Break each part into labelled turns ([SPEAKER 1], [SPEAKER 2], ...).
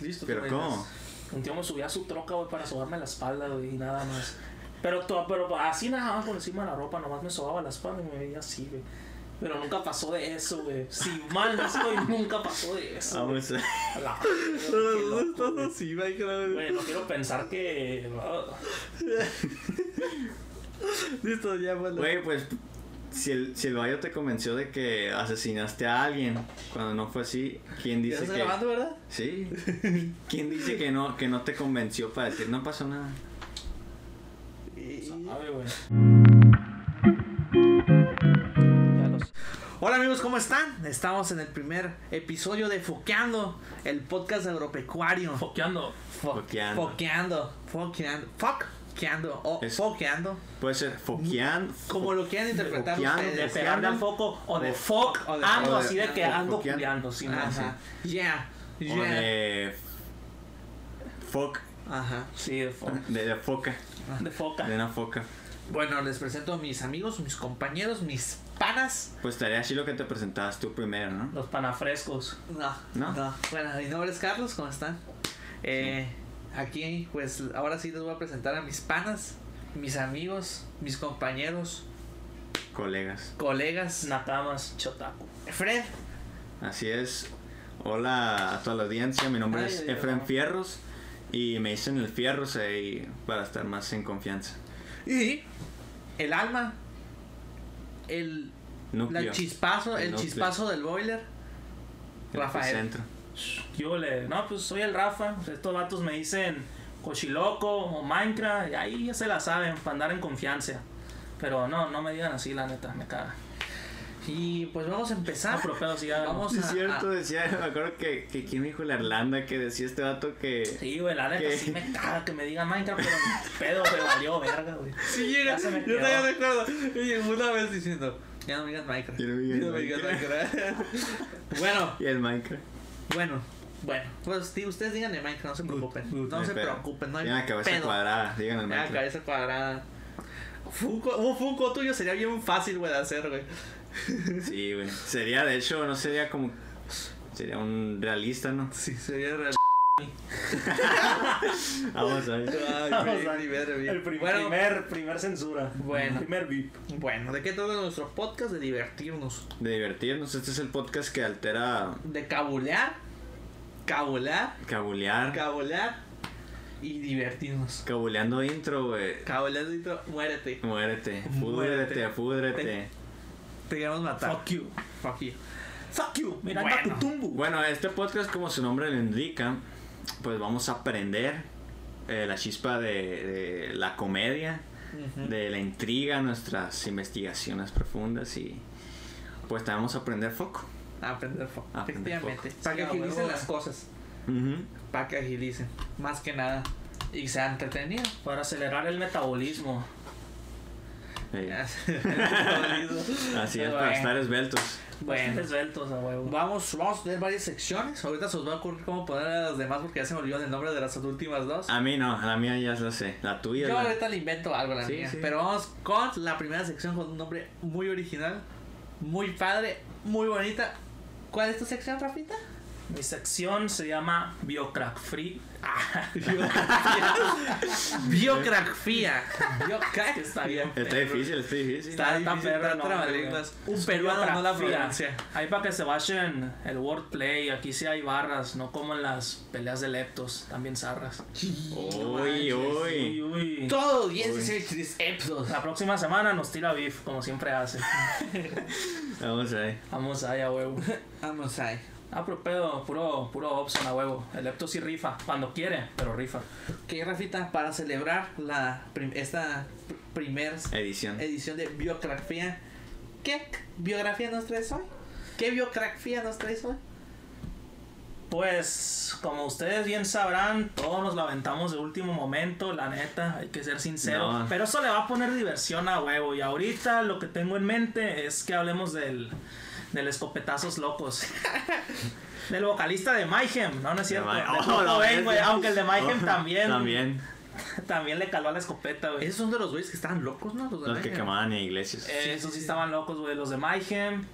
[SPEAKER 1] Listo,
[SPEAKER 2] ¿Pero
[SPEAKER 1] güey.
[SPEAKER 2] cómo?
[SPEAKER 1] Un tío me subía a su troca, güey, para sobarme la espalda, güey, y nada más. Pero, to- pero así nada más por encima de la ropa, nomás me sobaba la espalda y me veía así, güey. Pero nunca pasó de eso, güey. Si mal no estoy, nunca pasó de eso. güey.
[SPEAKER 2] Vamos a...
[SPEAKER 1] A la- qué
[SPEAKER 2] No,
[SPEAKER 1] loco,
[SPEAKER 2] estás
[SPEAKER 1] güey.
[SPEAKER 2] así, Minecraft.
[SPEAKER 1] Güey, no quiero pensar que. ah,
[SPEAKER 3] Listo, ya, bueno.
[SPEAKER 2] Güey, pues si el, si el vayo te convenció de que asesinaste a alguien cuando no fue así, ¿quién
[SPEAKER 3] ¿Ya
[SPEAKER 2] dice
[SPEAKER 3] estás
[SPEAKER 2] que
[SPEAKER 3] grabando, verdad?
[SPEAKER 2] Sí? ¿Quién dice que no que no te convenció para decir no pasó nada?
[SPEAKER 1] Sabe, güey.
[SPEAKER 3] Ya los- Hola amigos, ¿cómo están? Estamos en el primer episodio de Foqueando, el podcast agropecuario.
[SPEAKER 1] Foqueando.
[SPEAKER 3] Fo-
[SPEAKER 2] Foqueando.
[SPEAKER 3] Foqueando. Foqueando. Foqueando. O
[SPEAKER 2] Es-
[SPEAKER 3] foqueando.
[SPEAKER 2] Puede ser foquean,
[SPEAKER 3] Como
[SPEAKER 2] fo-
[SPEAKER 3] lo quieran interpretar
[SPEAKER 2] Foqueando,
[SPEAKER 1] De
[SPEAKER 3] ustedes.
[SPEAKER 2] foqueando.
[SPEAKER 1] pegarle al foco o de
[SPEAKER 2] O-
[SPEAKER 1] fuck,
[SPEAKER 3] o de-
[SPEAKER 1] ando
[SPEAKER 2] o de-
[SPEAKER 1] así de que
[SPEAKER 2] o
[SPEAKER 1] ando
[SPEAKER 2] foqueando.
[SPEAKER 1] culiando, sí, no, sí.
[SPEAKER 3] Ajá. Yeah.
[SPEAKER 2] o
[SPEAKER 3] Yeah.
[SPEAKER 2] de foc
[SPEAKER 3] Ajá.
[SPEAKER 1] Sí, de fo-
[SPEAKER 2] de, de foca,
[SPEAKER 1] de foca.
[SPEAKER 2] de una foca.
[SPEAKER 3] Bueno, les presento a mis amigos, mis compañeros, mis panas.
[SPEAKER 2] Pues estaría así lo que te presentabas tú primero, ¿no?
[SPEAKER 1] Los panafrescos.
[SPEAKER 3] No,
[SPEAKER 2] ¿No?
[SPEAKER 3] Bueno, mi nombre es Carlos, ¿cómo están? Eh, Aquí, pues ahora sí les voy a presentar a mis panas, mis amigos, mis compañeros,
[SPEAKER 2] Colegas.
[SPEAKER 3] colegas.
[SPEAKER 1] Nakamas, chotaco.
[SPEAKER 3] Fred,
[SPEAKER 2] Así es. Hola a toda la audiencia, mi nombre
[SPEAKER 3] Ay,
[SPEAKER 2] es
[SPEAKER 3] ay, ay.
[SPEAKER 2] Efraín Fierros y me dicen el Fierros ahí para estar más en confianza.
[SPEAKER 3] Y el alma. El, la-
[SPEAKER 2] Núcleo.
[SPEAKER 3] el chispazo, el,
[SPEAKER 2] El núcleo.
[SPEAKER 3] chispazo del boiler.
[SPEAKER 2] El
[SPEAKER 3] Rafael.
[SPEAKER 2] epicentro.
[SPEAKER 1] ¿Qué ole? No, pues soy el Rafa. Estos vatos me dicen Cochiloco o Minecraft. Y ahí ya se la saben, para andar en confianza. Pero no, no me digan así, la neta, me caga.
[SPEAKER 3] Y pues vamos a empezar.
[SPEAKER 1] No, pero pedo, sí, ya.
[SPEAKER 3] Vamos
[SPEAKER 2] Sí, es
[SPEAKER 3] a-
[SPEAKER 2] cierto,
[SPEAKER 3] a-
[SPEAKER 2] decía, me acuerdo que, que quién me dijo la Irlanda que decía este vato que
[SPEAKER 1] Sí, güey, la neta
[SPEAKER 2] ¿Qué?
[SPEAKER 1] sí me caga que me digan Minecraft, pero pedo, me valió verga, güey.
[SPEAKER 3] Sí, llega.
[SPEAKER 1] Ya se me
[SPEAKER 3] Yo
[SPEAKER 1] quedó.
[SPEAKER 3] todavía recuerdo. Y llegó una vez diciendo: Ya no me digas Minecraft.
[SPEAKER 2] Ya no me digas
[SPEAKER 3] Ya no me digas Minecraft. bueno,
[SPEAKER 2] y el Minecraft.
[SPEAKER 3] bueno, bueno. Pues di- ustedes díganle Minecraft, no se preocupen. no
[SPEAKER 2] Me
[SPEAKER 3] se
[SPEAKER 2] pega.
[SPEAKER 3] preocupen, no hay
[SPEAKER 2] Tiene la cabeza
[SPEAKER 3] pedo.
[SPEAKER 2] cuadrada, digan el
[SPEAKER 3] Tiene la
[SPEAKER 2] Minecraft.
[SPEAKER 3] cabeza cuadrada. Funko, un Funko tuyo sería bien fácil, güey, de hacer, güey.
[SPEAKER 2] Sí, güey. Sería de hecho, no sería como sería un realista, ¿no?
[SPEAKER 3] Sí, sería real.
[SPEAKER 2] Vamos a ver.
[SPEAKER 1] Vamos a-
[SPEAKER 3] Ay, verga,
[SPEAKER 1] El prim-
[SPEAKER 3] bueno,
[SPEAKER 1] primer, primer censura.
[SPEAKER 3] Bueno.
[SPEAKER 1] Primer VIP.
[SPEAKER 3] bueno, ¿de qué trata nuestro podcast? De divertirnos,
[SPEAKER 2] De divertirnos, este es el podcast que altera
[SPEAKER 3] de cabulear, cabulear,
[SPEAKER 2] cabulear,
[SPEAKER 3] cabulear y divertirnos.
[SPEAKER 2] cabuleando intro, güey.
[SPEAKER 3] Cabulear, dito, muérete.
[SPEAKER 2] Muérete,
[SPEAKER 3] Muérete.
[SPEAKER 2] púdrete, púdrete.
[SPEAKER 3] Te queremos matar.
[SPEAKER 1] Fuck you.
[SPEAKER 3] Fuck you.
[SPEAKER 1] Fuck you. Mira,
[SPEAKER 3] Bueno.
[SPEAKER 1] Cutumbu.
[SPEAKER 2] Bueno, este podcast, como su nombre lo indica, pues vamos a aprender eh, la chispa de, de la comedia, de la intriga, nuestras investigaciones profundas y pues también vamos a aprender foco.
[SPEAKER 3] A Aprender fuck.
[SPEAKER 2] A aprender
[SPEAKER 3] Efectivamente.
[SPEAKER 2] fuck.
[SPEAKER 3] Para
[SPEAKER 1] Sí,
[SPEAKER 3] que
[SPEAKER 1] a huevo,
[SPEAKER 3] agilicen
[SPEAKER 1] güey.
[SPEAKER 3] las cosas.
[SPEAKER 2] Ujú.
[SPEAKER 3] Para que agilicen. Más que nada. Y sea entretenido.
[SPEAKER 1] Para acelerar el metabolismo.
[SPEAKER 2] Sí. Así es,
[SPEAKER 3] Bueno.
[SPEAKER 2] para estar esbeltos.
[SPEAKER 3] Bueno.
[SPEAKER 1] Esbeltos, a huevo.
[SPEAKER 3] Vamos, vamos a tener varias secciones. Ahorita se os va a ocurrir cómo poner a las demás porque ya se me olvidó el nombre de las últimas dos.
[SPEAKER 2] A mí no, la mía ya la sé, la tuya.
[SPEAKER 3] Yo
[SPEAKER 2] Ah, la-
[SPEAKER 3] ahorita le invento algo a la
[SPEAKER 2] Sí,
[SPEAKER 3] mía.
[SPEAKER 2] sí.
[SPEAKER 3] Pero vamos con la primera sección con un nombre muy original, muy padre, muy bonita. ¿Cuál es tu sección, Rafita?
[SPEAKER 1] Mi sección se llama Biocrack Free.
[SPEAKER 3] Ah, Biografía.
[SPEAKER 1] que está bien.
[SPEAKER 2] Está difícil, está difícil.
[SPEAKER 3] Está
[SPEAKER 1] Está
[SPEAKER 3] difícil,
[SPEAKER 1] perro,
[SPEAKER 3] está
[SPEAKER 1] no,
[SPEAKER 3] trabalenguas. Un
[SPEAKER 1] Es
[SPEAKER 3] peruano no la
[SPEAKER 1] biografía.
[SPEAKER 3] pronuncia.
[SPEAKER 1] Ahí para que se bachen el wordplay. Aquí sí hay barras, no como en las peleas de leptos, también zarras.
[SPEAKER 2] Uy,
[SPEAKER 1] Uy,
[SPEAKER 2] uy.
[SPEAKER 1] uy.
[SPEAKER 3] Todo 16 episodios.
[SPEAKER 1] La próxima semana nos tira beef, como siempre hace.
[SPEAKER 2] Vamos a ver.
[SPEAKER 1] Vamos allá, huevo.
[SPEAKER 3] Vamos ahí.
[SPEAKER 1] Ah, pero pedo, puro, puro option a huevo. El lepto sí rifa, cuando quiere, pero rifa.
[SPEAKER 3] Ok, Rafita, para celebrar la prim- esta pr- primer
[SPEAKER 2] Edición.
[SPEAKER 3] edición de Biografía. ¿Qué c- biografía nos traes hoy? ¿Qué biografía nos traes hoy?
[SPEAKER 1] Pues, como ustedes bien sabrán, todos nos la aventamos de último momento, la neta, hay que ser sincero.
[SPEAKER 2] No.
[SPEAKER 1] Pero eso le va a poner diversión a huevo. Y ahorita lo que tengo en mente es que hablemos del, del escopetazos locos. del vocalista de Mayhem, no, no es cierto.
[SPEAKER 2] Ma-
[SPEAKER 1] Del
[SPEAKER 2] Oh, la
[SPEAKER 1] Kurt Cobain, güey,
[SPEAKER 2] bestia.
[SPEAKER 1] aunque el de Mayhem
[SPEAKER 2] Oh,
[SPEAKER 1] también, también.
[SPEAKER 2] También.
[SPEAKER 1] le caló a la escopeta, güey.
[SPEAKER 3] Esos son de los güeyes que estaban locos, ¿no? Los, de
[SPEAKER 2] Los que
[SPEAKER 3] Mayhem.
[SPEAKER 2] quemaban en iglesias.
[SPEAKER 1] Eh, esos sí estaban locos, güey, los de Mayhem.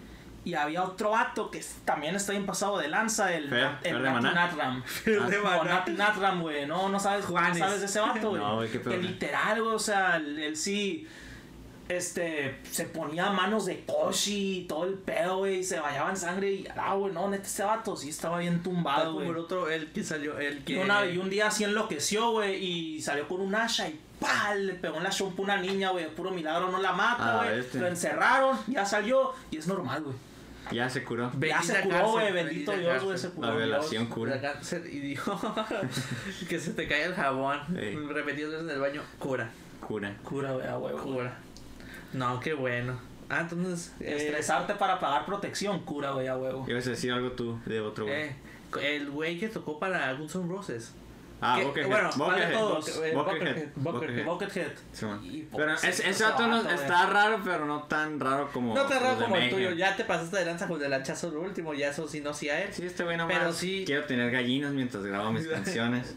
[SPEAKER 1] Y había otro vato que es- también está bien pasado de lanza, el,
[SPEAKER 2] Feo,
[SPEAKER 1] el
[SPEAKER 2] feo de
[SPEAKER 1] Nat-
[SPEAKER 2] Maná.
[SPEAKER 1] Natram.
[SPEAKER 3] Feo de
[SPEAKER 1] No,
[SPEAKER 3] Maná.
[SPEAKER 1] Nat- Natram, güey. No, no sabes, no
[SPEAKER 3] Juanes.
[SPEAKER 1] sabes de ese vato, güey.
[SPEAKER 2] No, güey, qué pedo.
[SPEAKER 1] Que literal, güey, o sea, él, él sí este, se ponía manos de Koshi y todo el pedo, güey, y se bañaba en sangre y, ah, güey, no, neta, ese vato sí estaba
[SPEAKER 3] Tal
[SPEAKER 1] bien tumbado,
[SPEAKER 3] como
[SPEAKER 1] güey.
[SPEAKER 3] el otro, el que salió, el
[SPEAKER 1] Y,
[SPEAKER 3] que.
[SPEAKER 1] una- y un día así enloqueció, güey, y salió con un asha y ¡pah! Le pegó en la chompa una niña, güey, de puro milagro, no la
[SPEAKER 2] A
[SPEAKER 1] mata,
[SPEAKER 2] la
[SPEAKER 1] güey.
[SPEAKER 2] bestia.
[SPEAKER 1] Lo encerraron, ya salió, y es normal, güey.
[SPEAKER 2] Ya se curó.
[SPEAKER 1] Ya se
[SPEAKER 3] Bendita
[SPEAKER 1] curó, güey,
[SPEAKER 3] cárcel,
[SPEAKER 1] bendito
[SPEAKER 3] bendita
[SPEAKER 1] Dios, güey,
[SPEAKER 3] cárcel.
[SPEAKER 1] se
[SPEAKER 2] La
[SPEAKER 1] curó.
[SPEAKER 2] vela.
[SPEAKER 1] Dios.
[SPEAKER 2] Relación cura.
[SPEAKER 3] La cárcel y dijo que se te cae el jabón.
[SPEAKER 2] Sí.
[SPEAKER 3] Repetidas veces en el baño. Cura,
[SPEAKER 2] Cura.
[SPEAKER 1] Cura, güey, a huevo.
[SPEAKER 3] cura. No, qué bueno. Ah, entonces. eh,
[SPEAKER 1] Estresarte para pagar protección, cura, güey, a huevo.
[SPEAKER 2] Ibas a decir algo tú de otro güey.
[SPEAKER 3] eh, el güey que tocó para Guns N' Roses.
[SPEAKER 2] ah,
[SPEAKER 3] que-
[SPEAKER 2] Buckethead.
[SPEAKER 3] bueno, vale
[SPEAKER 2] Buckethead.
[SPEAKER 3] todo, eh,
[SPEAKER 2] Buckethead. Buckethead.
[SPEAKER 3] Buckethead, Buckethead.
[SPEAKER 1] Buckethead.
[SPEAKER 2] Simón.
[SPEAKER 1] Y
[SPEAKER 3] pues,
[SPEAKER 2] Pero
[SPEAKER 1] pobrecito
[SPEAKER 2] ese, ese
[SPEAKER 1] ese
[SPEAKER 2] vato no-
[SPEAKER 1] vato, güey.
[SPEAKER 2] está raro, pero no tan raro como.
[SPEAKER 3] No te
[SPEAKER 2] los
[SPEAKER 3] raro
[SPEAKER 2] de
[SPEAKER 3] como el tuyo,
[SPEAKER 2] Mayhem.
[SPEAKER 3] ya te pasaste de lanza con el hachazo lo último, ya eso sí no sí a él.
[SPEAKER 2] Sí, este güey nomás.
[SPEAKER 3] Pero sí-
[SPEAKER 2] Quiero tener gallinas mientras grabo mis canciones.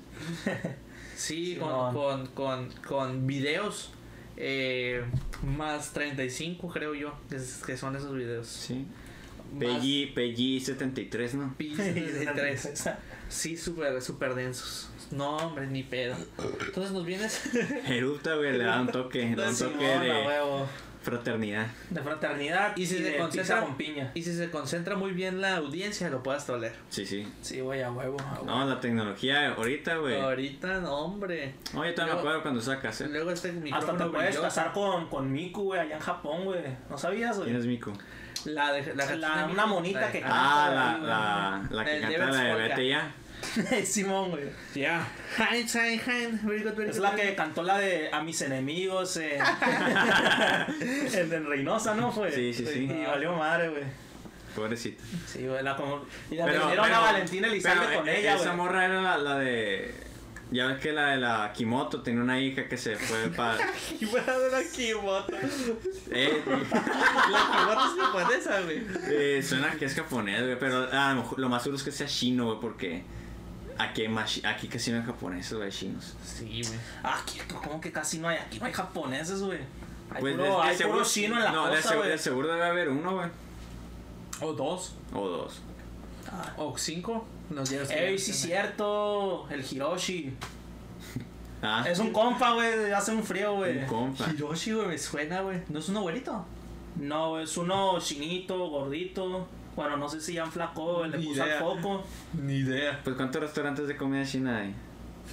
[SPEAKER 3] Sí,
[SPEAKER 1] Sí,
[SPEAKER 3] con,
[SPEAKER 1] no.
[SPEAKER 3] con, con, con videos eh, más 35 creo yo, que, es- que son esos videos.
[SPEAKER 2] Sí.
[SPEAKER 3] Más
[SPEAKER 2] PG, PG 73, ¿no?
[SPEAKER 3] pi- 73. Sí, súper, súper densos. No, hombre, ni pedo. Entonces nos vienes...
[SPEAKER 2] Erupta, güey, le da un toque. Le da un
[SPEAKER 1] Simón,
[SPEAKER 2] toque
[SPEAKER 1] a
[SPEAKER 2] de
[SPEAKER 1] huevo.
[SPEAKER 2] fraternidad.
[SPEAKER 1] De fraternidad
[SPEAKER 3] Y
[SPEAKER 1] y,
[SPEAKER 3] si se
[SPEAKER 1] de
[SPEAKER 3] concentra-
[SPEAKER 1] pizza con piña.
[SPEAKER 3] Y si se concentra muy bien la audiencia, lo puedas tolerar.
[SPEAKER 2] Sí, sí.
[SPEAKER 1] Sí, güey, a huevo. a huevo.
[SPEAKER 2] No, la tecnología ahorita, güey.
[SPEAKER 3] Ahorita, no, hombre.
[SPEAKER 2] No, yo todavía me
[SPEAKER 3] Luego-
[SPEAKER 2] acuerdo cuando sacas, ¿eh?
[SPEAKER 3] Luego este
[SPEAKER 1] Hasta te
[SPEAKER 3] micrófono
[SPEAKER 1] puedes
[SPEAKER 3] brilloso.
[SPEAKER 1] casar con, con Miku, güey, allá en Japón, güey. ¿No sabías,
[SPEAKER 2] ¿Quién
[SPEAKER 1] güey?
[SPEAKER 2] es Miku?
[SPEAKER 3] La, de, la,
[SPEAKER 1] La-
[SPEAKER 3] Hatsune Miku.
[SPEAKER 1] una monita
[SPEAKER 3] La-
[SPEAKER 1] que
[SPEAKER 3] Ah,
[SPEAKER 2] Ah, la, la, la que
[SPEAKER 3] El
[SPEAKER 2] canta
[SPEAKER 3] Devil's
[SPEAKER 2] la de
[SPEAKER 3] Polka.
[SPEAKER 2] Vete ya.
[SPEAKER 1] Simón, güey.
[SPEAKER 3] Ya. Hein, hein, hein. Very good, very
[SPEAKER 1] Es
[SPEAKER 3] good,
[SPEAKER 1] la
[SPEAKER 3] very
[SPEAKER 1] que cantó la de A mis enemigos en, en, en Reynosa, ¿no? Fue?
[SPEAKER 2] Sí, sí, sí.
[SPEAKER 1] Y valió madre, güey.
[SPEAKER 2] Pobrecita.
[SPEAKER 1] Sí, güey, la como... Y la vendieron a Valentina Elizalde
[SPEAKER 2] pero,
[SPEAKER 1] con
[SPEAKER 2] eh,
[SPEAKER 1] ella,
[SPEAKER 2] Esa
[SPEAKER 1] güey.
[SPEAKER 2] morra era la, la de. Ya ves que la de la Kimoto tenía una hija que se fue para.
[SPEAKER 3] good. Y fuera de la Kimoto.
[SPEAKER 2] eh,
[SPEAKER 3] La Kimoto es japonesa, güey.
[SPEAKER 2] eh, suena que es japonés, güey. Pero a lo, mejor- lo más seguro es que sea chino, güey, porque. Aquí, hay más, chi- aquí casi no hay japoneses, güey, chinos.
[SPEAKER 3] Sí, güey.
[SPEAKER 1] Aquí, Ah, ¿cómo que casi no hay? Aquí no hay japoneses, güey. Hay
[SPEAKER 2] Pues,
[SPEAKER 1] puro,
[SPEAKER 2] de- de
[SPEAKER 1] hay
[SPEAKER 2] seguro-
[SPEAKER 1] puro chino en la
[SPEAKER 2] No, de
[SPEAKER 1] costa,
[SPEAKER 2] segu-
[SPEAKER 1] güey.
[SPEAKER 2] de seguro debe haber uno, güey.
[SPEAKER 3] O dos.
[SPEAKER 2] O dos.
[SPEAKER 1] Ah.
[SPEAKER 3] O cinco. Nos llevas.
[SPEAKER 1] Ey, sí, cierto. El Hiroshi.
[SPEAKER 2] Ah,
[SPEAKER 1] Es un compa, güey. Hace un frío, güey.
[SPEAKER 2] un compa.
[SPEAKER 3] Hiroshi, güey, me suena, güey. ¿No es un abuelito?
[SPEAKER 1] No, es uno chinito, gordito. Bueno, no sé si ya enflacó, le
[SPEAKER 3] Ni
[SPEAKER 1] puso
[SPEAKER 3] idea.
[SPEAKER 1] al foco.
[SPEAKER 3] Ni idea.
[SPEAKER 2] Pues cuántos restaurantes de comida china hay.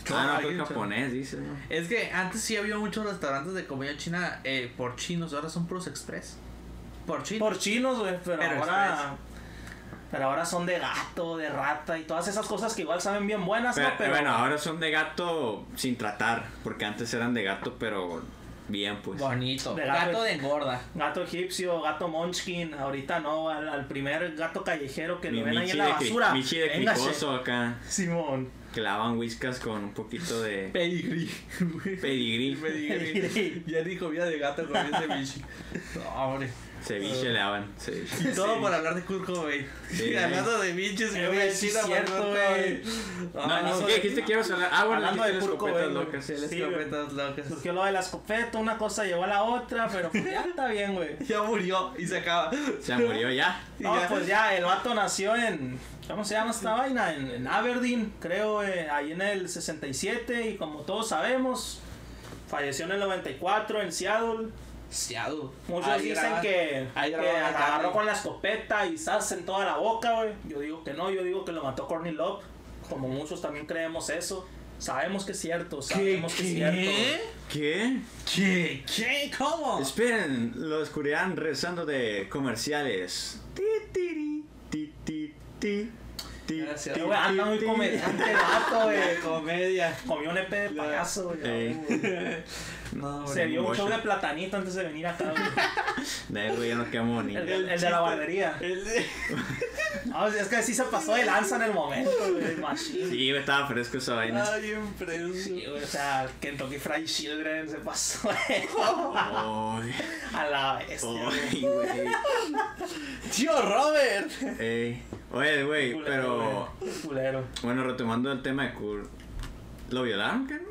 [SPEAKER 3] Claro,
[SPEAKER 2] Ah, no,
[SPEAKER 3] hay
[SPEAKER 2] pues
[SPEAKER 3] un
[SPEAKER 2] japonés, dice, ¿no?
[SPEAKER 3] Es que antes sí había muchos restaurantes de comida china eh, por chinos, ahora son puros express. Por chinos.
[SPEAKER 1] Por chinos, güey, pero,
[SPEAKER 3] Pero
[SPEAKER 1] ahora. Pero ahora son de gato, de rata y todas esas cosas que igual saben bien buenas,
[SPEAKER 2] Pero,
[SPEAKER 1] ¿no? Pero
[SPEAKER 2] bueno, ahora son de gato sin tratar, porque antes eran de gato, pero bien, pues.
[SPEAKER 3] Bonito.
[SPEAKER 1] De gato.
[SPEAKER 3] Gato de engorda.
[SPEAKER 1] Gato egipcio, gato munchkin, ahorita no, al, al primer gato callejero que
[SPEAKER 2] Mi
[SPEAKER 1] lo ven ahí
[SPEAKER 2] Michi
[SPEAKER 1] en la
[SPEAKER 2] de cri-
[SPEAKER 1] basura.
[SPEAKER 2] Michi de
[SPEAKER 1] Véngase.
[SPEAKER 2] cricoso acá,
[SPEAKER 1] Simón.
[SPEAKER 2] que lavan whiskas con un poquito de
[SPEAKER 3] Pedigrí.
[SPEAKER 2] pedigrí,
[SPEAKER 1] Pedigrí.
[SPEAKER 3] ya ni comida de gato con ese bicho. No, hombre.
[SPEAKER 2] ceviche le daban, ceviche.
[SPEAKER 3] Y todo por hablar de Kurt Cobain.
[SPEAKER 2] Sí.
[SPEAKER 3] Hablando de bichos,
[SPEAKER 1] Eh, güey, sí, cierto, güey.
[SPEAKER 2] No, no,
[SPEAKER 1] Ah, eso
[SPEAKER 2] ¿qué
[SPEAKER 1] de-
[SPEAKER 2] dijiste que ibas a hablar? Ah, bueno,
[SPEAKER 1] hablando
[SPEAKER 2] dijiste las
[SPEAKER 1] de Kurt
[SPEAKER 2] escopetas
[SPEAKER 1] Cobain,
[SPEAKER 2] locas.
[SPEAKER 1] güey.
[SPEAKER 3] las
[SPEAKER 1] Sí, güey.
[SPEAKER 3] escopetas locas.
[SPEAKER 1] Surgió lo de la escopeta, una cosa llevó a la otra, pero pues ya está bien, güey.
[SPEAKER 3] Ya murió y se acaba.
[SPEAKER 2] Se murió ya.
[SPEAKER 3] Y
[SPEAKER 1] No,
[SPEAKER 3] ya.
[SPEAKER 1] pues ya, el vato nació en. ¿Cómo se llama esta vaina? En, en Aberdeen, creo, eh, ahí en el 67. Y como todos sabemos, falleció en el 94 en Seattle.
[SPEAKER 3] Seado.
[SPEAKER 1] Muchos
[SPEAKER 3] Ahí
[SPEAKER 1] dicen
[SPEAKER 3] graban-
[SPEAKER 1] que,
[SPEAKER 3] ahí
[SPEAKER 1] que
[SPEAKER 3] graban la
[SPEAKER 1] agarró
[SPEAKER 3] carne.
[SPEAKER 1] con la escopeta y sas en toda la boca, güey. Yo digo que no, yo digo que lo mató Corny Love. Como muchos también creemos eso. Sabemos que es cierto, sabemos que es cierto. güey.
[SPEAKER 2] ¿Qué?
[SPEAKER 3] ¿Qué? ¿Qué?
[SPEAKER 1] Ah.
[SPEAKER 3] ¿Cómo?
[SPEAKER 2] Esperen, lo descubrirán regresando de comerciales. Ti, tiri, ti, ti, ti, ti,
[SPEAKER 3] Gracias.
[SPEAKER 2] ti,
[SPEAKER 1] Güey, Anda muy
[SPEAKER 2] ti,
[SPEAKER 1] comediante el vato, güey.
[SPEAKER 3] comedia.
[SPEAKER 1] Comió un EP de payaso, güey.
[SPEAKER 2] Ey.
[SPEAKER 3] No,
[SPEAKER 1] Se vio un
[SPEAKER 2] Mocho.
[SPEAKER 1] show de platanito antes de venir acá, güey.
[SPEAKER 2] De güey, ya no queda bonito.
[SPEAKER 1] El, el de la barbería. No, es que sí se pasó de lanza en el momento, güey. machín.
[SPEAKER 2] Sí, güey, estaba fresco esa vaina.
[SPEAKER 3] Ay, impreso.
[SPEAKER 1] Sí, güey, O sea, Kentucky Fried Children se pasó de-
[SPEAKER 2] Ay,
[SPEAKER 1] a la bestia. güey.
[SPEAKER 2] ay, güey.
[SPEAKER 3] Tío Robert.
[SPEAKER 2] Ey. Oye, güey,
[SPEAKER 1] Culero,
[SPEAKER 2] pero.
[SPEAKER 1] güey, Culero.
[SPEAKER 2] Bueno, retomando el tema de Kurt. ¿Lo violaron, qué no?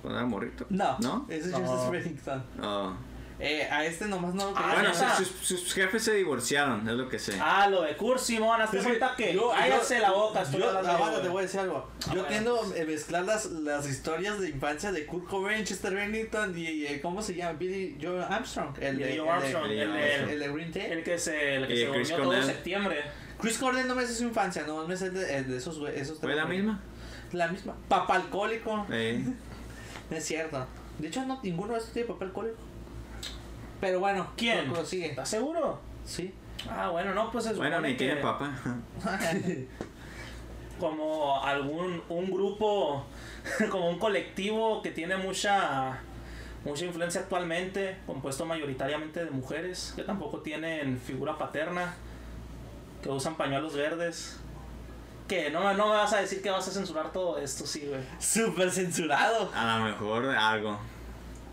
[SPEAKER 2] ¿Cuando era morrito?
[SPEAKER 3] No.
[SPEAKER 2] ¿No?
[SPEAKER 3] Eso es
[SPEAKER 1] No.
[SPEAKER 3] Joseph Bennington.
[SPEAKER 2] Oh.
[SPEAKER 3] Eh, a este nomás no lo
[SPEAKER 1] Ah,
[SPEAKER 3] quería.
[SPEAKER 2] bueno,
[SPEAKER 1] neta.
[SPEAKER 2] sus, sus- sus jefes se divorciaron, es lo que sé.
[SPEAKER 1] Ah, lo de Cursi, mona, hazte
[SPEAKER 3] Es que
[SPEAKER 1] cuenta que.
[SPEAKER 3] yo-
[SPEAKER 1] Cállase
[SPEAKER 3] yo-
[SPEAKER 1] la boca, estoy
[SPEAKER 3] Yo,
[SPEAKER 1] hablando
[SPEAKER 3] la
[SPEAKER 1] yo,
[SPEAKER 3] verdad, te
[SPEAKER 1] güey.
[SPEAKER 3] voy a decir algo.
[SPEAKER 1] Ah,
[SPEAKER 3] Yo
[SPEAKER 1] bueno.
[SPEAKER 3] tiendo a mezclar las, las historias de infancia de Kurt Cobain, Chester Bennington y, y, eh, ¿cómo se llama? Billy Joe Armstrong. El de,
[SPEAKER 1] Billy
[SPEAKER 3] el
[SPEAKER 1] Joe
[SPEAKER 3] de-
[SPEAKER 1] Armstrong,
[SPEAKER 2] el
[SPEAKER 1] el,
[SPEAKER 2] de-
[SPEAKER 1] el-
[SPEAKER 3] el de Green Day.
[SPEAKER 1] el que se, el que
[SPEAKER 2] Y
[SPEAKER 1] se
[SPEAKER 2] Chris
[SPEAKER 1] durmió todo
[SPEAKER 2] Cornell.
[SPEAKER 1] septiembre.
[SPEAKER 3] Chris Cornell no me hace su infancia, no me hace de, eh, de esos, güey- esos
[SPEAKER 2] ¿Fue la
[SPEAKER 3] güeyes.
[SPEAKER 2] misma?
[SPEAKER 3] La misma. Papá alcohólico.
[SPEAKER 2] Eh,
[SPEAKER 3] No es cierto. De hecho, no, ninguno de estos tiene papel alcohólico. Pero bueno,
[SPEAKER 1] ¿Quién?
[SPEAKER 3] lo consigue.
[SPEAKER 1] ¿Estás seguro?
[SPEAKER 3] Sí.
[SPEAKER 1] Ah, bueno, no, pues es
[SPEAKER 2] bueno, ni tiene papá.
[SPEAKER 1] como algún un grupo, como un colectivo que tiene mucha mucha influencia actualmente, compuesto mayoritariamente de mujeres que tampoco tienen figura paterna, que usan pañuelos verdes. Que no, me- no me vas a decir que vas a censurar todo esto, sí, güey.
[SPEAKER 3] Súper censurado.
[SPEAKER 2] A lo mejor algo.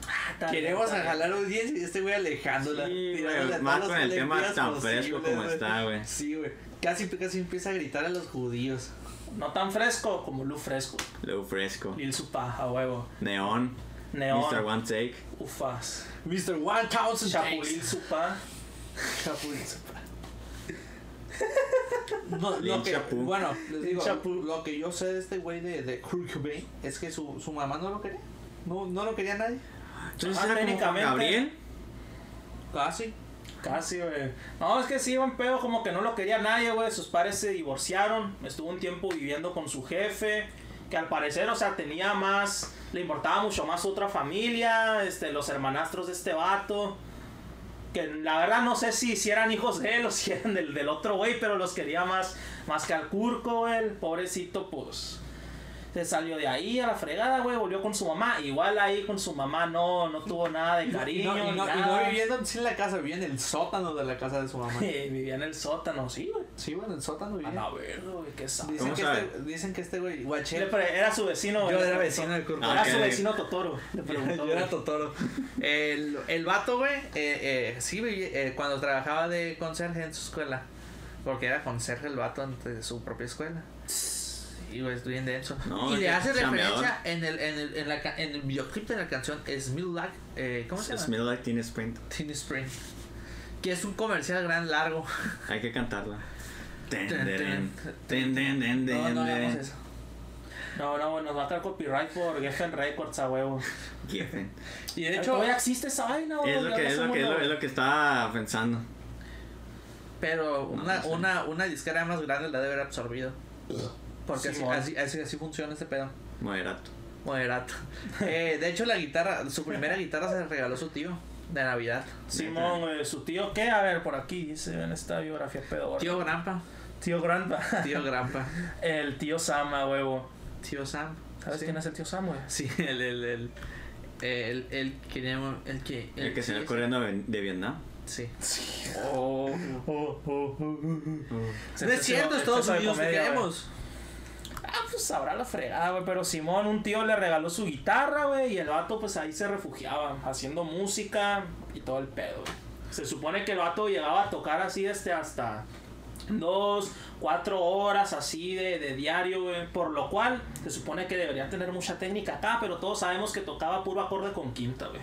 [SPEAKER 1] Ah, está bien,
[SPEAKER 3] Queremos
[SPEAKER 1] está bien.
[SPEAKER 3] jalar audiencia y este güey alejándola.
[SPEAKER 2] Sí,
[SPEAKER 3] tirándole a
[SPEAKER 2] güey,
[SPEAKER 3] todas
[SPEAKER 2] más
[SPEAKER 3] las
[SPEAKER 2] con el tema
[SPEAKER 3] colectivas
[SPEAKER 2] tan fresco
[SPEAKER 3] posibles,
[SPEAKER 2] como está, güey.
[SPEAKER 3] Sí, güey. Casi, casi empieza a gritar a los judíos.
[SPEAKER 1] No tan fresco como Lu Fresco.
[SPEAKER 2] Lo fresco.
[SPEAKER 1] Lil Supa, a huevo.
[SPEAKER 2] Neón. Mr.
[SPEAKER 1] Neon.
[SPEAKER 2] One Take.
[SPEAKER 1] Ufas.
[SPEAKER 3] Mr. One Thousand
[SPEAKER 1] Chapulín
[SPEAKER 3] Chapulín.
[SPEAKER 1] Supa.
[SPEAKER 3] Chapulín. No,
[SPEAKER 2] Lin
[SPEAKER 3] lo que,
[SPEAKER 2] Chapú.
[SPEAKER 3] bueno, les digo,
[SPEAKER 1] Chapú.
[SPEAKER 3] lo que yo sé de este güey de, de Kurt Cobain es que su, su mamá no lo quería. No, no lo quería nadie.
[SPEAKER 2] Entonces
[SPEAKER 1] Ah,
[SPEAKER 2] era como
[SPEAKER 1] técnicamente.
[SPEAKER 2] Gabriel.
[SPEAKER 3] Casi.
[SPEAKER 1] Casi, güey. No, es que sí, un pedo, como que no lo quería nadie, güey. Sus padres se divorciaron. Estuvo un tiempo viviendo con su jefe. Que al parecer, o sea, tenía más. Le importaba mucho más su otra familia. Este, los hermanastros de este vato. Que la verdad no sé si, si eran hijos de él o si eran del, del otro güey, pero los quería más, más que al curco, güey. El pobrecito, pues. Se salió de ahí a la fregada, güey. Volvió con su mamá. Igual ahí con su mamá no, no tuvo nada de
[SPEAKER 3] Y
[SPEAKER 1] cariño.
[SPEAKER 3] no, y no- y no
[SPEAKER 1] nada.
[SPEAKER 3] viviendo sin la casa, vivía en el sótano de la casa de su mamá.
[SPEAKER 1] Eh, vivía en el sótano, sí, güey.
[SPEAKER 3] Sí, bueno, en el sótano
[SPEAKER 1] A
[SPEAKER 3] vivía.
[SPEAKER 1] la verga, güey, qué sad.
[SPEAKER 3] Dicen
[SPEAKER 2] ¿Cómo
[SPEAKER 3] que,
[SPEAKER 2] sabe?
[SPEAKER 3] este, dicen que este güey,
[SPEAKER 1] Le
[SPEAKER 3] guachero.
[SPEAKER 1] pre- Era su vecino, güey.
[SPEAKER 3] Yo
[SPEAKER 1] le
[SPEAKER 3] era
[SPEAKER 1] preguntó.
[SPEAKER 3] vecino del Kurt
[SPEAKER 2] Ah,
[SPEAKER 1] Era
[SPEAKER 2] ok.
[SPEAKER 1] su vecino Totoro. Le preguntó.
[SPEAKER 3] Yo era
[SPEAKER 1] güey.
[SPEAKER 3] Totoro. El, el vato, güey, eh, eh, sí, vivía- eh, cuando trabajaba de conserje en su escuela. Porque era conserje el vato en- de su propia escuela. Y güey, es bien denso.
[SPEAKER 2] No,
[SPEAKER 3] y le
[SPEAKER 2] qué
[SPEAKER 3] hace
[SPEAKER 2] chambeador.
[SPEAKER 3] referencia en el, en, el, en, la, ca- en el videoclip de la canción Smith Like. eh, ¿Cómo se llama?
[SPEAKER 2] Smell Like Teen Sprint.
[SPEAKER 3] Teen Spring. Que es un comercial gran largo.
[SPEAKER 2] Hay que cantarla. Ten,
[SPEAKER 3] Ten,
[SPEAKER 2] deren,
[SPEAKER 3] ten,
[SPEAKER 2] ten,
[SPEAKER 3] No,
[SPEAKER 2] den, den, den,
[SPEAKER 3] no hagamos
[SPEAKER 2] den.
[SPEAKER 3] eso.
[SPEAKER 1] No, no, güey, nos va a caer copyright por Geffen Records a huevo.
[SPEAKER 2] Geffen.
[SPEAKER 3] Y de
[SPEAKER 1] De
[SPEAKER 3] hecho,
[SPEAKER 1] hecho, ya existe esa vaina, güey.
[SPEAKER 2] Es lo
[SPEAKER 1] ya
[SPEAKER 2] que
[SPEAKER 1] no
[SPEAKER 2] es lo
[SPEAKER 1] somos
[SPEAKER 2] que es lo-
[SPEAKER 1] la-
[SPEAKER 2] es lo que estaba pensando.
[SPEAKER 3] Pero una,
[SPEAKER 2] no sé.
[SPEAKER 3] una, una disquera más grande la debe haber absorbido. Porque así,
[SPEAKER 1] Simón.
[SPEAKER 3] así, así, así funciona este pedo.
[SPEAKER 2] Moderato.
[SPEAKER 3] Moderato. Eh, de hecho, la guitarra, su primera guitarra se la regaló su tío de Navidad.
[SPEAKER 1] Simón, güey, su tío, ¿qué? A ver, por aquí dice en esta biografía pedora.
[SPEAKER 3] Tío Grampa.
[SPEAKER 1] tío Grandpa.
[SPEAKER 3] Tío Grampa.
[SPEAKER 1] El tío Sama, huevo.
[SPEAKER 3] Tío Sam.
[SPEAKER 1] ¿Sabes
[SPEAKER 3] Sí.
[SPEAKER 1] quién es el tío Sam, güey?
[SPEAKER 3] Sí, el, el, el, el, el que llama- el que...
[SPEAKER 2] El que salió
[SPEAKER 3] Eh, sí,
[SPEAKER 2] corriendo de de Vietnam.
[SPEAKER 3] Sí. Oh.
[SPEAKER 1] Oh, oh, oh, oh.
[SPEAKER 3] No es cierto, Estados
[SPEAKER 1] Exceso de
[SPEAKER 3] Unidos, te
[SPEAKER 1] comedia, güey.
[SPEAKER 3] queremos.
[SPEAKER 1] Ah, pues sabrá la fregada, güey. Pero Simón, un tío le regaló su guitarra, güey. Y el vato, pues ahí se refugiaba, haciendo música y todo el pedo, güey. Se supone que el vato llegaba a tocar así, este, hasta dos, cuatro horas así de, de diario, güey. Por lo cual, se supone que debería tener mucha técnica acá, pero todos sabemos que tocaba puro acorde con quinta, güey.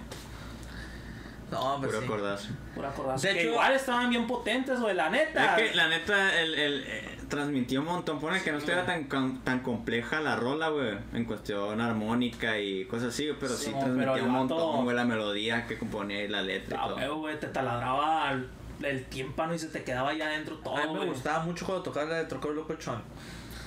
[SPEAKER 3] No, pues
[SPEAKER 2] Puro
[SPEAKER 3] sí.
[SPEAKER 2] acordazo.
[SPEAKER 1] Puro acordazo.
[SPEAKER 3] De
[SPEAKER 1] que
[SPEAKER 3] hecho-
[SPEAKER 1] igual estaban bien potentes, güey, la
[SPEAKER 2] Es
[SPEAKER 1] neta.
[SPEAKER 2] que la neta, el, el, eh, transmitió un montón. Pone que no estuviera tan, com- tan compleja la rola, güey. En cuestión armónica y cosas así, pero sí,
[SPEAKER 1] Sí, pero
[SPEAKER 2] transmitió
[SPEAKER 1] el
[SPEAKER 2] un
[SPEAKER 1] vato-
[SPEAKER 2] montón, güey, la melodía que componía y la letra
[SPEAKER 1] Ah,
[SPEAKER 2] y todo.
[SPEAKER 1] huevo, güey, te taladraba el, el tímpano y se te quedaba ahí adentro todo,
[SPEAKER 3] A mí me
[SPEAKER 1] güey.
[SPEAKER 3] gustaba mucho cuando tocaba la de Trocó Locochón.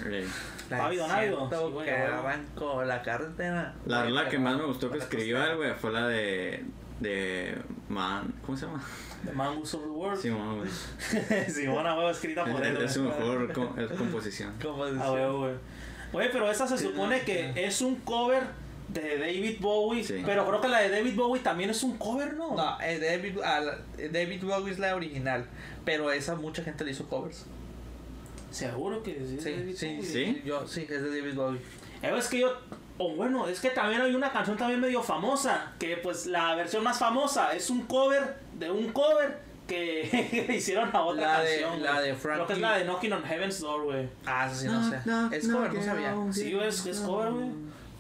[SPEAKER 2] Eh,
[SPEAKER 3] La
[SPEAKER 1] Fabio Donadio.
[SPEAKER 3] siento
[SPEAKER 1] Sí, güey,
[SPEAKER 3] que
[SPEAKER 1] a huevo.
[SPEAKER 3] banco la carretera.
[SPEAKER 2] La rola
[SPEAKER 3] Banco
[SPEAKER 2] que más me gustó
[SPEAKER 3] la
[SPEAKER 2] que escribió
[SPEAKER 3] costera.
[SPEAKER 2] él, güey, fue la de. de. Man. ¿Cómo se llama?
[SPEAKER 1] The Man Who Sold the World.
[SPEAKER 2] Simón, güey.
[SPEAKER 1] Simona, huevo, escrita por él.
[SPEAKER 2] Es, es su
[SPEAKER 1] güey.
[SPEAKER 2] mejor com- es composición.
[SPEAKER 3] ¿Cómo se
[SPEAKER 1] A
[SPEAKER 3] dice?
[SPEAKER 1] huevo, güey. Oye, pero esa se
[SPEAKER 3] Sí,
[SPEAKER 1] supone
[SPEAKER 3] no,
[SPEAKER 1] que
[SPEAKER 3] sí.
[SPEAKER 1] es un cover de David Bowie.
[SPEAKER 2] Sí.
[SPEAKER 1] Pero creo que la de David Bowie también es un cover, ¿no?
[SPEAKER 3] No, eh, David, a la- eh, David Bowie es la original, pero esa mucha gente le hizo covers.
[SPEAKER 1] Seguro que sí. es de
[SPEAKER 3] Sí,
[SPEAKER 1] David
[SPEAKER 3] sí,
[SPEAKER 1] Bowie.
[SPEAKER 2] ¿Sí?
[SPEAKER 3] Yo, sí, es de David Bowie.
[SPEAKER 1] Eh, Es que yo. O bueno, es que también hay una canción también medio famosa. Que pues la versión más famosa es un cover de un cover que le hicieron a otra
[SPEAKER 3] La de-
[SPEAKER 1] canción. güey.
[SPEAKER 3] la de
[SPEAKER 1] Creo que es
[SPEAKER 3] Frankie-
[SPEAKER 1] la de Knocking on Heaven's Door, güey.
[SPEAKER 3] Ah, eso sí, no, sé. es cover, no sabía.
[SPEAKER 1] Sí, güey, es, es cover, güey.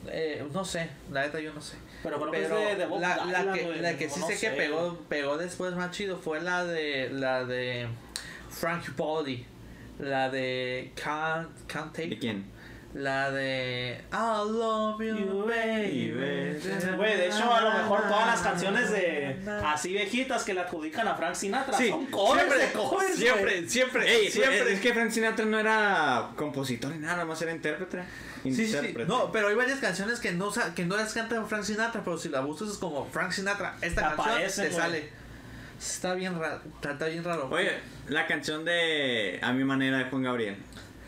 [SPEAKER 3] Eh, no sé, la neta yo no sé.
[SPEAKER 1] Pero creo
[SPEAKER 3] Pero
[SPEAKER 1] que es de, de Bob
[SPEAKER 3] la, la
[SPEAKER 1] Dylan,
[SPEAKER 3] que,
[SPEAKER 1] güey,
[SPEAKER 3] la que
[SPEAKER 1] no,
[SPEAKER 3] sí
[SPEAKER 1] no
[SPEAKER 3] sé que pegó, pegó después más chido fue la de la de Frank Body. La de Can't, Can't
[SPEAKER 2] ¿De
[SPEAKER 3] Take.
[SPEAKER 2] quién?
[SPEAKER 3] La de I love you,
[SPEAKER 1] You,
[SPEAKER 3] baby.
[SPEAKER 2] baby.
[SPEAKER 1] Güey, de hecho, a lo mejor todas las canciones de así viejitas que le adjudican a Frank Sinatra
[SPEAKER 2] Sí,
[SPEAKER 1] son covers de
[SPEAKER 3] siempre,
[SPEAKER 1] covers. güey.
[SPEAKER 3] siempre, siempre,
[SPEAKER 2] Ey,
[SPEAKER 3] siempre.
[SPEAKER 2] Es, es que Frank Sinatra no era compositor ni nada, nada más era intérprete.
[SPEAKER 3] Sí, sí, sí.
[SPEAKER 2] Intérprete.
[SPEAKER 3] No, pero hay varias canciones que no, sa- que no las canta Frank Sinatra, pero si la buscas es como Frank Sinatra. Esta
[SPEAKER 1] Aparece,
[SPEAKER 3] canción te
[SPEAKER 1] güey.
[SPEAKER 3] sale. Está bien raro. Está, está bien raro.
[SPEAKER 2] Oye, la canción de A mi manera de Juan Gabriel.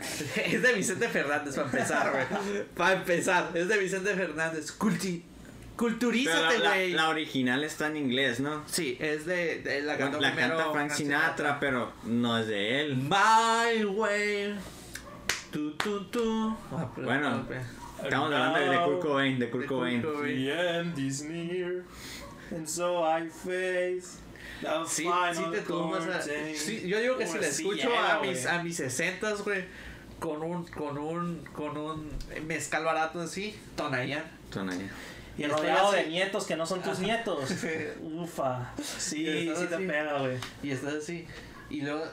[SPEAKER 3] es de Vicente Fernández para empezar, güey. Para empezar, es de Vicente Fernández. Culti
[SPEAKER 2] Pero la,
[SPEAKER 3] culturízate,
[SPEAKER 2] la-
[SPEAKER 3] güey.
[SPEAKER 2] la original está en inglés, ¿no?
[SPEAKER 3] Sí, es de, de- la
[SPEAKER 2] Bueno,
[SPEAKER 3] cantó
[SPEAKER 2] La
[SPEAKER 3] primero
[SPEAKER 2] canta Frank Sinatra, pero no es de él.
[SPEAKER 3] My way. Tu, tu, tu. Ah,
[SPEAKER 2] Bueno, Estamos hablando de, de Kurt Cobain, de Kurt
[SPEAKER 3] De Kurt
[SPEAKER 2] Cobain.
[SPEAKER 3] Cobain.
[SPEAKER 1] The end is near, and so I face the
[SPEAKER 3] Sí,
[SPEAKER 1] final
[SPEAKER 3] sí te tumbas a-
[SPEAKER 1] curtain.
[SPEAKER 3] sí, yo digo que si
[SPEAKER 1] Güey,
[SPEAKER 3] la
[SPEAKER 1] sí
[SPEAKER 3] escucho
[SPEAKER 1] llega,
[SPEAKER 3] a
[SPEAKER 1] güey.
[SPEAKER 3] mis a mis sesentas, güey, con un con un con un mezcal barato así, Tonayán.
[SPEAKER 2] Son ahí.
[SPEAKER 1] Y
[SPEAKER 3] Estoy
[SPEAKER 1] rodeado de
[SPEAKER 3] así.
[SPEAKER 1] nietos que no son tus nietos. Ufa.
[SPEAKER 3] Y
[SPEAKER 1] Sí,
[SPEAKER 3] estás
[SPEAKER 1] sí te
[SPEAKER 3] así.
[SPEAKER 1] pega, güey.
[SPEAKER 3] y estás así y luego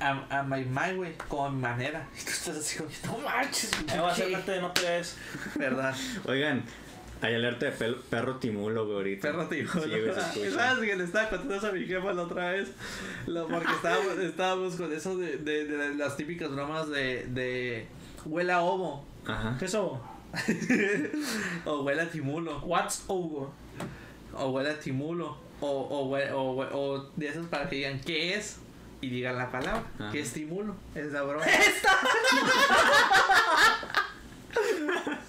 [SPEAKER 3] a, a my my güey, con mi manera. Y tú estás así, güey, no manches. güey,
[SPEAKER 1] Me va a
[SPEAKER 3] ¿qué?
[SPEAKER 1] hacer parte de no crees.
[SPEAKER 3] Verdad.
[SPEAKER 2] Oigan, hay alerta de pel- perro timulo, güey, ahorita.
[SPEAKER 3] Perro tío.
[SPEAKER 2] Sí, güey, se escucha.
[SPEAKER 3] ¿Sabes que le estaba contando eso a mi jefa la otra vez? Lo- porque estábamos, estábamos con eso de, de- de las típicas bromas de, de huele a ovo
[SPEAKER 2] Ajá.
[SPEAKER 1] ¿Qué es eso?
[SPEAKER 3] o huele a timulo.
[SPEAKER 1] What's over?
[SPEAKER 3] O huele a timulo. O, o, hue- o, hue- o de esas para que digan qué es. Y digan la palabra.
[SPEAKER 2] Ajá.
[SPEAKER 3] ¿Qué es timulo? Es la broma.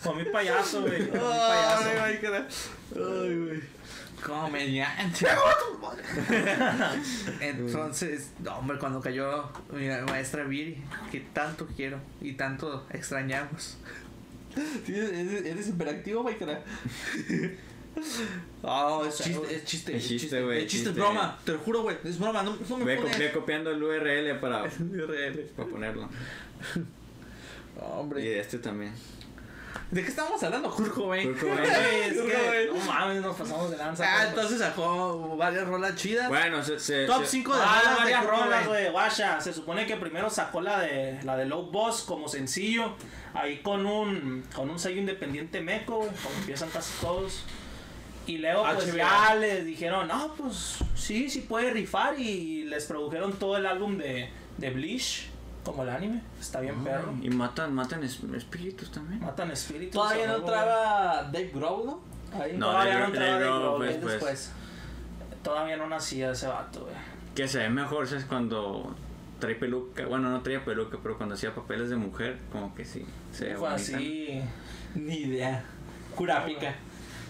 [SPEAKER 1] Con mi payaso, güey.
[SPEAKER 3] Ay,
[SPEAKER 1] payaso.
[SPEAKER 3] ay, cara. Ay, güey. Comediante. Entonces, no, hombre, cuando cayó mi maestra Viri, que tanto quiero y tanto extrañamos. Tienes- Eres, eres hiperactivo, güey, cara. Oh, es chiste, es chiste,
[SPEAKER 2] Es chiste, güey,
[SPEAKER 3] Es chiste, es
[SPEAKER 2] chiste.
[SPEAKER 3] broma, te lo juro, güey. Es broma, no, no me
[SPEAKER 2] Ve, co-
[SPEAKER 3] pone-
[SPEAKER 2] ve copiando el URL para,
[SPEAKER 3] IRL.
[SPEAKER 2] para ponerlo. Y
[SPEAKER 3] Hombre.
[SPEAKER 2] de este también.
[SPEAKER 3] ¿De qué estábamos hablando? Kurt Cobain.
[SPEAKER 2] Kurt Cobain.
[SPEAKER 1] Güey, es
[SPEAKER 3] Kurt
[SPEAKER 1] que,
[SPEAKER 3] Cobain.
[SPEAKER 1] no mames, nos pasamos de lanza.
[SPEAKER 3] Ah,
[SPEAKER 1] compa.
[SPEAKER 3] entonces sacó varias rolas chidas.
[SPEAKER 2] Bueno, se. se-
[SPEAKER 3] Top
[SPEAKER 2] se-
[SPEAKER 3] 5 de
[SPEAKER 1] Ah,
[SPEAKER 3] rolas de
[SPEAKER 1] varias
[SPEAKER 3] Kurt
[SPEAKER 1] rolas,
[SPEAKER 3] Cobain.
[SPEAKER 1] güey. Guacha, se supone que primero sacó la de la de Low Boss como sencillo. Ahí con un con un sello independiente meco, güey, como empiezan casi todos. Y luego
[SPEAKER 2] Ah,
[SPEAKER 1] pues
[SPEAKER 3] HBO.
[SPEAKER 1] ya les dijeron, no, pues sí, sí puede rifar. Y les produjeron todo el álbum de, de Bleach, como el anime. Está
[SPEAKER 2] Ah.
[SPEAKER 1] bien, perro.
[SPEAKER 2] Y matan, matan es- espíritus también.
[SPEAKER 1] Matan espíritus.
[SPEAKER 3] Todavía
[SPEAKER 1] a
[SPEAKER 3] no
[SPEAKER 1] huevo,
[SPEAKER 3] traba Dave Grohl, ¿no? Ahí.
[SPEAKER 2] No,
[SPEAKER 1] Todavía
[SPEAKER 2] de-
[SPEAKER 1] no
[SPEAKER 2] de
[SPEAKER 1] entraba Dave
[SPEAKER 2] Grohl,
[SPEAKER 1] Grohl,
[SPEAKER 2] pues,
[SPEAKER 1] es
[SPEAKER 2] pues.
[SPEAKER 3] después.
[SPEAKER 1] güey. Todavía no nacía ese vato, güey.
[SPEAKER 2] Que se ve mejor es cuando trae peluca. Bueno, no traía peluca, pero cuando hacía papeles de mujer, como que sí. Se ve
[SPEAKER 1] Fue
[SPEAKER 2] bonita.
[SPEAKER 1] así.
[SPEAKER 3] Ni idea. Curapica.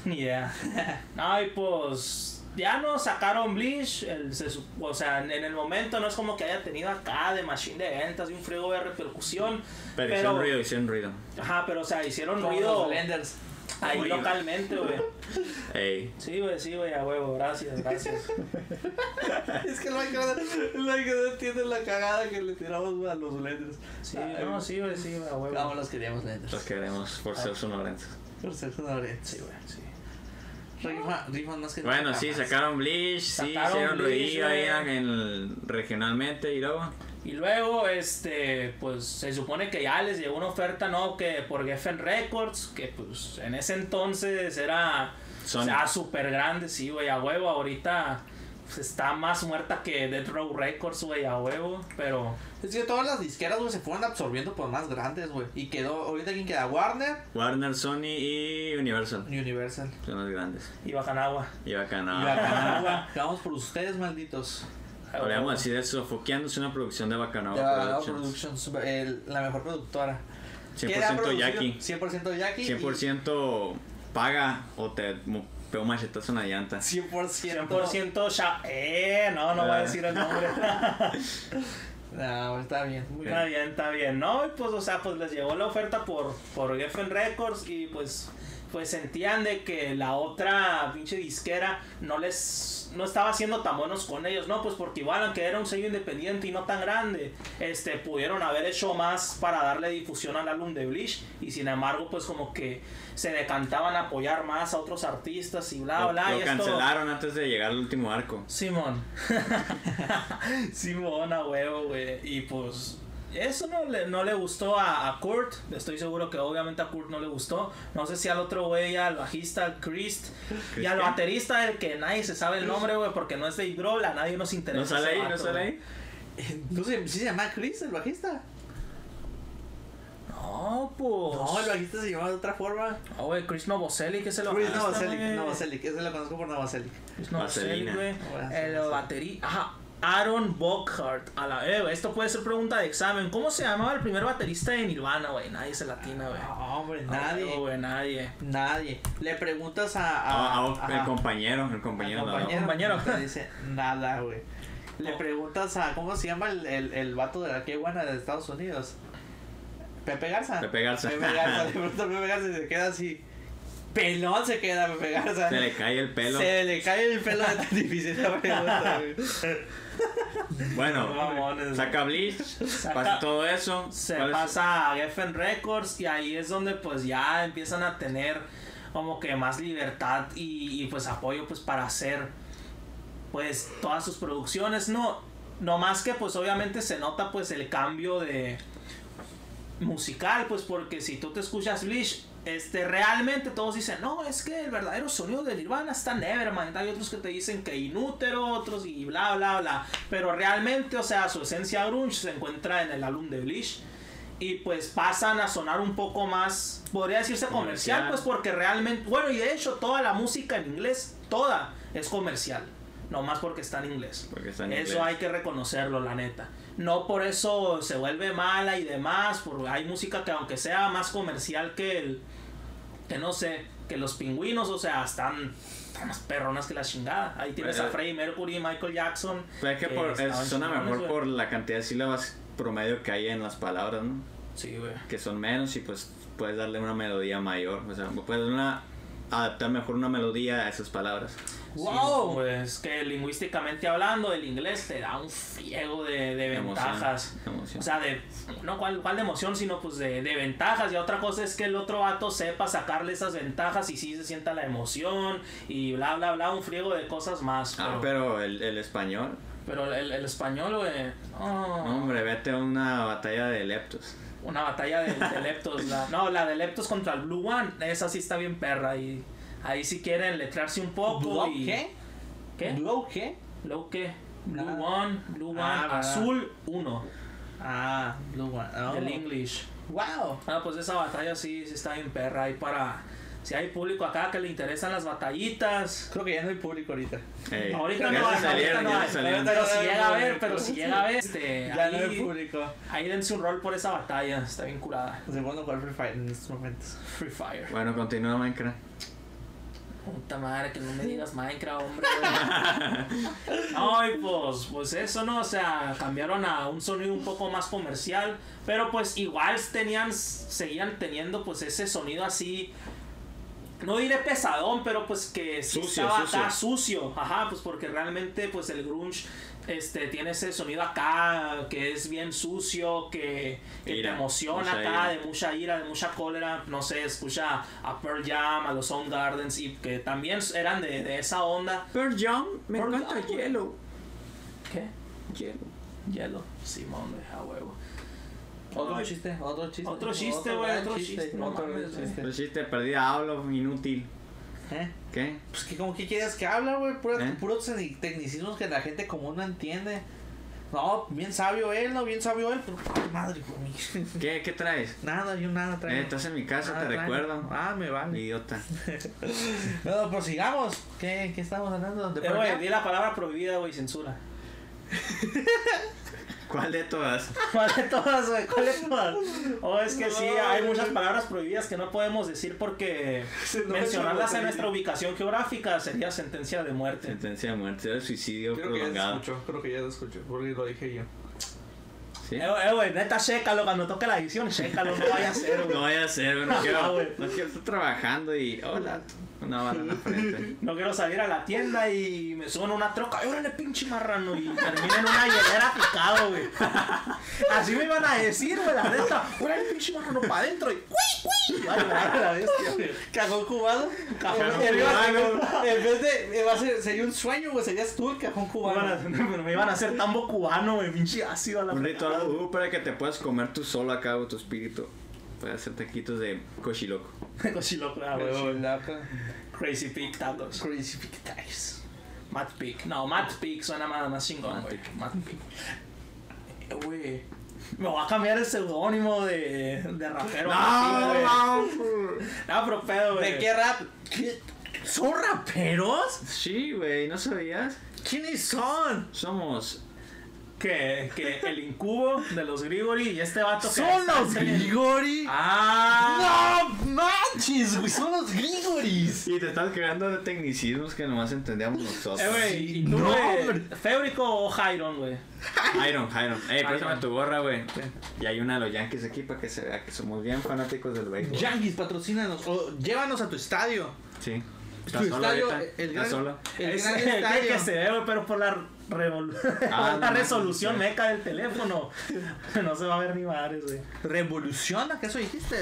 [SPEAKER 1] Ni idea. Ay, pues. Ya no sacaron Bleach. el- se su- o sea, en, en el momento no es como que haya tenido acá de machine de ventas y un friego de repercusión.
[SPEAKER 2] Pero,
[SPEAKER 1] Pero-
[SPEAKER 2] hicieron ruido, hicieron ruido.
[SPEAKER 1] Ajá, pero o sea, hicieron
[SPEAKER 3] Como
[SPEAKER 1] ruido
[SPEAKER 3] los Blenders.
[SPEAKER 1] ahí
[SPEAKER 2] Ruido.
[SPEAKER 1] localmente, güey.
[SPEAKER 2] Ey.
[SPEAKER 1] Sí, güey, sí, güey, a huevo. Gracias, gracias.
[SPEAKER 3] Es que el Minecraft el Minecraft tiene la cagada que le tiramos a los Blenders.
[SPEAKER 1] Sí,
[SPEAKER 3] Ay,
[SPEAKER 1] no, sí, güey, sí, güey, a
[SPEAKER 3] Vamos,
[SPEAKER 1] huevo.
[SPEAKER 3] los queríamos
[SPEAKER 2] Los
[SPEAKER 3] Blenders.
[SPEAKER 2] queremos por
[SPEAKER 1] Ah.
[SPEAKER 2] ser sonorenses.
[SPEAKER 3] Por ser sonorenses.
[SPEAKER 1] Sí, güey, sí.
[SPEAKER 3] Rifa- Rifan más que
[SPEAKER 2] Bueno,
[SPEAKER 3] nunca
[SPEAKER 2] sí,
[SPEAKER 3] más.
[SPEAKER 2] sacaron Bleach, sí,
[SPEAKER 1] Sacaron
[SPEAKER 2] hicieron
[SPEAKER 1] Bleach,
[SPEAKER 2] ruido ahí en
[SPEAKER 1] güey.
[SPEAKER 2] el- regionalmente y luego.
[SPEAKER 1] Y luego, este, pues se supone que ya les llegó una oferta, ¿no? Que por Geffen Records, que pues en ese entonces era.
[SPEAKER 2] Sony.
[SPEAKER 1] O sea, súper grande, sí, güey, a huevo. Ahorita pues, está más muerta que Death Row Records, güey, a huevo. Pero
[SPEAKER 3] Es que todas las disqueras, güey, se fueron absorbiendo por más grandes, güey. Y quedó, ahorita quién queda, Warner
[SPEAKER 2] Warner, Sony y Universal.
[SPEAKER 3] y Universal.
[SPEAKER 2] Son los grandes.
[SPEAKER 1] y bajan agua.
[SPEAKER 2] Y bacana.
[SPEAKER 3] Y Bacanal, güey. Vamos por ustedes, malditos.
[SPEAKER 1] A
[SPEAKER 2] Hablamos
[SPEAKER 1] huevo.
[SPEAKER 2] así de Sofoqueándose una producción de Bacanao
[SPEAKER 3] De Bacanal
[SPEAKER 2] Productions.
[SPEAKER 3] Productions, el- la mejor productora. Que era
[SPEAKER 2] 100%
[SPEAKER 3] producido-
[SPEAKER 2] Jackie.
[SPEAKER 3] 100% Jackie. y
[SPEAKER 2] 100% paga o te mo- pega un machetazo en la llanta.
[SPEAKER 3] 100%.
[SPEAKER 1] 100% ya. Eh, no, no voy a decir el nombre.
[SPEAKER 3] No, está bien. Muy
[SPEAKER 1] está bien, está bien. No, y pues, o sea, pues les llegó la oferta por, por Geffen Records y pues pues sentían de que la otra pinche disquera no les no estaba haciendo tan buenos con ellos, no, pues porque igual aunque era un sello independiente y no tan grande, este pudieron haber hecho más para darle difusión al álbum de Bleach y sin embargo pues como que se decantaban a apoyar más a otros artistas y bla
[SPEAKER 2] Lo-
[SPEAKER 1] bla
[SPEAKER 2] lo
[SPEAKER 1] y esto-
[SPEAKER 2] cancelaron antes de llegar al último arco.
[SPEAKER 1] Simón. Simón, a huevo, güey. Y pues eso no le, no le gustó a, a Kurt. Estoy seguro que obviamente a Kurt no le gustó. No sé si al otro güey, al bajista, al Christ. Y al
[SPEAKER 2] qué?
[SPEAKER 1] baterista, el que nadie se sabe el nombre, güey, porque no es de Grohl, a nadie nos interesa.
[SPEAKER 2] ¿No sale
[SPEAKER 1] ese
[SPEAKER 2] ahí? ¿No
[SPEAKER 1] vato,
[SPEAKER 2] sale
[SPEAKER 1] güey.
[SPEAKER 2] ahí?
[SPEAKER 3] ¿No se, sí se llama Chris, el bajista?
[SPEAKER 1] No, pues.
[SPEAKER 3] No, el bajista se llama de otra forma.
[SPEAKER 1] Ah, güey, Chris Novoselic es el
[SPEAKER 3] Chris
[SPEAKER 1] bajista,
[SPEAKER 3] Novoselic,
[SPEAKER 1] güey.
[SPEAKER 3] Novoselic, ese lo conozco por Novoselic.
[SPEAKER 1] Pues no sé,
[SPEAKER 2] Vaselina.
[SPEAKER 1] güey.
[SPEAKER 3] Ahora sí,
[SPEAKER 1] El
[SPEAKER 3] sí.
[SPEAKER 1] batería. Ajá. Aaron Bockhart. A la eh, güey, Esto puede ser pregunta de examen. ¿Cómo se llamaba el primer baterista de Nirvana, güey? Nadie se latina, güey.
[SPEAKER 3] No, hombre,
[SPEAKER 1] No,
[SPEAKER 3] nadie.
[SPEAKER 1] güey, nadie.
[SPEAKER 3] Nadie. Le preguntas a. a-
[SPEAKER 2] Ah, ah,
[SPEAKER 3] ajá,
[SPEAKER 2] el compañero, el
[SPEAKER 3] al
[SPEAKER 2] compañero. de la-
[SPEAKER 3] compañero,
[SPEAKER 1] Compañero.
[SPEAKER 3] no te dice nada, güey. Le
[SPEAKER 1] No.
[SPEAKER 3] preguntas a. ¿Cómo se llama el, el, el vato de la que buena de Estados Unidos? Pepe Garza.
[SPEAKER 2] Pepe Garza.
[SPEAKER 3] Pepe Garza. Le preguntas a Pepe Garza y se queda así. Pelón se queda Pepe Garza.
[SPEAKER 2] Se le cae el pelo.
[SPEAKER 3] Se le cae el pelo de tan difícil la pregunta, güey.
[SPEAKER 2] Bueno,
[SPEAKER 1] Mamones,
[SPEAKER 2] saca Bleach, pasa todo eso.
[SPEAKER 1] se
[SPEAKER 2] ¿Cuál es-
[SPEAKER 1] pasa a Geffen Records y ahí es donde pues ya empiezan a tener como que más libertad y, y, pues apoyo pues para hacer pues todas sus producciones no no más que pues obviamente se nota pues el cambio de musical pues porque si tú te escuchas Bleach este realmente todos dicen no es que el verdadero sonido de Nirvana está en Nevermind hay otros que te dicen que inútero otros y bla bla bla pero realmente o sea su esencia grunge se encuentra en el álbum de Bleach y pues pasan a sonar un poco más, podría decirse comercial,
[SPEAKER 2] Comercial.
[SPEAKER 1] pues porque realmente, bueno, y de hecho toda la música en inglés, toda es comercial, nomás porque está en inglés.
[SPEAKER 2] Porque está en
[SPEAKER 1] Eso
[SPEAKER 2] inglés.
[SPEAKER 1] hay que reconocerlo, la neta. No por eso se vuelve mala y demás, porque hay música que aunque sea más comercial que el, que no sé, que los pingüinos, o sea, están, están más perronas que la chingada. Ahí tienes
[SPEAKER 2] Pero-
[SPEAKER 1] a Freddie Mercury, Michael Jackson.
[SPEAKER 2] Pero es que Eh, por- es-
[SPEAKER 1] estaban
[SPEAKER 2] suena
[SPEAKER 1] chingones,
[SPEAKER 2] mejor
[SPEAKER 1] güey.
[SPEAKER 2] por la cantidad de sílabas promedio que hay en las palabras, ¿no?
[SPEAKER 1] Sí, güey.
[SPEAKER 2] Que son menos y pues puedes darle una melodía mayor. O sea, puedes darle una, adaptar mejor una melodía a esas palabras.
[SPEAKER 1] Wow, pues que lingüísticamente hablando, el inglés te da un friego de, de
[SPEAKER 2] Emoción,
[SPEAKER 1] ventajas.
[SPEAKER 2] emoción.
[SPEAKER 1] O sea, de, no cuál, cuál de emoción, sino pues de, de ventajas. Y otra cosa es que el otro vato sepa sacarle esas ventajas y sí se sienta la emoción y bla, bla, bla, un friego de cosas más. Pero,
[SPEAKER 2] Ah, pero el, el español.
[SPEAKER 1] pero el, el español, güey, no.
[SPEAKER 2] Hombre, vete a una batalla de leptos.
[SPEAKER 1] una batalla de, de Leptos. la- no, la de Leptos contra el Blue One, esa sí está bien perra. Y ahí si quieren letrarse un poco.
[SPEAKER 3] ¿Blow
[SPEAKER 1] y-
[SPEAKER 3] qué?
[SPEAKER 1] Oh, ¿Qué?
[SPEAKER 3] ¿Blow qué?
[SPEAKER 1] Lo que Blue
[SPEAKER 3] Nada.
[SPEAKER 1] One, Blue One,
[SPEAKER 3] Ah, ¿verdad?
[SPEAKER 1] Azul 1
[SPEAKER 3] Ah, Blue One. Oh.
[SPEAKER 1] del English.
[SPEAKER 3] Wow.
[SPEAKER 1] Ah, pues esa batalla sí, sí está bien perra ahí para si hay público acá que le interesan las batallitas.
[SPEAKER 3] Creo que ya no hay público ahorita.
[SPEAKER 2] Ey,
[SPEAKER 1] Ahorita
[SPEAKER 2] ya
[SPEAKER 1] no,
[SPEAKER 2] se
[SPEAKER 1] hay,
[SPEAKER 2] salieron,
[SPEAKER 1] ahorita no
[SPEAKER 2] ya se
[SPEAKER 1] hay,
[SPEAKER 2] salieron.
[SPEAKER 1] Pero si
[SPEAKER 3] Ahorita no hay
[SPEAKER 1] llega a ver,
[SPEAKER 3] público.
[SPEAKER 1] pero si llega a ver, este,
[SPEAKER 3] Ya no hay
[SPEAKER 1] ahí,
[SPEAKER 3] público.
[SPEAKER 1] ahí dense un rol por esa batalla, está bien curada.
[SPEAKER 3] Se pueden jugar Free Fire en estos momentos.
[SPEAKER 1] Free Fire.
[SPEAKER 2] Bueno, continúa Minecraft.
[SPEAKER 1] Puta madre, que no me digas Minecraft, hombre. güey. no, y pues, pues eso, ¿no? O sea, cambiaron a un sonido un poco más comercial, pero pues igual tenían, seguían teniendo pues ese sonido así, no diré pesadón, pero pues que sí
[SPEAKER 2] Sucio,
[SPEAKER 1] estaba
[SPEAKER 2] sucio.
[SPEAKER 1] acá sucio, ajá, pues porque realmente pues el grunge este, tiene ese sonido acá que es bien sucio, que, que te
[SPEAKER 2] Ira,
[SPEAKER 1] emociona
[SPEAKER 2] mucha
[SPEAKER 1] acá,
[SPEAKER 2] ira.
[SPEAKER 1] de mucha ira, de mucha cólera, no sé, escucha a Pearl Jam, a los Soundgardens y que también eran de, de esa onda.
[SPEAKER 2] Pearl Jam, me
[SPEAKER 1] Pearl
[SPEAKER 2] encanta
[SPEAKER 1] Jam, güey.
[SPEAKER 2] hielo.
[SPEAKER 1] ¿Qué?
[SPEAKER 2] Hielo.
[SPEAKER 1] Hielo. Simón, güey, a huevo.
[SPEAKER 3] Otro
[SPEAKER 1] Ay,
[SPEAKER 3] chiste, otro chiste.
[SPEAKER 1] Otro chiste, güey,
[SPEAKER 3] gran
[SPEAKER 1] otro chiste, no
[SPEAKER 3] otro gran
[SPEAKER 1] mames, güey.
[SPEAKER 2] El
[SPEAKER 3] chiste.
[SPEAKER 2] chiste perdida, hablo inútil.
[SPEAKER 3] ¿Eh?
[SPEAKER 2] ¿Qué?
[SPEAKER 3] Pues que como que quieres que habla, güey. Puro,
[SPEAKER 2] ¿Eh?
[SPEAKER 3] puro tecni- tecnicismos que la gente común no entiende. No, bien sabio él, no, bien sabio él. Pero, ay, madre, güey.
[SPEAKER 2] ¿Qué, qué traes?
[SPEAKER 3] Nada, yo nada
[SPEAKER 2] Eh,
[SPEAKER 3] traigo.
[SPEAKER 2] estás en mi casa,
[SPEAKER 3] Nada
[SPEAKER 2] te
[SPEAKER 3] traigo.
[SPEAKER 2] recuerdo.
[SPEAKER 3] Ah, me vale.
[SPEAKER 2] Idiota.
[SPEAKER 3] Pero prosigamos. pues ¿Qué, qué estamos hablando? ¿De
[SPEAKER 1] Eh,
[SPEAKER 3] por
[SPEAKER 1] güey,
[SPEAKER 3] qué?
[SPEAKER 1] di la palabra prohibida, güey, censura.
[SPEAKER 2] ¿Cuál de todas?
[SPEAKER 1] ¿Cuál de todas, güey? ¿Cuál de todas? O Oh, es que sí,
[SPEAKER 3] No,
[SPEAKER 1] hay
[SPEAKER 3] güey.
[SPEAKER 1] muchas palabras prohibidas que no podemos decir porque
[SPEAKER 3] Se nos
[SPEAKER 1] mencionarlas
[SPEAKER 3] hizo
[SPEAKER 1] en nuestra
[SPEAKER 3] botella.
[SPEAKER 1] ubicación geográfica sería sentencia de muerte.
[SPEAKER 2] Sentencia de muerte, era suicidio
[SPEAKER 3] Creo que ya se
[SPEAKER 2] prolongado.
[SPEAKER 3] escuchó, creo que ya se escuchó, porque lo dije yo.
[SPEAKER 2] Sí.
[SPEAKER 1] Eh, eh, güey, neta, chécalo cuando toque la edición, chécalo, no vaya a ser, güey.
[SPEAKER 2] No vaya a ser, güey, no
[SPEAKER 1] Ah,
[SPEAKER 2] quiero,
[SPEAKER 1] güey.
[SPEAKER 2] no quiero estar trabajando y. Hola, una bala en la frente.
[SPEAKER 1] No quiero salir a la tienda y me subo en una troca. ¡Ay, órale, pinche marrano! Y termino en una hielera picado, güey. Así me iban a decir, güey, la neta. ¡Órale, pinche marrano para adentro! Y ¡Uy, uy! Va a llorar la bestia, güey.
[SPEAKER 3] Cajón cubano.
[SPEAKER 1] Cajón
[SPEAKER 3] En vez- en vez-
[SPEAKER 1] cubano.
[SPEAKER 3] En vez de. eh, va a ser- sería un sueño, güey. Serías tú el cajón
[SPEAKER 1] Me iban
[SPEAKER 3] cubano.
[SPEAKER 1] a- pero me iban a hacer tambo cubano, güey. Pinche ácido a la
[SPEAKER 2] Un
[SPEAKER 1] fregada.
[SPEAKER 2] ritual uh, para que te puedas comer tú solo acá cabo tu espíritu. Puedes hacer taquitos de cochiloco.
[SPEAKER 1] Cochiloco, ah, güey.
[SPEAKER 3] Pero, loco.
[SPEAKER 1] Crazy Pig Tablos.
[SPEAKER 3] Crazy Big Dice.
[SPEAKER 1] Matt Pig. No, Matt Pig suena más, más chingón,
[SPEAKER 2] Matt
[SPEAKER 1] güey.
[SPEAKER 2] Pig.
[SPEAKER 1] Matt Pig. Eh, Güey. Me voy a cambiar el seudónimo de, de rapero. a Matt Pig, güey.
[SPEAKER 2] Ah,
[SPEAKER 1] No, pero pedo, güey.
[SPEAKER 3] ¿De qué rap? ¿Qué-
[SPEAKER 1] ¿Son raperos?
[SPEAKER 2] Sí, güey, ¿no sabías?
[SPEAKER 3] ¿Quiénes son?
[SPEAKER 2] Somos.
[SPEAKER 1] Que, que el incubo de los Grigori y este vato que
[SPEAKER 3] Son
[SPEAKER 1] está
[SPEAKER 3] los
[SPEAKER 1] en el-
[SPEAKER 3] Grigori.
[SPEAKER 1] ¡Ah!
[SPEAKER 3] ¡No manches, güey! Son los Grigoris.
[SPEAKER 2] Y te estás creando de tecnicismos que nomás entendíamos nosotros.
[SPEAKER 1] Eh, güey, ¿y tú,
[SPEAKER 3] No,
[SPEAKER 1] güey,
[SPEAKER 3] hombre.
[SPEAKER 1] ¿Fébrico o Jairon, güey?
[SPEAKER 2] Iron, Iron. Ey, préstame
[SPEAKER 1] Iron.
[SPEAKER 2] tu gorra, güey. Y hay una de los Yankees aquí para que se vea que somos bien fanáticos del béisbol.
[SPEAKER 3] Yankees, patrocínanos. O llévanos a tu estadio.
[SPEAKER 2] Sí.
[SPEAKER 3] Tu
[SPEAKER 2] ¿Estás solo
[SPEAKER 3] estadio,
[SPEAKER 2] ahorita?
[SPEAKER 3] el gran-
[SPEAKER 2] ¿Estás solo?
[SPEAKER 3] El
[SPEAKER 1] Es-
[SPEAKER 3] gran
[SPEAKER 1] creo
[SPEAKER 3] estadio.
[SPEAKER 1] que se ve, güey, pero por la, revol-
[SPEAKER 2] Ah, no
[SPEAKER 1] la
[SPEAKER 2] mames,
[SPEAKER 1] resolución
[SPEAKER 2] sí.
[SPEAKER 1] meca del teléfono no se va a ver ni madres, güey.
[SPEAKER 3] Revoluciona, ¿qué eso dijiste?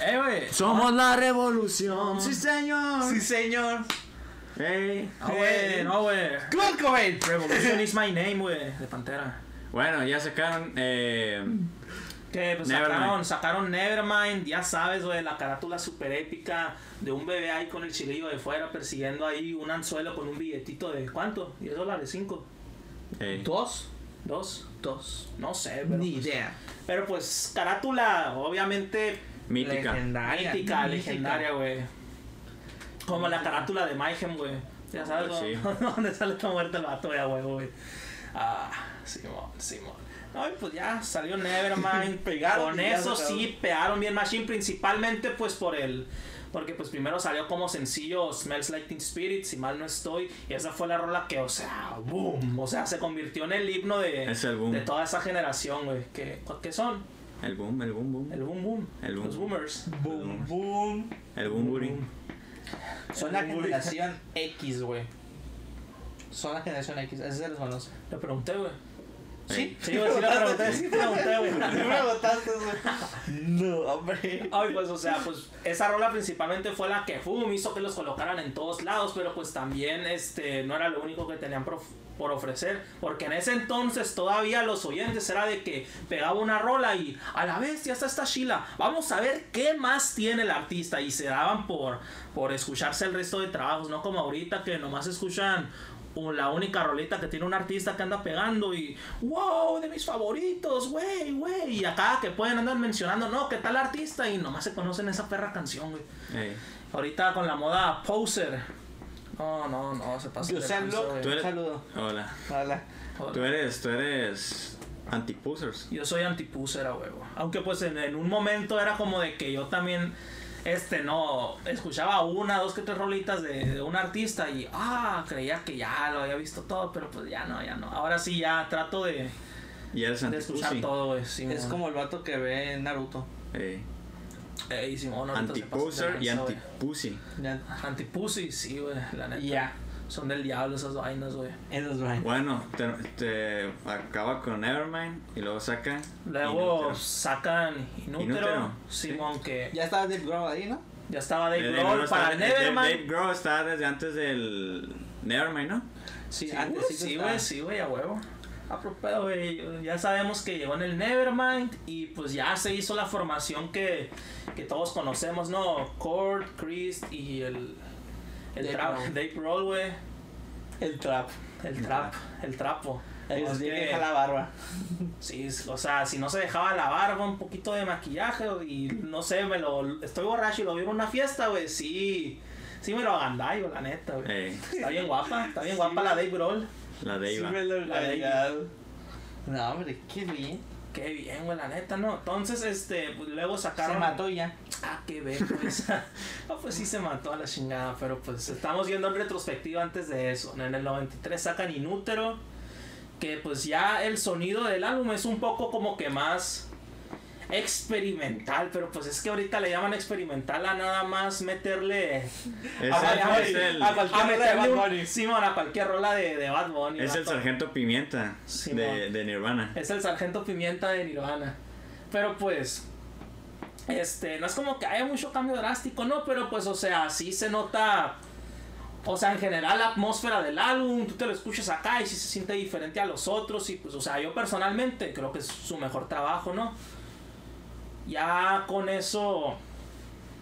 [SPEAKER 1] Eh, güey.
[SPEAKER 2] Somos la revolución. Sí, señor.
[SPEAKER 3] Sí, señor.
[SPEAKER 2] Ey.
[SPEAKER 3] Ah,
[SPEAKER 1] Eh,
[SPEAKER 3] güey.
[SPEAKER 1] no, güey.
[SPEAKER 3] Kurt Cobain.
[SPEAKER 1] Revolution is my name, güey, de Pantera.
[SPEAKER 2] Bueno, ya sacaron. Eh,
[SPEAKER 1] Que pues,
[SPEAKER 2] Nevermind.
[SPEAKER 1] sacaron, sacaron Nevermind, ya sabes, güey, la carátula super épica de un bebé ahí con el chilillo de fuera persiguiendo ahí un anzuelo con un billetito de ¿cuánto? ¿10 dólares? ¿5?
[SPEAKER 2] ey.
[SPEAKER 3] Dos.
[SPEAKER 1] ¿2?
[SPEAKER 3] Dos.
[SPEAKER 1] No sé, pero,
[SPEAKER 3] Ni
[SPEAKER 1] pues-
[SPEAKER 3] idea.
[SPEAKER 1] pero pues carátula, obviamente
[SPEAKER 2] Mítica.
[SPEAKER 3] Legendaria.
[SPEAKER 1] mítica, legendaria, güey. Como la carátula de Mayhem, güey. Ya sabes,
[SPEAKER 2] Pues,
[SPEAKER 1] güey, dónde sale esta muerte el vato, ya, güey, güey. Ah, Simón, Simón. No, y pues ya salió Nevermind.
[SPEAKER 3] Pegaron
[SPEAKER 1] Con
[SPEAKER 3] y ya
[SPEAKER 1] eso
[SPEAKER 3] sacaron.
[SPEAKER 1] sí pegaron bien Machine, principalmente pues por el. Porque pues primero salió como sencillo Smells Like Teen Spirit, si mal no estoy. Y esa fue la rola que, o sea, boom. O sea, se convirtió en el himno de,
[SPEAKER 2] Es el boom.
[SPEAKER 1] de toda esa generación, güey. ¿Qué, ¿Qué son?
[SPEAKER 2] El boom, el boom, boom.
[SPEAKER 1] El boom boom.
[SPEAKER 2] El boom.
[SPEAKER 1] Los boomers.
[SPEAKER 3] Boom, boom.
[SPEAKER 2] El boom, boom.
[SPEAKER 3] Son la
[SPEAKER 1] Muy-
[SPEAKER 3] generación X, güey. Son la generación X. Ese se los conoce.
[SPEAKER 1] Le pregunté, güey.
[SPEAKER 2] Sí.
[SPEAKER 1] Sí, güey, sí le pregunté, sí le pregunté, güey.
[SPEAKER 3] votaste, No, hombre.
[SPEAKER 1] Ay, pues, o sea, pues esa rola principalmente fue la que boom, hizo que los colocaran en todos lados, pero pues también este no era lo único que tenían por, por ofrecer, porque en ese entonces todavía los oyentes era de que pegaba una rola y a la vez ya está esta Sheila, vamos a ver qué más tiene el artista y se daban por, por escucharse el resto de trabajos, no como ahorita que nomás escuchan o la única rolita que tiene un artista que anda pegando y wow, de mis favoritos, güey, güey. Y acá que pueden andar mencionando, no, que tal artista y nomás se conocen esa perra canción, güey.
[SPEAKER 2] Ey.
[SPEAKER 1] Ahorita con la moda poser. No, no, no, se pasa. de
[SPEAKER 3] Yusem
[SPEAKER 1] lanza,
[SPEAKER 3] Locke,
[SPEAKER 2] Tú
[SPEAKER 1] pues, güey.
[SPEAKER 2] eres-
[SPEAKER 3] un saludo.
[SPEAKER 2] Hola.
[SPEAKER 3] Hola.
[SPEAKER 2] Tú eres, tú eres anti-posers.
[SPEAKER 1] Yo soy anti-poser a huevo. Aunque pues en, en un momento era como de que yo también, este, no, escuchaba una, dos que tres rolitas de, de un artista y, ah, creía que ya lo había visto todo, pero pues ya no, ya no. Ahora sí ya trato de...
[SPEAKER 2] Y eres
[SPEAKER 1] De escuchar
[SPEAKER 2] anti-pussy.
[SPEAKER 1] todo, güey. Simón.
[SPEAKER 3] Es como el vato que ve Naruto.
[SPEAKER 2] Ey.
[SPEAKER 1] Ey, Simón, ahorita se pasa de
[SPEAKER 2] Anti-poser y
[SPEAKER 1] lanza, güey.
[SPEAKER 2] anti-pussy.
[SPEAKER 3] Ya.
[SPEAKER 1] Antipussy, sí, güey, la neta.
[SPEAKER 3] Ya.
[SPEAKER 1] Son del diablo esas vainas, güey.
[SPEAKER 3] En los Brian.
[SPEAKER 2] Bueno, te, te acaba con Nevermind y luego saca.
[SPEAKER 1] Luego
[SPEAKER 2] Inútero.
[SPEAKER 1] sacan Inútero,
[SPEAKER 2] Inútero,
[SPEAKER 1] Simón, que
[SPEAKER 3] Ya estaba Dave Grohl ahí, ¿no?
[SPEAKER 1] ya estaba Dave
[SPEAKER 2] Eh,
[SPEAKER 1] Grohl
[SPEAKER 2] Grohl
[SPEAKER 1] para
[SPEAKER 2] está- Dave-
[SPEAKER 1] Nevermind.
[SPEAKER 2] Dave Grohl está desde antes del Nevermind, ¿no?
[SPEAKER 1] Sí,
[SPEAKER 3] Sí,
[SPEAKER 1] antes
[SPEAKER 3] güey,
[SPEAKER 1] sí,
[SPEAKER 3] sí
[SPEAKER 1] güey,
[SPEAKER 3] está.
[SPEAKER 1] sí, güey, a huevo. A propósito, güey, ya sabemos que llegó en el Nevermind y pues ya se hizo la formación que, que todos conocemos, ¿no? Cord, Chris y el, el
[SPEAKER 3] Dave
[SPEAKER 1] trap,
[SPEAKER 3] Grohl.
[SPEAKER 1] Dave Grohl, güey.
[SPEAKER 3] El trap.
[SPEAKER 1] El trap, el trapo.
[SPEAKER 3] Ahí
[SPEAKER 1] Es
[SPEAKER 3] se
[SPEAKER 1] que-
[SPEAKER 3] deja la barba.
[SPEAKER 1] Sí, es- o sea, si no se dejaba la barba, un poquito de maquillaje y no sé, me lo estoy borracho y lo vi en una fiesta, güey, sí. Sí me lo agandallo, la neta, güey.
[SPEAKER 2] Ey,
[SPEAKER 1] Está bien guapa, está bien
[SPEAKER 3] Sí,
[SPEAKER 1] guapa la
[SPEAKER 3] güey.
[SPEAKER 1] Dave Grohl.
[SPEAKER 2] la de Iva.
[SPEAKER 3] lo
[SPEAKER 1] La de
[SPEAKER 3] No, hombre, qué bien.
[SPEAKER 1] Qué bien, güey, la neta, ¿no? Entonces, este, pues, luego sacaron...
[SPEAKER 3] Se mató ya.
[SPEAKER 1] Ah, qué ver, pues. no, pues sí se mató a la chingada, pero pues estamos viendo en retrospectiva antes de eso. En el 93 sacan Inútero, que pues ya el sonido del álbum es un poco como que más experimental, pero pues es que ahorita le llaman experimental a nada más meterle
[SPEAKER 2] Es
[SPEAKER 1] a,
[SPEAKER 2] el-
[SPEAKER 1] a-
[SPEAKER 2] es el-
[SPEAKER 1] a cualquier
[SPEAKER 4] a
[SPEAKER 1] rola
[SPEAKER 4] meterle
[SPEAKER 1] de
[SPEAKER 4] un-
[SPEAKER 1] Bad Bunny. Simón, a cualquier rola de, de Bad Bunny.
[SPEAKER 2] Es el
[SPEAKER 1] vato.
[SPEAKER 2] sargento pimienta
[SPEAKER 1] Sí,
[SPEAKER 2] de, de Nirvana.
[SPEAKER 1] Es el sargento pimienta de Nirvana. Pero pues, este, no es como que haya mucho cambio drástico, no, pero pues, o sea, sí se nota, o sea, en general la atmósfera del álbum, tú te lo escuchas acá y sí se siente diferente a los otros y pues, o sea, yo personalmente creo que es su mejor trabajo, ¿no? Ya con eso,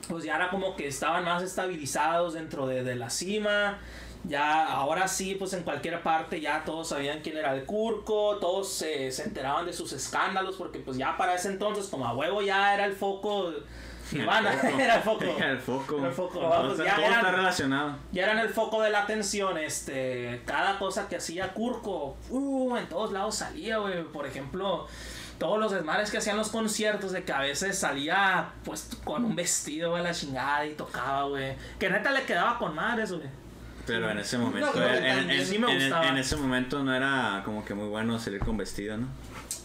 [SPEAKER 1] pues ya era como que estaban más estabilizados dentro de, de la cima. Ya, ahora sí, pues en cualquier parte ya todos sabían quién era el Curco, todos se, se enteraban de sus escándalos, porque pues ya para ese entonces, como a huevo, ya era el foco. Nirvana, era el foco.
[SPEAKER 2] Era el foco.
[SPEAKER 1] Era el foco.
[SPEAKER 2] Todo
[SPEAKER 1] Vamos,
[SPEAKER 2] está-
[SPEAKER 1] ya
[SPEAKER 2] todo
[SPEAKER 1] eran-
[SPEAKER 2] está relacionado.
[SPEAKER 1] Ya eran el foco de la atención, este, cada cosa que hacía Curco, uh, en todos lados salía, güey, por ejemplo, todos los desmanes que hacían los conciertos, de que a veces salía, pues, con un vestido, güey, a la chingada y tocaba, güey, que neta le quedaba con madres, güey.
[SPEAKER 2] Pero en ese momento,
[SPEAKER 1] creo que
[SPEAKER 2] en- en,
[SPEAKER 1] también.
[SPEAKER 2] en-
[SPEAKER 1] Sí me
[SPEAKER 2] en-
[SPEAKER 1] gustaba.
[SPEAKER 2] en ese momento no era como que muy bueno salir con vestido, ¿no?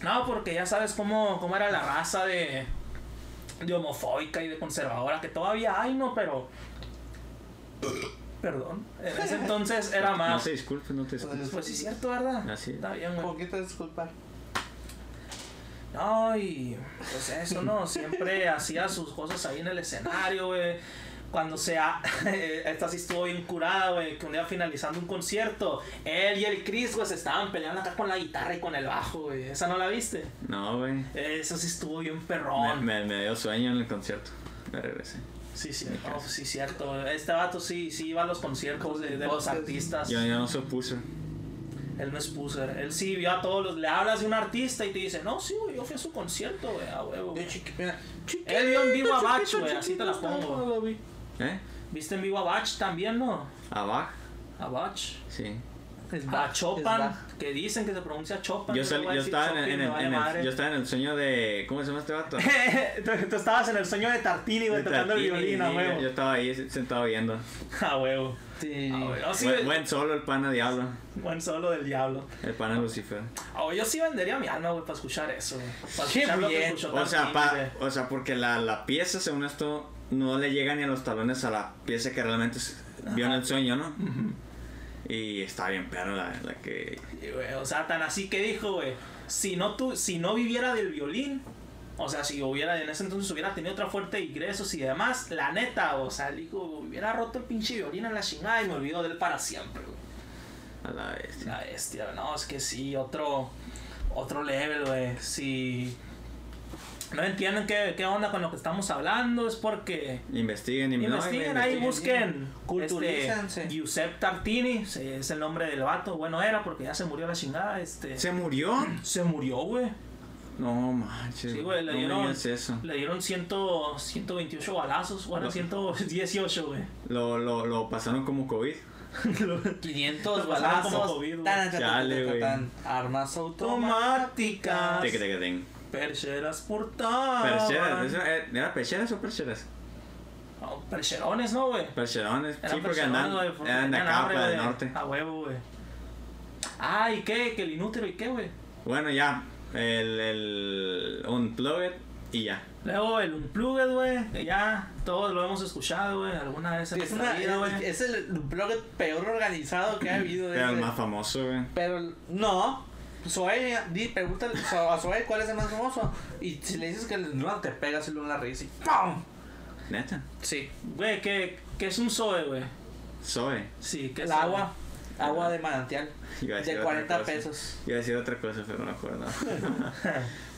[SPEAKER 1] No, porque ya sabes cómo, cómo era la raza de, de homofóbica y de conservadora, que todavía hay, no, pero... Perdón, en ese entonces era
[SPEAKER 2] No
[SPEAKER 1] más...
[SPEAKER 2] se disculpe, no te disculpes.
[SPEAKER 1] Pues sí, es cierto, ¿verdad?
[SPEAKER 2] Así es.
[SPEAKER 1] Está bien, güey.
[SPEAKER 4] poquito disculpar.
[SPEAKER 1] No, y pues eso, ¿no? Siempre hacía sus cosas ahí en el escenario, güey. Cuando sea, esta sí estuvo bien curada, güey, que un día finalizando un concierto, él y el Chris, güey, se estaban peleando acá con la guitarra y con el bajo, güey. ¿Esa no la viste?
[SPEAKER 2] No, güey.
[SPEAKER 1] Eso sí estuvo bien
[SPEAKER 2] Me,
[SPEAKER 1] perrón.
[SPEAKER 2] me- me dio sueño en el concierto. Me regresé.
[SPEAKER 1] Sí, sí, no, sí, cierto. güey. Este vato sí, sí iba a los conciertos de, de los artistas.
[SPEAKER 2] Yo, yo no se opuso.
[SPEAKER 1] Él no es puser. Él sí vio a todos los... Le hablas de un artista y te dice, no, sí, güey, yo fui a su concierto, güey, a huevo. güey".
[SPEAKER 4] Yo chiqui- mira, chiquito,
[SPEAKER 1] Él vio en vivo a
[SPEAKER 4] chiquito,
[SPEAKER 1] Bach, güey, así te la
[SPEAKER 4] chiquito,
[SPEAKER 1] pongo.
[SPEAKER 4] estaba, güey.
[SPEAKER 2] ¿Eh?
[SPEAKER 1] ¿Viste en vivo a Bach también, no?
[SPEAKER 2] ¿A Bach?
[SPEAKER 1] A Bach.
[SPEAKER 2] Sí.
[SPEAKER 3] Es
[SPEAKER 1] A
[SPEAKER 3] bajo.
[SPEAKER 1] Chopin,
[SPEAKER 4] Bach.
[SPEAKER 1] que dicen que se pronuncia Chopin.
[SPEAKER 2] Yo,
[SPEAKER 1] te
[SPEAKER 2] salí-
[SPEAKER 1] voy a
[SPEAKER 2] yo
[SPEAKER 1] decir
[SPEAKER 2] estaba en el,
[SPEAKER 1] Chopin,
[SPEAKER 2] en
[SPEAKER 1] me
[SPEAKER 2] el-
[SPEAKER 1] vale
[SPEAKER 2] en el-
[SPEAKER 1] madre.
[SPEAKER 2] yo estaba en el sueño de. ¿Cómo se llama este vato?
[SPEAKER 1] tú, tú estabas en el sueño de Tartini, güey,
[SPEAKER 2] De
[SPEAKER 1] tocando el
[SPEAKER 2] Tartini, Ah,
[SPEAKER 1] violín, a
[SPEAKER 2] sí, Yo, yo
[SPEAKER 1] huevo.
[SPEAKER 2] estaba ahí sentado viendo.
[SPEAKER 1] A huevo.
[SPEAKER 4] Sí.
[SPEAKER 1] A huevo. Yo sí,
[SPEAKER 2] buen, buen solo el pana diablo.
[SPEAKER 1] buen solo del diablo.
[SPEAKER 2] El pana Lucifer.
[SPEAKER 1] A huevo, yo sí vendería mi alma, güey, para escuchar eso, güey. Para
[SPEAKER 4] Qué
[SPEAKER 1] escuchar lo que
[SPEAKER 4] bien.
[SPEAKER 1] escuchó
[SPEAKER 2] O sea,
[SPEAKER 1] Tartini,
[SPEAKER 2] pa-
[SPEAKER 1] güey.
[SPEAKER 2] o sea, porque la, la pieza, según esto, no le llega ni a los talones a la pieza que realmente s- vio en el sueño, ¿no? Y está bien, pero la, la que...
[SPEAKER 1] Y, güey, O sea, tan así que dijo, güey, si no, tu, si no viviera del violín, o sea, si hubiera en ese entonces hubiera tenido otra fuerte de ingresos y demás, la neta, o sea, dijo, hubiera roto el pinche violín en la chingada y me olvidó de él para siempre, güey.
[SPEAKER 2] A la este, bestia.
[SPEAKER 1] La bestia, no, es que sí, otro, otro level, güey. Si no entienden qué, qué onda con lo que estamos hablando, es porque...
[SPEAKER 2] Investiguen, im- no,
[SPEAKER 1] Investiguen ahí,
[SPEAKER 2] investiguen.
[SPEAKER 1] busquen.
[SPEAKER 4] Culturícense.
[SPEAKER 1] Este, Giuseppe Tartini, se- es el nombre del vato. Bueno, era porque ya se murió la chingada. Este,
[SPEAKER 2] ¿Se murió?
[SPEAKER 1] se murió, güey.
[SPEAKER 2] No manches.
[SPEAKER 1] Sí, güey, le
[SPEAKER 2] no me
[SPEAKER 1] dieron-
[SPEAKER 2] digas eso.
[SPEAKER 1] Le dieron 100, 128 balazos, bueno,
[SPEAKER 2] No.
[SPEAKER 1] 118, güey.
[SPEAKER 2] Lo, lo, lo pasaron como COVID.
[SPEAKER 4] 500
[SPEAKER 1] Lo pasaron
[SPEAKER 4] balazos.
[SPEAKER 1] como COVID, güey.
[SPEAKER 4] tan, tan, tan,
[SPEAKER 2] Chale,
[SPEAKER 4] tan,
[SPEAKER 2] güey.
[SPEAKER 4] tan, Armas automáticas.
[SPEAKER 1] Automáticas.
[SPEAKER 2] Te que te que ten.
[SPEAKER 1] Percheras portadas.
[SPEAKER 2] Percheras, ¿eso era- ¿era percheras o percheras?
[SPEAKER 1] No, percherones, ¿no, güey?
[SPEAKER 2] Percherones,
[SPEAKER 1] Eran
[SPEAKER 2] sí, porque
[SPEAKER 1] percherones,
[SPEAKER 2] andan,
[SPEAKER 1] güey, porque
[SPEAKER 2] eran de
[SPEAKER 1] tenían
[SPEAKER 2] acá,
[SPEAKER 1] hambre,
[SPEAKER 2] para del
[SPEAKER 1] güey.
[SPEAKER 2] norte.
[SPEAKER 1] A huevo, güey. Ah, ¿y qué? ¿Que el inútero y qué, güey?
[SPEAKER 2] Bueno, ya, el, el Unplugged y ya.
[SPEAKER 1] Luego el Unplugged, güey, que ya todos lo hemos escuchado, güey, alguna vez en
[SPEAKER 4] Es,
[SPEAKER 1] nuestra
[SPEAKER 4] una-
[SPEAKER 1] vida, güey.
[SPEAKER 4] es el blog peor organizado que ha habido.
[SPEAKER 2] Era el
[SPEAKER 4] ese.
[SPEAKER 2] más famoso, güey.
[SPEAKER 4] Pero no. Zoe, di, pregúntale so- a Zoe cuál es el más famoso. Y si le dices que el no te pegas el en la raíz y ¡pum!
[SPEAKER 2] Neta.
[SPEAKER 4] Sí.
[SPEAKER 1] Güey, ¿qué, qué es un Zoe, güey?
[SPEAKER 2] Soy.
[SPEAKER 1] Sí, ¿qué es
[SPEAKER 4] El
[SPEAKER 1] Zoe?
[SPEAKER 4] agua. Agua de manantial.
[SPEAKER 2] Iba a decir
[SPEAKER 4] De
[SPEAKER 2] otra
[SPEAKER 4] 40
[SPEAKER 2] cosa.
[SPEAKER 4] pesos.
[SPEAKER 2] Iba a decir otra cosa, pero no me acuerdo.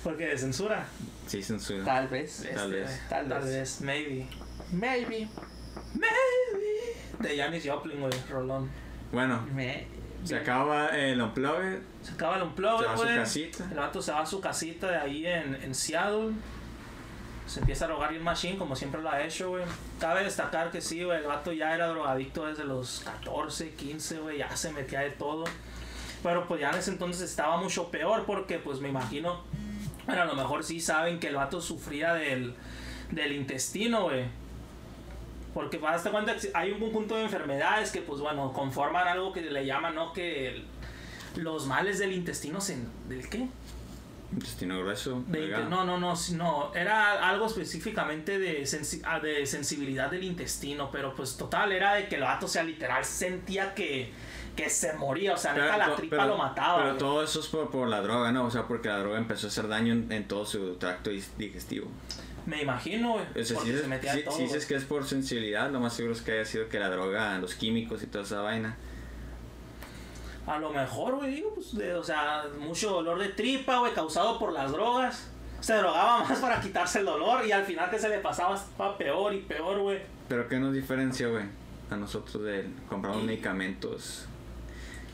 [SPEAKER 1] Porque de censura.
[SPEAKER 2] sí, censura.
[SPEAKER 4] Tal vez.
[SPEAKER 2] Tal vez.
[SPEAKER 4] Este, Tal
[SPEAKER 1] Tal
[SPEAKER 4] vez.
[SPEAKER 1] vez, maybe.
[SPEAKER 4] Maybe.
[SPEAKER 1] Maybe. De Janis Joplin, güey, Rolón.
[SPEAKER 2] Bueno,
[SPEAKER 4] Me-
[SPEAKER 2] se acaba eh, el Unplugged,
[SPEAKER 1] Se acaba el
[SPEAKER 2] se
[SPEAKER 1] Unplugged,
[SPEAKER 2] va a su
[SPEAKER 1] güey. El
[SPEAKER 2] casita.
[SPEAKER 1] vato se va a su casita de ahí en, en Seattle. Se empieza a drogar el machine, como siempre lo ha hecho, güey. Cabe destacar que sí, güey, el vato ya era drogadicto desde los 14, 15, güey, ya se metía de todo. Pero pues ya en ese entonces estaba mucho peor porque pues me imagino, bueno, a lo mejor sí saben que el vato sufría del, del intestino, güey. Porque para darte pues, cuenta que hay un conjunto de enfermedades que pues bueno, conforman algo que le llaman, ¿no? Que el- los males del intestino sen- ¿Del qué?
[SPEAKER 2] Intestino grueso.
[SPEAKER 1] De inte-
[SPEAKER 2] delgado.
[SPEAKER 1] no, no, no, si- no. Era algo específicamente de, sensi- ah, de sensibilidad del intestino, pero pues total, era de que el vato, o sea, literal, sentía que, que se moría. O sea, neta, la
[SPEAKER 2] to-
[SPEAKER 1] tripa lo mataba.
[SPEAKER 2] Pero
[SPEAKER 1] güey.
[SPEAKER 2] todo eso es por, por la droga, ¿no? O sea, porque la droga empezó a hacer daño en, en todo su tracto dis- digestivo.
[SPEAKER 1] Me imagino, güey.
[SPEAKER 2] O sea, si
[SPEAKER 1] porque
[SPEAKER 2] dices,
[SPEAKER 1] se metía
[SPEAKER 2] si-
[SPEAKER 1] todo.
[SPEAKER 2] si dices que es por sensibilidad, lo más seguro es que haya sido que la droga, los químicos y toda esa vaina.
[SPEAKER 1] A lo mejor, güey, digo, pues, de- o sea, mucho dolor de tripa, güey, causado por las drogas. Se drogaba más para quitarse el dolor y al final que se le pasaba estaba peor y peor, güey.
[SPEAKER 2] Pero ¿qué nos diferencia, güey? A nosotros de comprar medicamentos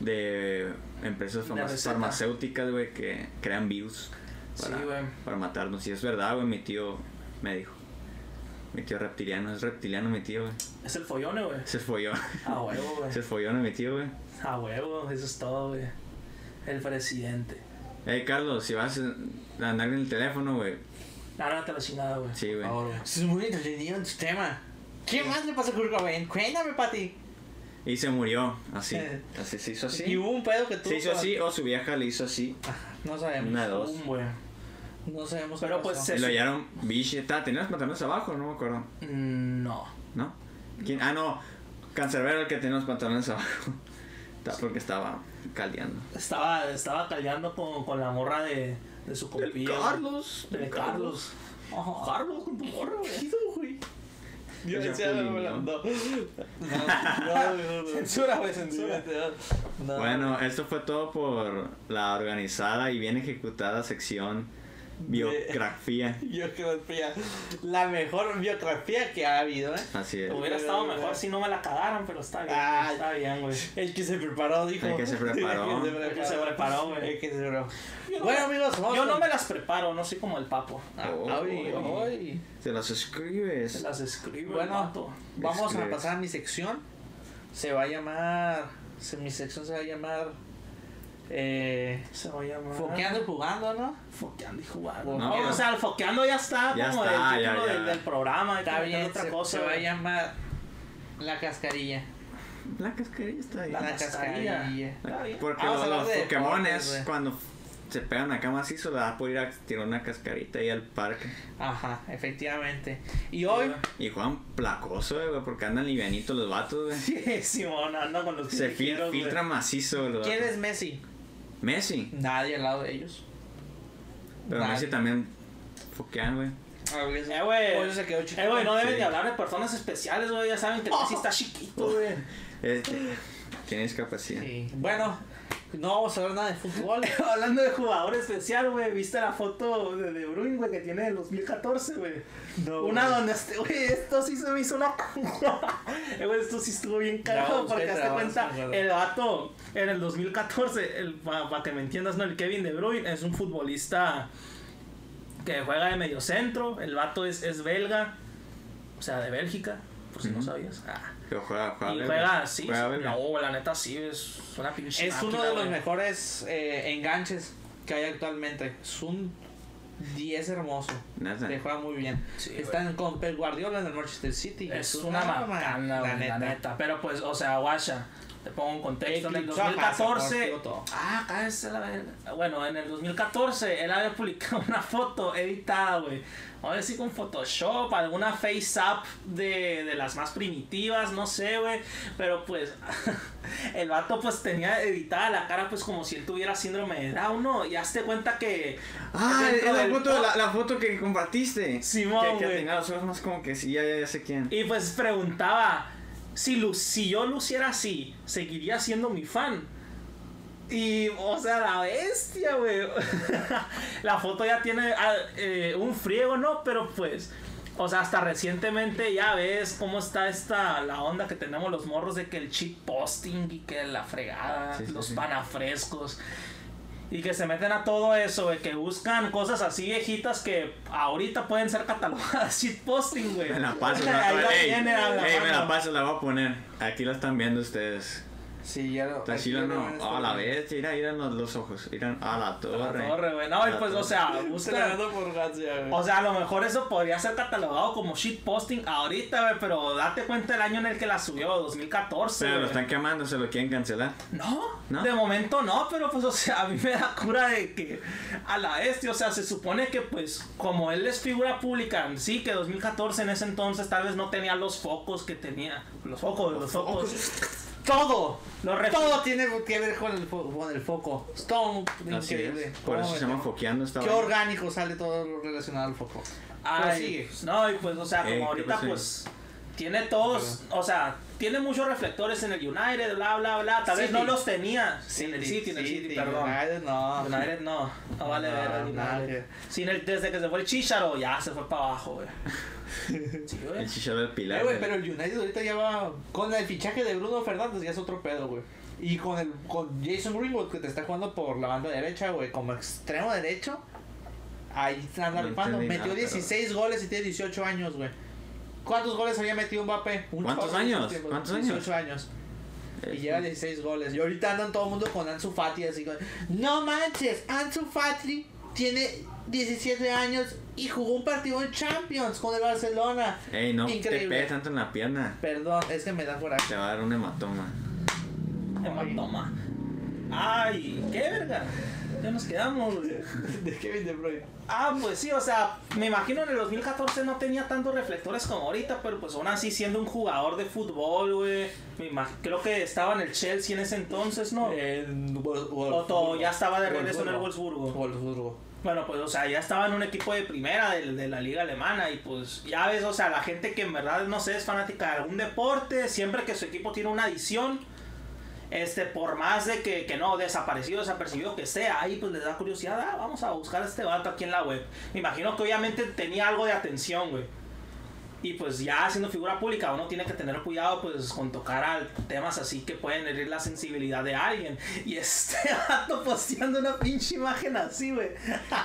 [SPEAKER 2] de empresas
[SPEAKER 1] De
[SPEAKER 2] farma-
[SPEAKER 1] receta.
[SPEAKER 2] farmacéuticas, güey, que crean virus para,
[SPEAKER 1] Sí, güey.
[SPEAKER 2] para matarnos. Y es verdad, güey, mi tío me dijo. Mi tío reptiliano, es reptiliano mi tío, güey.
[SPEAKER 1] Es el follone, güey.
[SPEAKER 2] Se folló.
[SPEAKER 1] A huevo, güey.
[SPEAKER 2] Se folló, mi tío, güey.
[SPEAKER 1] A huevo, eso es todo, güey. El presidente.
[SPEAKER 2] Hey, Carlos, si vas a andar en el teléfono, güey.
[SPEAKER 1] Nada, no te lo chingada, güey.
[SPEAKER 2] Sí, güey.
[SPEAKER 3] Es muy entretenido en su tema. ¿Qué más le pasó a Kurt Cobain? Cuéntame, Pati.
[SPEAKER 2] Y se murió, así.
[SPEAKER 3] Eh.
[SPEAKER 2] Así se hizo
[SPEAKER 3] Y
[SPEAKER 2] así.
[SPEAKER 3] hubo un pedo que tú.
[SPEAKER 2] Pues Se hizo así o su vieja le hizo así.
[SPEAKER 3] No sabemos.
[SPEAKER 2] Una de dos.
[SPEAKER 1] Boom, güey.
[SPEAKER 3] No sabemos.
[SPEAKER 1] Pero
[SPEAKER 3] qué
[SPEAKER 1] pues
[SPEAKER 3] pasó.
[SPEAKER 1] se-
[SPEAKER 2] Y lo hallaron, bicheta. ¿Tenías pantalones abajo? No me acuerdo.
[SPEAKER 1] Mm, No.
[SPEAKER 2] ¿No? ¿Quién? Ah, no. Cancerbero el que tenía los pantalones abajo. Ta- Porque estaba caldeando.
[SPEAKER 1] Estaba, estaba callando con, con la morra de, de su compilla. güey.
[SPEAKER 2] Carlos.
[SPEAKER 1] De Carlos. Ajá, Carlos con tu morra, güey.
[SPEAKER 3] Yo
[SPEAKER 2] Ya
[SPEAKER 3] decía,
[SPEAKER 2] Juli,
[SPEAKER 3] no,
[SPEAKER 2] ¿no?
[SPEAKER 3] no. No, no, no. Censura, güey, censura. No.
[SPEAKER 2] Bueno, esto fue todo por la organizada y bien ejecutada sección biografía.
[SPEAKER 3] Biografía. La mejor biografía que ha habido, ¿eh?
[SPEAKER 2] Así es.
[SPEAKER 1] Hubiera estado mejor si no me la cagaran, pero está bien.
[SPEAKER 3] Ay.
[SPEAKER 1] Está bien, güey.
[SPEAKER 3] El que se preparó, dijo.
[SPEAKER 2] El que se preparó.
[SPEAKER 1] El que se preparó, güey.
[SPEAKER 3] El que se preparó. Bueno, amigos, vamos
[SPEAKER 1] Yo
[SPEAKER 3] con-
[SPEAKER 1] no me las preparo, no soy como el papo.
[SPEAKER 3] Ah,
[SPEAKER 2] Oh,
[SPEAKER 3] ay,
[SPEAKER 2] oh.
[SPEAKER 3] ay.
[SPEAKER 2] Te los
[SPEAKER 1] Se
[SPEAKER 2] escribes.
[SPEAKER 1] las escribo,
[SPEAKER 3] Bueno.
[SPEAKER 1] el vato.
[SPEAKER 3] Vamos a
[SPEAKER 1] Este,
[SPEAKER 2] Escribes.
[SPEAKER 3] pasar a mi sección. Se va a llamar. se- mi sección se va a llamar. Eh,
[SPEAKER 1] Se va a llamar.
[SPEAKER 3] foqueando y jugando, ¿no?
[SPEAKER 1] Foqueando y jugando.
[SPEAKER 3] No.
[SPEAKER 1] No, o sea, el foqueando ya está
[SPEAKER 2] Ya
[SPEAKER 1] como
[SPEAKER 2] está,
[SPEAKER 1] el
[SPEAKER 2] ya,
[SPEAKER 1] título
[SPEAKER 2] ya.
[SPEAKER 1] Del, del programa. hay que
[SPEAKER 3] Está
[SPEAKER 1] meterle
[SPEAKER 3] bien,
[SPEAKER 1] otra
[SPEAKER 3] se,
[SPEAKER 1] cosa.
[SPEAKER 3] se va a
[SPEAKER 1] güey.
[SPEAKER 3] llamar. La cascarilla.
[SPEAKER 2] La cascarilla está ahí. Ah,
[SPEAKER 1] La
[SPEAKER 3] La
[SPEAKER 1] cascarilla.
[SPEAKER 3] cascarilla.
[SPEAKER 1] Está bien.
[SPEAKER 2] Porque
[SPEAKER 3] Vamos a
[SPEAKER 2] los,
[SPEAKER 3] hablar de deportes,
[SPEAKER 2] Pokémones,
[SPEAKER 3] güey.
[SPEAKER 2] cuando se pegan acá macizo, la da por ir a tirar una cascarita ahí al parque.
[SPEAKER 3] Ajá, efectivamente. Y hoy.
[SPEAKER 2] Y juegan placoso, eh, güey, porque andan livianitos los vatos, güey.
[SPEAKER 1] Sí, Simón, anda con los
[SPEAKER 2] Se fil-
[SPEAKER 1] tijeros, güey.
[SPEAKER 2] filtra macizo, güey, los
[SPEAKER 3] ¿Quién
[SPEAKER 2] vatos.
[SPEAKER 3] es Messi?
[SPEAKER 2] Messi.
[SPEAKER 3] Nadie al lado de ellos.
[SPEAKER 2] Pero
[SPEAKER 3] Nadie.
[SPEAKER 2] Messi también foquean, güey.
[SPEAKER 3] Ah, güey, eso-
[SPEAKER 1] Eh, güey.
[SPEAKER 3] Por eso se quedó chiquito.
[SPEAKER 1] Eh, güey, no deben
[SPEAKER 2] Sí. Oh.
[SPEAKER 1] de hablar de personas especiales, güey. Ya saben que Messi está chiquito, güey.
[SPEAKER 2] Este, tiene discapacidad.
[SPEAKER 3] Sí. Bueno, no vamos a hablar nada de fútbol.
[SPEAKER 1] Hablando de jugador especial, güey, ¿viste la foto de De Bruyne, güey, que tiene del 2014, güey?
[SPEAKER 3] No,
[SPEAKER 1] Una
[SPEAKER 3] güey.
[SPEAKER 1] donde, este, güey, esto sí se me hizo una... Eh, güey, esto sí estuvo bien cagado,
[SPEAKER 3] Trabamos,
[SPEAKER 1] porque
[SPEAKER 3] güey,
[SPEAKER 1] hazte
[SPEAKER 3] trabamos,
[SPEAKER 1] cuenta,
[SPEAKER 3] me acuerdo.
[SPEAKER 1] el vato, en el 2014, el, para que me entiendas, no, el Kevin De Bruyne es un futbolista que juega de mediocentro, el vato es, es belga, o sea, de Bélgica, por si no
[SPEAKER 2] Ujú.
[SPEAKER 1] sabías. Ah.
[SPEAKER 2] Pero juega, juega.
[SPEAKER 1] Y
[SPEAKER 2] verga.
[SPEAKER 1] juega, sí,
[SPEAKER 2] Juega verga.
[SPEAKER 1] no, la neta sí, es una pinche
[SPEAKER 3] Es uno
[SPEAKER 1] máquina,
[SPEAKER 3] de los
[SPEAKER 1] Ah, güey.
[SPEAKER 3] mejores eh, enganches que hay actualmente. Es un 10 hermoso.
[SPEAKER 2] Neta.
[SPEAKER 3] Te juega muy bien.
[SPEAKER 1] Ah. Sí,
[SPEAKER 3] Están con Pep Guardiola en el Manchester City.
[SPEAKER 1] Es una macana, güey, la neta. Pero pues, o sea, guacha, te pongo un contexto. En el
[SPEAKER 3] Eclipsó a Hazard,
[SPEAKER 1] 2014.
[SPEAKER 3] por cierto.
[SPEAKER 1] Ah, cállese la verga. Bueno, en el 2014 él había publicado una foto editada, güey. Vamos a decir con Photoshop, alguna face up de, de las más primitivas, no sé, güey. Pero pues, el vato pues tenía editada la cara, pues como si él tuviera síndrome de Down, ¿no? Y hazte cuenta que.
[SPEAKER 2] Ah, es
[SPEAKER 1] dentro
[SPEAKER 2] la
[SPEAKER 1] del-
[SPEAKER 2] foto, la, la foto que compartiste.
[SPEAKER 1] Simón,
[SPEAKER 2] Que, que
[SPEAKER 1] güey.
[SPEAKER 2] tenía los ojos más como que sí, ya, ya, ya sé quién.
[SPEAKER 1] Y pues preguntaba, si, Lu- si yo luciera así, ¿seguiría siendo mi fan? Y, o sea, la bestia, güey. la foto ya tiene ah, eh, un friego, ¿no? Pero pues, o sea, hasta recientemente ya ves cómo está esta, la onda que tenemos los morros de que el cheat posting y que la fregada,
[SPEAKER 2] Sí, sí,
[SPEAKER 1] los
[SPEAKER 2] sí.
[SPEAKER 1] panafrescos. Y que se meten a todo eso, güey, que buscan cosas así viejitas que ahorita pueden ser catalogadas shitposting, güey.
[SPEAKER 2] Me la paso,
[SPEAKER 1] Ahí
[SPEAKER 2] la,
[SPEAKER 1] la
[SPEAKER 2] ey,
[SPEAKER 1] tiene a la
[SPEAKER 2] ey, me la
[SPEAKER 1] mano.
[SPEAKER 2] paso, la voy a poner. Aquí la están viendo ustedes.
[SPEAKER 3] Sí, ya lo.
[SPEAKER 2] Tranquilo,
[SPEAKER 3] ya lo
[SPEAKER 2] no.
[SPEAKER 3] van
[SPEAKER 2] A la
[SPEAKER 3] descubrir.
[SPEAKER 2] vez, mira, mira los, los ojos. Mira, a la torre.
[SPEAKER 1] Torre, güey. No, y
[SPEAKER 2] La
[SPEAKER 1] pues, o
[SPEAKER 2] torre.
[SPEAKER 1] sea,
[SPEAKER 3] Se la
[SPEAKER 1] busca.
[SPEAKER 3] dando por gracia, güey.
[SPEAKER 1] O sea, a lo mejor eso podría ser catalogado como shitposting ahorita, güey, pero date cuenta el año en el que la subió, 2014.
[SPEAKER 2] Pero lo
[SPEAKER 1] güey.
[SPEAKER 2] están quemando, se lo quieren cancelar.
[SPEAKER 1] No,
[SPEAKER 2] ¿No?
[SPEAKER 1] de momento no, pero pues, o sea, a mí me da cura de que a la bestia, o sea, se supone que pues, como él es figura pública, sí, que 2014 en ese entonces tal vez no tenía los focos que tenía, los focos, los, focos,
[SPEAKER 3] Todo.
[SPEAKER 1] los ref-
[SPEAKER 3] Todo tiene que ver con el, fo- con el foco. Es todo un-
[SPEAKER 2] Así
[SPEAKER 3] increíble.
[SPEAKER 2] es. Por eso
[SPEAKER 3] Oh,
[SPEAKER 2] se llama foqueando esta
[SPEAKER 3] Qué
[SPEAKER 2] vaina.
[SPEAKER 3] orgánico sale todo lo relacionado al foco.
[SPEAKER 1] Ay,
[SPEAKER 3] Pero
[SPEAKER 1] no, y pues, o sea,
[SPEAKER 2] Eh,
[SPEAKER 1] como
[SPEAKER 2] ¿qué
[SPEAKER 1] ahorita,
[SPEAKER 2] pasó?
[SPEAKER 1] pues, tiene todos, o sea, tiene muchos reflectores en el United, bla, bla, bla. Tal vez
[SPEAKER 3] City.
[SPEAKER 1] no los tenía en el City, en el City, perdón.
[SPEAKER 3] United, no.
[SPEAKER 1] United no, no vale
[SPEAKER 3] No,
[SPEAKER 1] ver el
[SPEAKER 3] nada
[SPEAKER 1] United.
[SPEAKER 3] que-
[SPEAKER 1] Sin el, desde que se fue el Chicharo, ya se fue para abajo, güey. Sí, güey.
[SPEAKER 2] El chicharo del pilar.
[SPEAKER 3] Eh, güey,
[SPEAKER 2] güey.
[SPEAKER 3] pero el United ahorita ya va. Con el fichaje de Bruno Fernández ya es otro pedo, güey. Y con, el, con Jason Greenwood que te está jugando por la banda derecha, güey, como extremo derecho. Ahí anda
[SPEAKER 2] No
[SPEAKER 3] rifando.
[SPEAKER 2] entendí
[SPEAKER 3] Metió
[SPEAKER 2] nada, pero-
[SPEAKER 3] 16 goles y tiene 18 años, güey. ¿Cuántos goles había metido Mbappé? Un
[SPEAKER 2] ¿Cuántos
[SPEAKER 3] chorro en esos
[SPEAKER 2] años?
[SPEAKER 3] tiempos,
[SPEAKER 2] ¿Cuántos años?
[SPEAKER 3] 18 años.
[SPEAKER 2] Eh,
[SPEAKER 3] Y lleva 16 goles. Y ahorita andan todo el mundo con Ansu Fati así con... No manches, Ansu Fati tiene 17 años y jugó un partido en Champions con el Barcelona.
[SPEAKER 2] Ey, no te
[SPEAKER 3] Increíble.
[SPEAKER 2] pegues tanto en la pierna.
[SPEAKER 3] Perdón, es que me da coraje.
[SPEAKER 2] Te va a dar un hematoma.
[SPEAKER 1] Hematoma. Ay, qué verga. Ya nos quedamos, güey.
[SPEAKER 3] De Kevin De Bruyne.
[SPEAKER 1] Ah, pues sí, o sea, me imagino en el 2014 no tenía tantos reflectores como ahorita, pero pues aún así siendo un jugador de fútbol, güey. me imag- Creo que estaba en el Chelsea en ese entonces, ¿no? O todo, ya estaba de regreso en el Wolfsburgo.
[SPEAKER 3] Eh, Wolfsburgo.
[SPEAKER 1] Bueno, pues, o sea, ya estaba en un equipo de primera de, de la liga alemana y pues ya ves, o sea, la gente que en verdad, no sé, es fanática de algún deporte, siempre que su equipo tiene una adición, este, por más de que, que no, desaparecido, desapercibido que sea, ahí pues les da curiosidad, ah, vamos a buscar a este vato aquí en la web. Me imagino que obviamente tenía algo de atención, güey. Y pues ya siendo figura pública uno tiene que tener cuidado pues con tocar al temas así que pueden herir la sensibilidad de alguien. Y este vato posteando una pinche imagen así, güey.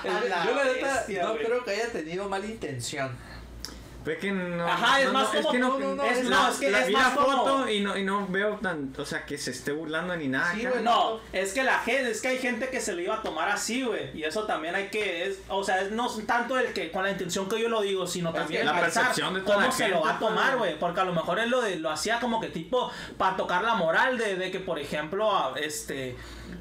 [SPEAKER 3] Yo la neta
[SPEAKER 1] bestia,
[SPEAKER 3] no
[SPEAKER 1] güey.
[SPEAKER 3] creo que haya tenido mala intención.
[SPEAKER 2] Pero es que no.
[SPEAKER 1] Ajá,
[SPEAKER 2] no,
[SPEAKER 1] es
[SPEAKER 2] no,
[SPEAKER 1] más como-
[SPEAKER 2] Es que no,
[SPEAKER 1] no, no,
[SPEAKER 2] es,
[SPEAKER 1] es-
[SPEAKER 2] la-
[SPEAKER 1] no, es que
[SPEAKER 2] la,
[SPEAKER 1] es
[SPEAKER 2] vi
[SPEAKER 1] más
[SPEAKER 2] la
[SPEAKER 1] como-
[SPEAKER 2] foto y no, y no veo tan. O sea, que se esté burlando ni nada.
[SPEAKER 3] Sí,
[SPEAKER 2] acá.
[SPEAKER 3] güey,
[SPEAKER 1] No, es que la gente, es que hay gente que se lo iba a tomar así, güey. Y eso también hay que, es, o sea, es no tanto el que con la intención que yo lo digo, sino también
[SPEAKER 2] la
[SPEAKER 1] pensar
[SPEAKER 2] percepción de toda
[SPEAKER 1] cómo
[SPEAKER 2] la
[SPEAKER 1] se
[SPEAKER 2] gente,
[SPEAKER 1] lo va a tomar,
[SPEAKER 2] güey.
[SPEAKER 1] güey. Porque a lo mejor él lo, de- lo hacía como que tipo para tocar la moral de, de que, por ejemplo, a- este,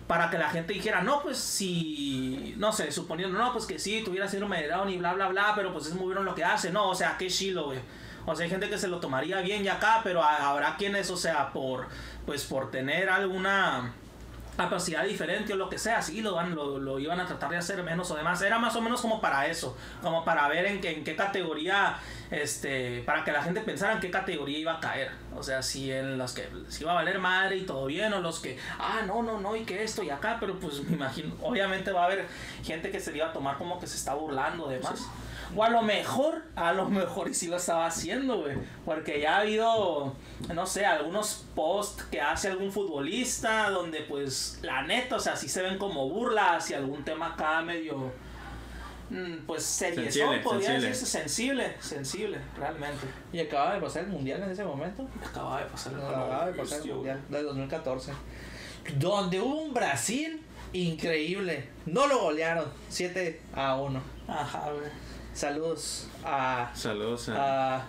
[SPEAKER 1] para que la gente dijera, no, pues si, no sé, suponiendo, no, pues que sí, tuviera síndrome de Down y bla, bla, bla, pero pues es muy bueno lo que hace, no, o sea, qué chilo, güey. O sea, hay gente que se lo tomaría bien y acá, pero a- habrá quienes, o sea, por, pues por tener alguna capacidad diferente o lo que sea, sí lo, van, lo, lo iban a tratar de hacer menos o demás. Era más o menos como para eso, como para ver en, qué- en qué categoría, este, para que la gente pensara en qué categoría iba a caer. O sea, si en los que si iba a valer madre y todo bien, o los que, ah, no, no, no, y que esto y acá, pero pues me imagino, obviamente va a haber gente que se le iba a tomar como que se está burlando de más. O a lo mejor, a lo mejor y sí lo estaba haciendo, güey. Porque ya ha habido, no sé, algunos posts que hace algún futbolista donde pues la neta, o sea, sí se ven como burla hacia algún tema acá medio... mm, Pues seriezón,
[SPEAKER 2] Sensible,
[SPEAKER 1] podría
[SPEAKER 2] sensible.
[SPEAKER 1] decirse sensible, sensible, realmente.
[SPEAKER 3] Y acaba de pasar el mundial en ese momento.
[SPEAKER 1] Acaba de pasar el
[SPEAKER 3] Acaba de pasar el
[SPEAKER 1] coronavirus,
[SPEAKER 3] mundial del 2014. Donde hubo un Brasil increíble. No lo golearon. 7 a 1.
[SPEAKER 1] güey. Ajá, güey.
[SPEAKER 3] Saludos a,
[SPEAKER 2] Saludos
[SPEAKER 3] a,
[SPEAKER 2] a,
[SPEAKER 3] Ah.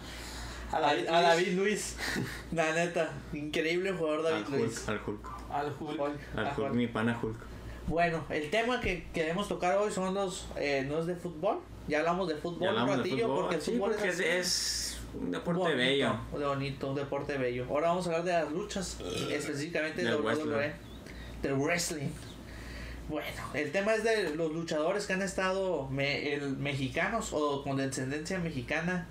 [SPEAKER 3] a,
[SPEAKER 1] A David
[SPEAKER 3] a David Luis. La neta, increíble jugador
[SPEAKER 2] al
[SPEAKER 3] David
[SPEAKER 2] Hulk.
[SPEAKER 3] Luis.
[SPEAKER 2] Al Hulk.
[SPEAKER 1] Al Julio.
[SPEAKER 2] Al
[SPEAKER 3] Ah,
[SPEAKER 2] Hulk, mi pana Hulk.
[SPEAKER 3] Bueno, el tema que queremos tocar hoy son los. eh, no es de fútbol. Ya hablamos de
[SPEAKER 2] Ya
[SPEAKER 3] fútbol un
[SPEAKER 2] hablamos de
[SPEAKER 3] ratillo
[SPEAKER 2] fútbol.
[SPEAKER 3] porque el
[SPEAKER 2] Sí,
[SPEAKER 3] fútbol
[SPEAKER 2] porque es,
[SPEAKER 3] así.
[SPEAKER 2] es un deporte
[SPEAKER 3] Bonito,
[SPEAKER 2] bello.
[SPEAKER 3] Bonito, un deporte bello. Ahora vamos a hablar de las luchas, específicamente de
[SPEAKER 2] Del
[SPEAKER 3] WWE,
[SPEAKER 2] wrestling.
[SPEAKER 3] del wrestling. Bueno, el tema es de los luchadores que han estado me- el- mexicanos o con descendencia mexicana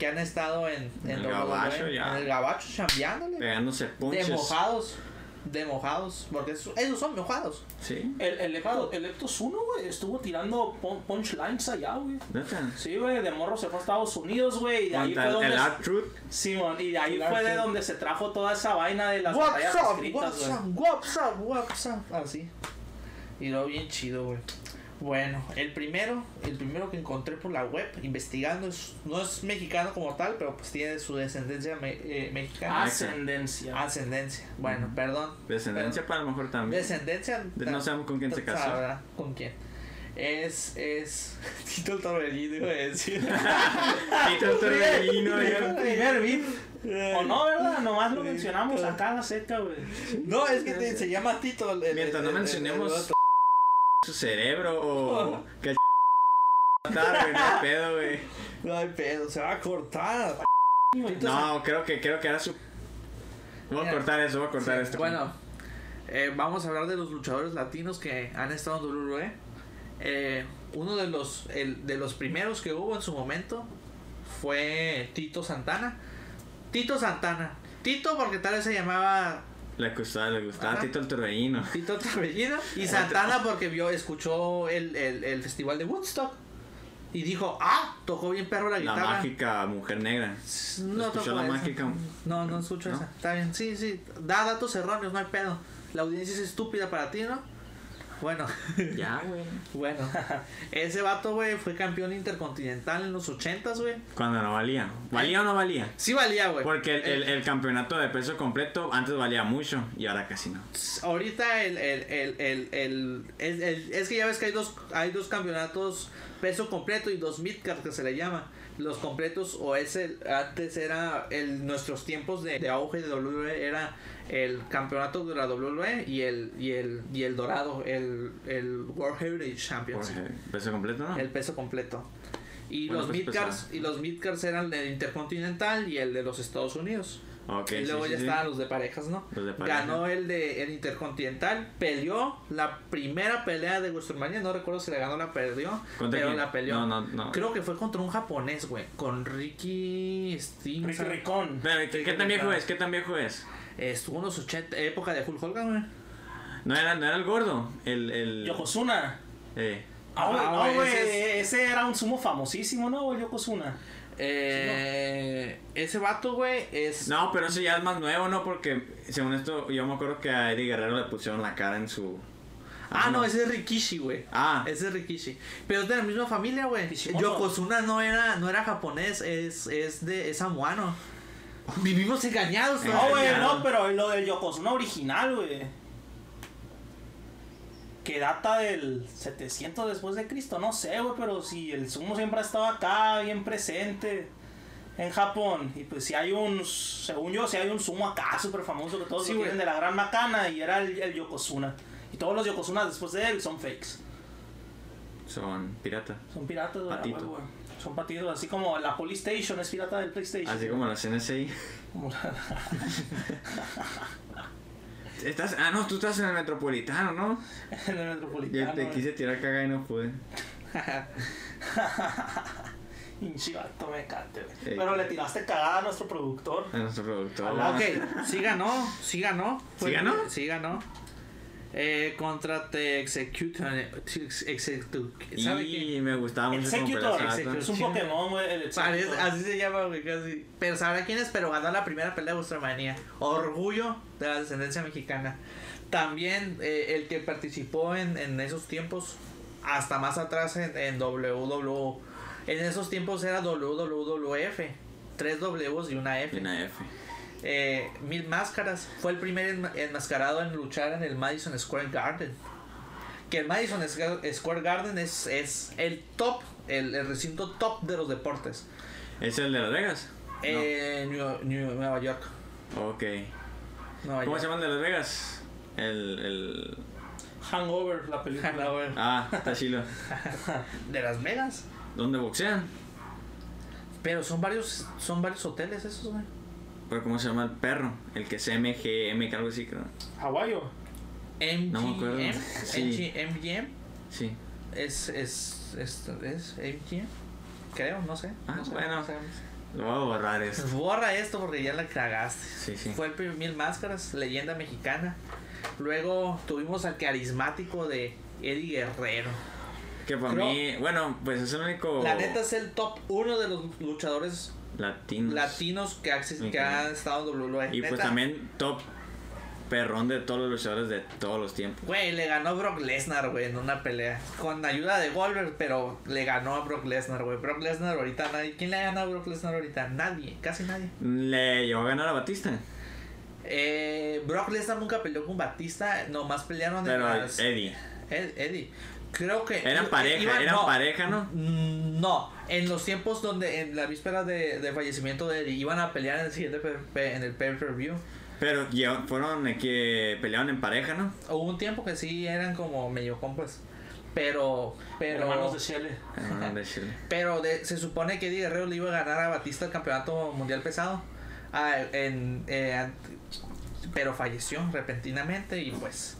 [SPEAKER 3] que han estado en, en
[SPEAKER 2] El
[SPEAKER 3] WWE,
[SPEAKER 2] gabacho, ya.
[SPEAKER 3] en el gabacho chambeándole,
[SPEAKER 2] Pegándose
[SPEAKER 3] de
[SPEAKER 2] punches.
[SPEAKER 3] mojados, de mojados, porque eso- esos son mojados.
[SPEAKER 2] Sí.
[SPEAKER 1] El, el, Epto- el Eptos 1, güey, estuvo tirando pon- punchlines allá, güey.
[SPEAKER 2] Neta.
[SPEAKER 1] Sí, güey, de morro se fue a Estados Unidos, güey, y de ahí
[SPEAKER 2] Contra
[SPEAKER 1] fue
[SPEAKER 2] el,
[SPEAKER 1] donde...
[SPEAKER 2] el Art Truth.
[SPEAKER 1] Simón, y de ahí
[SPEAKER 3] El
[SPEAKER 1] fue de
[SPEAKER 3] arte.
[SPEAKER 1] donde se trajo toda esa vaina de las batallas
[SPEAKER 3] WhatsApp,
[SPEAKER 1] escritas, güey.
[SPEAKER 3] Ah, WhatsApp, WhatsApp, WhatsApp, así. Y luego bien chido, güey. Bueno, el primero, el primero que encontré por la web, investigando, es- no es mexicano como tal, pero pues tiene su descendencia me- eh, mexicana.
[SPEAKER 2] Ah,
[SPEAKER 1] Ascendencia.
[SPEAKER 3] Ascendencia, bueno, perdón.
[SPEAKER 2] Descendencia para lo mejor también.
[SPEAKER 3] Descendencia.
[SPEAKER 2] De- no sabemos con quién se casó.
[SPEAKER 3] Sabrá ¿Con quién? Es, es. Tito el Torbellino, iba a decir.
[SPEAKER 2] Tito el Torbellino,
[SPEAKER 1] El
[SPEAKER 2] ya.
[SPEAKER 1] primer beat. O no, ¿verdad? Nomás lo
[SPEAKER 3] Sí.
[SPEAKER 1] mencionamos acá la seca, güey.
[SPEAKER 3] No, es que te- se llama Tito. el- el-
[SPEAKER 2] Mientras no
[SPEAKER 3] el- el-
[SPEAKER 2] mencionemos-
[SPEAKER 3] el otro.
[SPEAKER 2] Su cerebro o. Que el. matar, güey, no hay pedo, güey.
[SPEAKER 3] No hay pedo, se va a cortar.
[SPEAKER 2] No, creo que, creo que era su. Voy a
[SPEAKER 3] Mira.
[SPEAKER 2] cortar eso, voy a cortar este
[SPEAKER 3] Sí,
[SPEAKER 2] esto.
[SPEAKER 3] Bueno, eh, vamos a hablar de los luchadores latinos que han estado en WWE. Eh, uno de los, el- de los primeros que hubo en su momento fue Tito Santana. Tito Santana. Tito porque tal vez se llamaba
[SPEAKER 2] Le gustaba, le gustaba
[SPEAKER 3] Ajá.
[SPEAKER 2] Tito el Torbellino.
[SPEAKER 3] Tito Torbellino. Y Santana porque vio, escuchó el, el- el festival de Woodstock. Y dijo, ah, tocó bien perro la
[SPEAKER 2] La
[SPEAKER 3] guitarra.
[SPEAKER 2] mágica mujer negra.
[SPEAKER 3] No
[SPEAKER 2] ¿Escuchó
[SPEAKER 3] toco
[SPEAKER 2] la
[SPEAKER 3] esa.
[SPEAKER 2] mágica?
[SPEAKER 3] No, no escucho
[SPEAKER 2] ¿No?
[SPEAKER 3] esa. Está bien, sí, sí. Da datos erróneos, no hay pedo. La audiencia es estúpida para ti, ¿no? Bueno,
[SPEAKER 2] Ya, güey.
[SPEAKER 3] Ah, bueno. Ese vato, güey, fue campeón intercontinental en los 80s, güey.
[SPEAKER 2] Cuando no valía. ¿Valía o no valía?
[SPEAKER 3] Sí valía, güey.
[SPEAKER 2] Porque el, el-
[SPEAKER 3] Eh,
[SPEAKER 2] el campeonato de peso completo antes valía mucho y ahora casi no.
[SPEAKER 3] ahorita el, el, el, el, el- el- el- es que ya ves que hay dos, hay dos campeonatos peso completo y dos midcard que se le llama. Los completos o es el, antes era el, nuestros tiempos de, de auge de WWE era el campeonato de la WWE y el, y el, y el dorado, el, el World Heritage Champions.
[SPEAKER 2] Porque peso completo no.
[SPEAKER 3] El peso completo. Y
[SPEAKER 2] Bueno,
[SPEAKER 3] los
[SPEAKER 2] pues,
[SPEAKER 3] midcards,
[SPEAKER 2] pesado.
[SPEAKER 3] y los midcards eran el intercontinental y el de los Estados Unidos
[SPEAKER 2] Ok,
[SPEAKER 3] y
[SPEAKER 2] sí,
[SPEAKER 3] luego
[SPEAKER 2] sí,
[SPEAKER 3] ya
[SPEAKER 2] sí.
[SPEAKER 3] estaban los de parejas, ¿no?
[SPEAKER 2] Los de pareja.
[SPEAKER 3] Ganó el de el Intercontinental, peleó la primera pelea de WrestleMania, no recuerdo si la ganó o la perdió,
[SPEAKER 2] ¿Contra
[SPEAKER 3] pero
[SPEAKER 2] quién?
[SPEAKER 3] la peleó.
[SPEAKER 2] No, no, no.
[SPEAKER 3] Creo que fue contra un japonés, güey, con Ricky Sting.
[SPEAKER 1] Ricky Ricón.
[SPEAKER 2] Espérame, ¿qué, qué tan viejo es? ¿Qué tan viejo es?
[SPEAKER 3] Eh, Estuvo en los 80, época de Hulk Hogan, güey.
[SPEAKER 2] No era, no era el gordo. El. el
[SPEAKER 1] Yokozuna.
[SPEAKER 2] eh.
[SPEAKER 1] Ah, güey,
[SPEAKER 3] Ah,
[SPEAKER 1] no,
[SPEAKER 3] güey,
[SPEAKER 1] güey,
[SPEAKER 3] ese
[SPEAKER 1] ese, era un sumo famosísimo, ¿no, güey? Yokozuna.
[SPEAKER 3] Eh, Ese vato, güey, es...
[SPEAKER 2] No, pero eso ya es más nuevo, ¿no? Porque según esto, yo me acuerdo que a Eddie Guerrero le pusieron la cara en su.
[SPEAKER 3] Ah, no, ese es Rikishi, güey.
[SPEAKER 2] Ah,
[SPEAKER 3] Ese es Rikishi. Pero es de la misma familia, güey.
[SPEAKER 1] Kishimoto.
[SPEAKER 3] Yokozuna no era, no era japonés, es, es de es samoano. Vivimos engañados,
[SPEAKER 2] Eh,
[SPEAKER 1] No,
[SPEAKER 3] ¿no?
[SPEAKER 1] güey,
[SPEAKER 2] claro.
[SPEAKER 1] no, pero lo del Yokozuna original, güey. Que data del 700 después de Cristo, no sé, güey, pero si el sumo siempre ha estado acá, bien presente en Japón. Y pues si hay un, según yo, si hay un sumo acá súper famoso que todos
[SPEAKER 3] Sí,
[SPEAKER 1] lo
[SPEAKER 3] güey.
[SPEAKER 1] quieren de la Gran Macana y era el, el Yokozuna. Y todos los Yokozuna después de él son fakes.
[SPEAKER 2] son pirata.
[SPEAKER 1] Son piratas, güey,
[SPEAKER 2] Patito.
[SPEAKER 1] a huevo, güey. Son patitos, así como la Police Station es pirata del PlayStation.
[SPEAKER 2] Así como los NSI.
[SPEAKER 1] Como la-
[SPEAKER 2] Estás, ah, no, tú estás en el metropolitano, ¿no?
[SPEAKER 1] en el metropolitano.
[SPEAKER 3] Ah,
[SPEAKER 2] Yo te
[SPEAKER 1] güey.
[SPEAKER 2] quise tirar caga y no pude.
[SPEAKER 1] Pinche vato, me cante, güey.
[SPEAKER 2] Ey.
[SPEAKER 1] Pero le tiraste cagada a nuestro productor.
[SPEAKER 2] A nuestro productor.
[SPEAKER 1] Hola.
[SPEAKER 3] Ah, Ok, sí ganó, sí ganó. Fue-
[SPEAKER 2] ¿Sí ganó?
[SPEAKER 3] Sí ganó. Eh, contra The Executor. eh, Executor. ¿Sabe qué?
[SPEAKER 2] Y me gustaba mucho como
[SPEAKER 1] Executor.
[SPEAKER 2] pelea,
[SPEAKER 1] Executor. Es un
[SPEAKER 3] Sí.
[SPEAKER 1] Pokémon, güey. El
[SPEAKER 3] Parece-
[SPEAKER 1] Executor.
[SPEAKER 3] así se llama, güey, casi. Pero sabrá quién es, pero ganó la primera pelea de Ultramanía. Orgullo de la descendencia mexicana. También eh, el que participó en, en esos tiempos, hasta más atrás en, en WWE. En esos tiempos era WWF. Tres Ws y una F.
[SPEAKER 2] Y una F.
[SPEAKER 3] Eh, Mil Máscaras fue el primer enma- enmascarado en luchar en el Madison Square Garden. Que el Madison Sca- Square Garden es, es el top, el, el recinto top de los deportes.
[SPEAKER 2] ¿Es el de Las Vegas?
[SPEAKER 3] Eh, New- New- Nueva York.
[SPEAKER 2] No. Ok.
[SPEAKER 3] Nueva
[SPEAKER 2] ¿Cómo
[SPEAKER 3] York.
[SPEAKER 2] se llama el de Las Vegas? El. el...
[SPEAKER 1] Hangover, la película.
[SPEAKER 3] Hanover.
[SPEAKER 2] Ah, está chilo.
[SPEAKER 3] De Las Vegas.
[SPEAKER 2] ¿Dónde boxean?
[SPEAKER 3] Pero son varios, son varios hoteles esos, güey.
[SPEAKER 2] ¿Pero cómo se llama el perro? El que es MGM, que algo así, creo.
[SPEAKER 1] Hawaii.
[SPEAKER 3] MGM.
[SPEAKER 2] No me acuerdo. Sí.
[SPEAKER 3] MG- MGM.
[SPEAKER 2] Sí.
[SPEAKER 3] Es, es, es, es MGM. Creo, no sé.
[SPEAKER 2] Ah,
[SPEAKER 3] no sé,
[SPEAKER 2] bueno.
[SPEAKER 3] no sé.
[SPEAKER 2] Lo voy a borrar esto.
[SPEAKER 3] Borra esto porque ya la cagaste.
[SPEAKER 2] Sí, sí.
[SPEAKER 3] Fue el primer Mil Máscaras, leyenda mexicana. Luego tuvimos al carismático de Eddie Guerrero.
[SPEAKER 2] Que para
[SPEAKER 3] Creo-
[SPEAKER 2] mí, bueno, pues es el único.
[SPEAKER 3] La neta es el top uno de los luchadores
[SPEAKER 2] Latinos.
[SPEAKER 3] latinos que, ha exis- que
[SPEAKER 2] Increíble.
[SPEAKER 3] ha estado en WWE.
[SPEAKER 2] Mm. Y pues
[SPEAKER 3] Neta,
[SPEAKER 2] también top perrón de todos los luchadores de todos los tiempos.
[SPEAKER 3] Güey, le ganó Brock Lesnar, güey, en una pelea. Con ayuda de Goldberg, pero le ganó a Brock Lesnar, güey. Brock Lesnar ahorita nadie. ¿Quién le gana a Brock Lesnar ahorita? Nadie, casi nadie.
[SPEAKER 2] Le llegó a ganar a Batista.
[SPEAKER 3] Eh, Brock Lesnar nunca peleó con Batista, nomás pelearon en
[SPEAKER 2] Pero
[SPEAKER 3] las-
[SPEAKER 2] Eddie.
[SPEAKER 3] Ed- Eddie. Creo que.
[SPEAKER 2] Eran
[SPEAKER 3] i-
[SPEAKER 2] pareja,
[SPEAKER 3] iban-
[SPEAKER 2] eran pareja, ¿no?
[SPEAKER 3] Mm, No, en los tiempos donde, en la víspera de, de fallecimiento de Eddie, iban a pelear en el siguiente pe- pe- en el pay-per-view.
[SPEAKER 2] Pero lle- fueron eh, que pelearon en pareja, ¿no?
[SPEAKER 3] Hubo un tiempo que sí eran como medio compas. Pero, pero.
[SPEAKER 1] Hermanos de Shelley.
[SPEAKER 2] Ah, de Chile.
[SPEAKER 3] Pero de- se supone que Eddie Guerrero le iba a ganar a Batista el campeonato mundial pesado. Ah, en, eh, ant- pero falleció repentinamente y pues,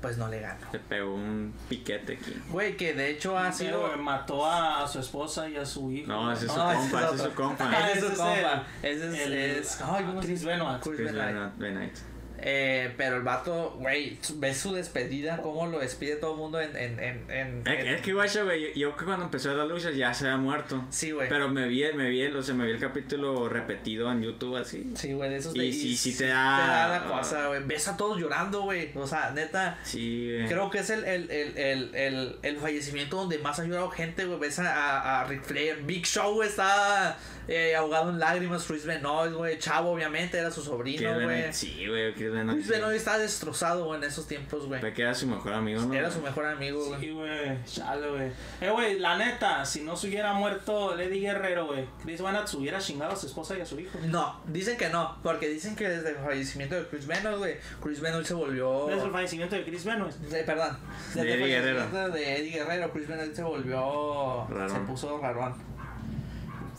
[SPEAKER 3] pues no le ganó.
[SPEAKER 2] Le pegó un piquete aquí.
[SPEAKER 3] Güey, que de hecho ha sido...
[SPEAKER 1] Pero, eh, mató a su esposa y a su hijo.
[SPEAKER 2] No, ese es su
[SPEAKER 3] No, ese es
[SPEAKER 2] compa, ese es
[SPEAKER 3] otro.
[SPEAKER 2] su compa.
[SPEAKER 1] Ah,
[SPEAKER 3] Ese es su
[SPEAKER 1] ese es
[SPEAKER 3] compa. Ese es...
[SPEAKER 1] el- Ah,
[SPEAKER 3] es- ay, ¿cómo se-
[SPEAKER 1] Chris Benoit.
[SPEAKER 3] Chris
[SPEAKER 2] Chris
[SPEAKER 3] Benoit.
[SPEAKER 2] Benoit- Benoit.
[SPEAKER 3] Eh, pero el vato, güey, su- ves su despedida, cómo lo despide todo el mundo en... en, en, en-
[SPEAKER 2] Es,
[SPEAKER 3] en-
[SPEAKER 2] es Eh, que guacha, güey, yo, yo que cuando empezó la lucha ya se había muerto.
[SPEAKER 3] Sí, güey.
[SPEAKER 2] Pero me vi, me vi, el- o sea, me vi el capítulo repetido en YouTube así.
[SPEAKER 3] Sí, güey, de esos
[SPEAKER 2] Y
[SPEAKER 3] de...
[SPEAKER 2] sí, sí te
[SPEAKER 3] te
[SPEAKER 2] da-
[SPEAKER 3] la cosa, güey. Ves a todos llorando, güey. O sea, neta...
[SPEAKER 2] Sí, güey.
[SPEAKER 3] Creo que es el, el, el, el, el, el fallecimiento donde más ha llorado gente, güey. Ves a, a, a Ric Flair. Big Show güey, está eh, ahogado en lágrimas. Chris Benoit, güey. Chavo, obviamente, era su
[SPEAKER 2] Chris
[SPEAKER 3] sobrino,
[SPEAKER 2] Benoit-
[SPEAKER 3] güey.
[SPEAKER 2] Sí, güey, Chris Benoit.
[SPEAKER 3] Chris Benoit está destrozado, güey, en esos tiempos, güey.
[SPEAKER 2] Fue que era su mejor amigo, ¿no?
[SPEAKER 3] Era su mejor amigo, güey.
[SPEAKER 1] Sí, güey, chale, güey. Eh, güey, la neta, si no se hubiera muerto Lady Guerrero, güey, Chris Van se hubiera chingado a su esposa y a su hijo.
[SPEAKER 3] No, dicen que no, porque dicen que desde el fallecimiento de Chris Benoit, güey, Chris Benoit se volvió...
[SPEAKER 1] Desde el fallecimiento de Chris Benoit.
[SPEAKER 3] De- perdón, desde el
[SPEAKER 2] De Eddie Guerrero.
[SPEAKER 3] fallecimiento de Eddie Guerrero, Chris Benoit se volvió... Se
[SPEAKER 2] Rarón.
[SPEAKER 3] puso rarón.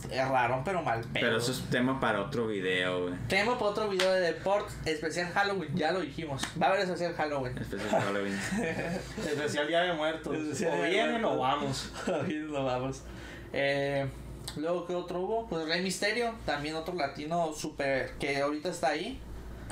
[SPEAKER 3] Eh, Rarón, pero mal pedo.
[SPEAKER 2] Pero eso es tema para otro video, güey.
[SPEAKER 3] Tenemos para otro video de deportes especial Halloween, ya lo dijimos. Va a haber especial Halloween.
[SPEAKER 2] Especial Halloween.
[SPEAKER 1] Especial Día de Muertos.
[SPEAKER 3] Especial Día
[SPEAKER 1] o
[SPEAKER 3] de
[SPEAKER 1] vienen
[SPEAKER 3] Muertos.
[SPEAKER 1] o vamos.
[SPEAKER 3] lo vamos. Eh, Luego, ¿qué otro hubo? Pues Rey Misterio, también otro latino super que ahorita está ahí.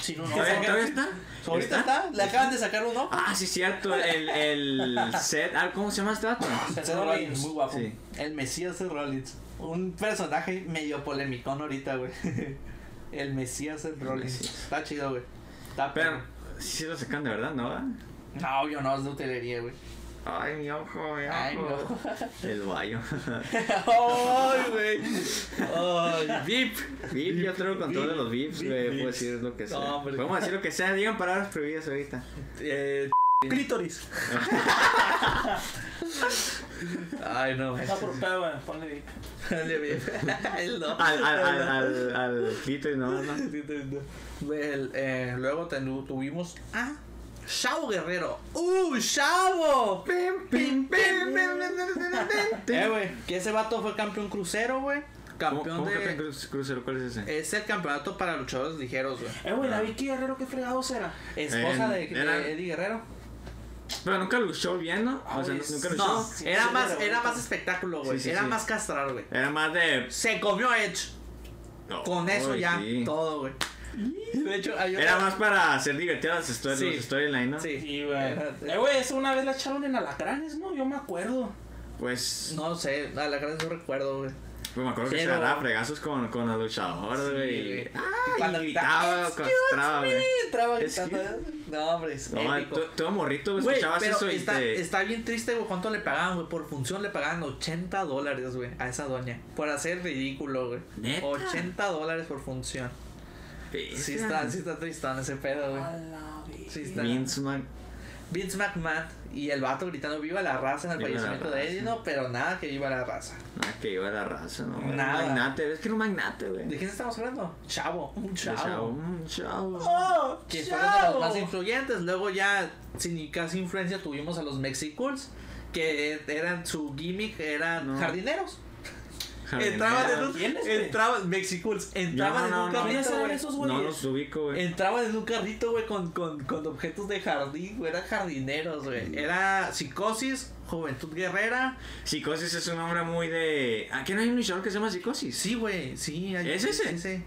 [SPEAKER 1] Si no, no.
[SPEAKER 2] ¿Todavía, todavía está?
[SPEAKER 3] Ahorita está, le acaban de sacar uno.
[SPEAKER 2] Ah, sí, cierto. El, el set. Ah, ¿Cómo se llama este dato?
[SPEAKER 3] Seth Rollins, muy guapo.
[SPEAKER 2] Sí.
[SPEAKER 3] El Mesías de Rollins. Un personaje medio polemicón ahorita, güey. El Mesías de Rollins.
[SPEAKER 2] Mesías.
[SPEAKER 3] Está chido, güey. Está
[SPEAKER 2] Pero,
[SPEAKER 3] perro.
[SPEAKER 2] sí lo sacan de verdad, ¿no?
[SPEAKER 3] No, obvio, no, es de hotelería, güey.
[SPEAKER 2] Ay, mi ojo, mi ojo.
[SPEAKER 3] Ay, no.
[SPEAKER 2] El guayo.
[SPEAKER 3] ¡Ay, güey! ¡Ay, VIP!
[SPEAKER 2] VIP, yo traigo control de los VIPs, güey. Puedo decir lo que sea.
[SPEAKER 3] No, hombre.
[SPEAKER 2] Podemos decir lo que sea. Digan palabras prohibidas ahorita.
[SPEAKER 3] Eh,
[SPEAKER 1] Clítoris.
[SPEAKER 3] ay, no.
[SPEAKER 1] Está por pedo, güey. Ponle ahí.
[SPEAKER 3] Dale, bien. El no.
[SPEAKER 2] Al, al, al, al, al Clito y no, no.
[SPEAKER 3] El, eh, luego tenu- tuvimos a Chavo Guerrero. ¡Uh, Chavo! Eh, güey, que ese vato fue campeón crucero, güey.
[SPEAKER 2] ¿Cómo,
[SPEAKER 3] Campeón
[SPEAKER 2] cómo que te
[SPEAKER 3] de...
[SPEAKER 2] cru- crucero? ¿Cuál es ese?
[SPEAKER 3] Es el campeonato para luchadores ligeros, güey.
[SPEAKER 1] Eh, güey, la Vicky Guerrero, qué fregado será.
[SPEAKER 3] Esposa
[SPEAKER 2] Eh,
[SPEAKER 3] de, de
[SPEAKER 2] era-
[SPEAKER 3] Eddie Guerrero.
[SPEAKER 2] Pero nunca luchó bien, ¿no? O sea,
[SPEAKER 1] Ay,
[SPEAKER 2] nunca luchó.
[SPEAKER 3] No,
[SPEAKER 1] sí,
[SPEAKER 3] era
[SPEAKER 1] sí,
[SPEAKER 3] más,
[SPEAKER 1] era
[SPEAKER 3] era
[SPEAKER 1] bonito.
[SPEAKER 3] más espectáculo, güey.
[SPEAKER 2] Sí, sí,
[SPEAKER 3] era
[SPEAKER 2] sí.
[SPEAKER 3] más castrar, güey.
[SPEAKER 2] Era más de.
[SPEAKER 3] Se comió Edge.
[SPEAKER 2] No,
[SPEAKER 3] Con eso
[SPEAKER 2] uy,
[SPEAKER 3] ya,
[SPEAKER 2] sí.
[SPEAKER 3] todo, güey. De hecho, hay
[SPEAKER 2] Era más para hacer divertidas las historias,
[SPEAKER 3] Sí.
[SPEAKER 2] los storylines, ¿no?
[SPEAKER 3] Sí.
[SPEAKER 1] Sí, güey.
[SPEAKER 3] Espérate.
[SPEAKER 1] Eh, güey, eso una vez la echaron en Alacranes, ¿no? Yo me acuerdo.
[SPEAKER 2] Pues,
[SPEAKER 3] No sé, a la gran no recuerdo, güey.
[SPEAKER 2] pues me acuerdo que
[SPEAKER 3] Pero-
[SPEAKER 2] se agarraba fregazos con, con la luchadora,
[SPEAKER 3] Sí,
[SPEAKER 2] güey.
[SPEAKER 3] güey.
[SPEAKER 2] ah,
[SPEAKER 3] Y cuando
[SPEAKER 2] y
[SPEAKER 3] gritaba,
[SPEAKER 2] gritaba,
[SPEAKER 3] "Excuse
[SPEAKER 2] castraba, güey.
[SPEAKER 3] Entraba
[SPEAKER 2] Es
[SPEAKER 3] gritando. No, hombre, es
[SPEAKER 2] No,
[SPEAKER 3] épico.
[SPEAKER 2] tú- todo morrito, güey,
[SPEAKER 3] Güey,
[SPEAKER 2] escuchabas
[SPEAKER 3] pero
[SPEAKER 2] eso y
[SPEAKER 3] está,
[SPEAKER 2] te.
[SPEAKER 3] está bien triste, güey. ¿Cuánto le pagaban, güey? Por función le pagaban 80 dólares, güey, a esa doña. Por hacer ridículo, güey.
[SPEAKER 2] ¿Neta?
[SPEAKER 3] 80 dólares por función. Sí está, sí está tristón ese pedo, güey.
[SPEAKER 1] la vida.
[SPEAKER 3] Sí está.
[SPEAKER 2] Vince Man.
[SPEAKER 3] Vince McMahon y el vato gritando viva la raza en el
[SPEAKER 2] Viva la
[SPEAKER 3] fallecimiento de
[SPEAKER 2] raza.
[SPEAKER 3] Eddie, no, pero nada que viva la raza.
[SPEAKER 2] Ah, que iba la raza, ¿no? Era un
[SPEAKER 3] Nada.
[SPEAKER 2] magnate, es que era un magnate, güey.
[SPEAKER 3] ¿De quién estamos hablando? Chavo, un chavo.
[SPEAKER 2] Chavo. mm, Chavo.
[SPEAKER 1] ¡Oh,
[SPEAKER 3] que fueron de los
[SPEAKER 1] chao!
[SPEAKER 3] más influyentes. Luego ya sin casi influencia tuvimos a los Mexicools, que eran su gimmick eran
[SPEAKER 2] No.
[SPEAKER 3] jardineros.
[SPEAKER 2] Jardinero.
[SPEAKER 3] Entraban en un
[SPEAKER 1] ¿Quiénes, güey?
[SPEAKER 3] entraban Mexicools, entraban
[SPEAKER 2] No,
[SPEAKER 3] en un
[SPEAKER 2] no, no.
[SPEAKER 1] ¿Quiénes
[SPEAKER 3] carrito,
[SPEAKER 1] eran
[SPEAKER 3] güey.
[SPEAKER 1] este? esos
[SPEAKER 2] No
[SPEAKER 1] güeyes?
[SPEAKER 2] los ubico, güey.
[SPEAKER 3] Entraban en un carrito, güey, con, con, con objetos de jardín, güey, eran jardineros,
[SPEAKER 2] Mm.
[SPEAKER 3] güey. Era psicosis, juventud guerrera.
[SPEAKER 2] Psicosis es un nombre muy de. ¿Aquí no hay un luchador que se llama Psicosis?
[SPEAKER 3] Sí, güey, sí. hay-
[SPEAKER 2] ¿Es ese?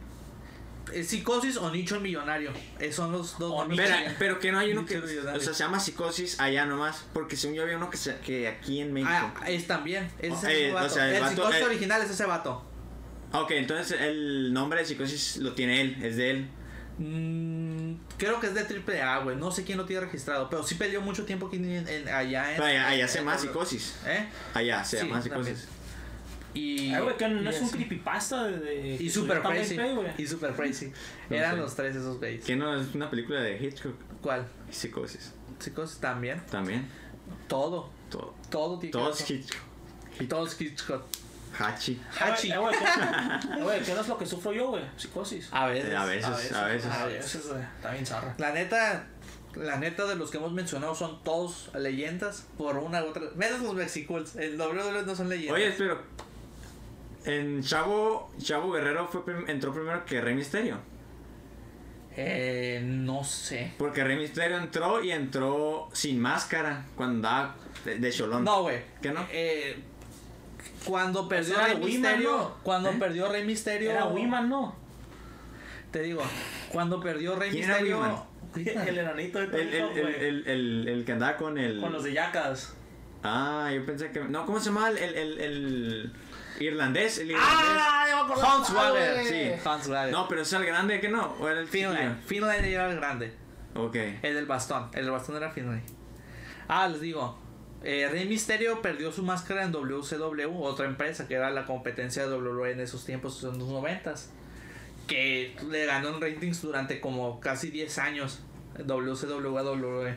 [SPEAKER 3] Eh, Psicosis o nicho millonario. Eh, son los dos.
[SPEAKER 1] O
[SPEAKER 3] nombres
[SPEAKER 2] Pero,
[SPEAKER 3] que-
[SPEAKER 2] pero que no hay uno que.
[SPEAKER 3] Nicho millonario.
[SPEAKER 2] O sea, se llama Psicosis allá nomás. Porque según yo había uno que, se- que aquí en México.
[SPEAKER 3] Ah, es también. Es ese
[SPEAKER 2] Eh,
[SPEAKER 3] mismo
[SPEAKER 2] o
[SPEAKER 3] vato.
[SPEAKER 2] sea, el
[SPEAKER 3] el
[SPEAKER 2] vato,
[SPEAKER 3] psicosis
[SPEAKER 2] eh.
[SPEAKER 3] original es ese vato.
[SPEAKER 2] ah. Ok, entonces el nombre de psicosis lo tiene él, es de él.
[SPEAKER 3] Mm, mm, creo que es de triple A, güey. No sé quién lo tiene registrado, pero sí peleó mucho tiempo aquí en, en- allá en.
[SPEAKER 2] Pero allá, allá
[SPEAKER 3] en-
[SPEAKER 2] se
[SPEAKER 3] en-
[SPEAKER 2] llama psicosis.
[SPEAKER 3] ¿Eh?
[SPEAKER 2] Allá se
[SPEAKER 3] Sí,
[SPEAKER 2] llama
[SPEAKER 3] también.
[SPEAKER 2] psicosis.
[SPEAKER 3] Y.
[SPEAKER 1] Ay, Ah, Eh, güey, que no
[SPEAKER 3] y
[SPEAKER 1] es un
[SPEAKER 3] así.
[SPEAKER 1] creepypasta de. de-
[SPEAKER 3] Y super
[SPEAKER 1] de Tampa
[SPEAKER 3] crazy.
[SPEAKER 1] Bay, güey. Eh,
[SPEAKER 3] Y super crazy.
[SPEAKER 2] No
[SPEAKER 3] Eran
[SPEAKER 2] sé.
[SPEAKER 3] los tres esos güeyes.
[SPEAKER 2] Que no es una película de Hitchcock.
[SPEAKER 3] ¿Cuál?
[SPEAKER 2] Psicosis.
[SPEAKER 3] Chicos, también.
[SPEAKER 2] También.
[SPEAKER 3] Todo.
[SPEAKER 2] Todo.
[SPEAKER 3] Todo tiene
[SPEAKER 2] Todos
[SPEAKER 3] que ver
[SPEAKER 2] Hitchcock.
[SPEAKER 3] con- Todos Hitchcock.
[SPEAKER 2] Hitch- Hachi.
[SPEAKER 3] Hachi.
[SPEAKER 1] Ay, güey, ¿qué- eh, güey, ¿qué no es lo que sufro yo, güey? Psicosis.
[SPEAKER 3] A veces.
[SPEAKER 2] Eh, A veces, a veces.
[SPEAKER 1] Ah, eso es, güey, Está bien zarra.
[SPEAKER 3] La neta, la neta de los que hemos mencionado son todos leyendas por una u otra. Menos los Mexicools. El WWE no son leyendas.
[SPEAKER 2] Oye, pero. En Chavo, Chavo Guerrero fue prim- entró primero que Rey Misterio.
[SPEAKER 3] Eh, no sé.
[SPEAKER 2] Porque Rey Misterio entró y entró sin máscara cuando andaba de, de Cholón.
[SPEAKER 3] No, güey.
[SPEAKER 2] ¿Qué no?
[SPEAKER 3] Eh, cuando perdió
[SPEAKER 1] era
[SPEAKER 3] Rey
[SPEAKER 1] Wiman,
[SPEAKER 3] Misterio.
[SPEAKER 1] ¿no?
[SPEAKER 3] Cuando
[SPEAKER 2] ¿Eh?
[SPEAKER 3] perdió Rey Misterio.
[SPEAKER 1] Era Wiman, ¿no?
[SPEAKER 3] Te digo, cuando perdió Rey
[SPEAKER 2] ¿Quién era
[SPEAKER 3] Misterio.
[SPEAKER 2] Wiman?
[SPEAKER 1] El enanito de
[SPEAKER 2] El, el,
[SPEAKER 1] Tony Hawk,
[SPEAKER 2] el,
[SPEAKER 1] güey.
[SPEAKER 2] el- el- el que andaba con el.
[SPEAKER 1] Con los de Yacas.
[SPEAKER 2] Ah, yo pensé que. No, ¿cómo se llama? El, el, el, el irlandés.
[SPEAKER 1] Ah,
[SPEAKER 2] El irlandés.
[SPEAKER 1] ya me acordé.
[SPEAKER 3] Hans
[SPEAKER 1] Ah,
[SPEAKER 3] Waller.
[SPEAKER 1] güey.
[SPEAKER 2] sí.
[SPEAKER 3] Hans Waller.
[SPEAKER 2] No, pero es el grande que no. ¿O era el
[SPEAKER 3] Finland. Finland era el grande.
[SPEAKER 2] chiquillo? Ok.
[SPEAKER 1] Eh,
[SPEAKER 3] El del bastón. El del bastón era Finlay. Ah, les digo. Eh, Rey Misterio perdió su máscara en WCW, otra empresa que era la competencia de WWE en esos tiempos, en los noventas. Que le ganó en ratings durante como casi 10 años. WCW a E. WWE.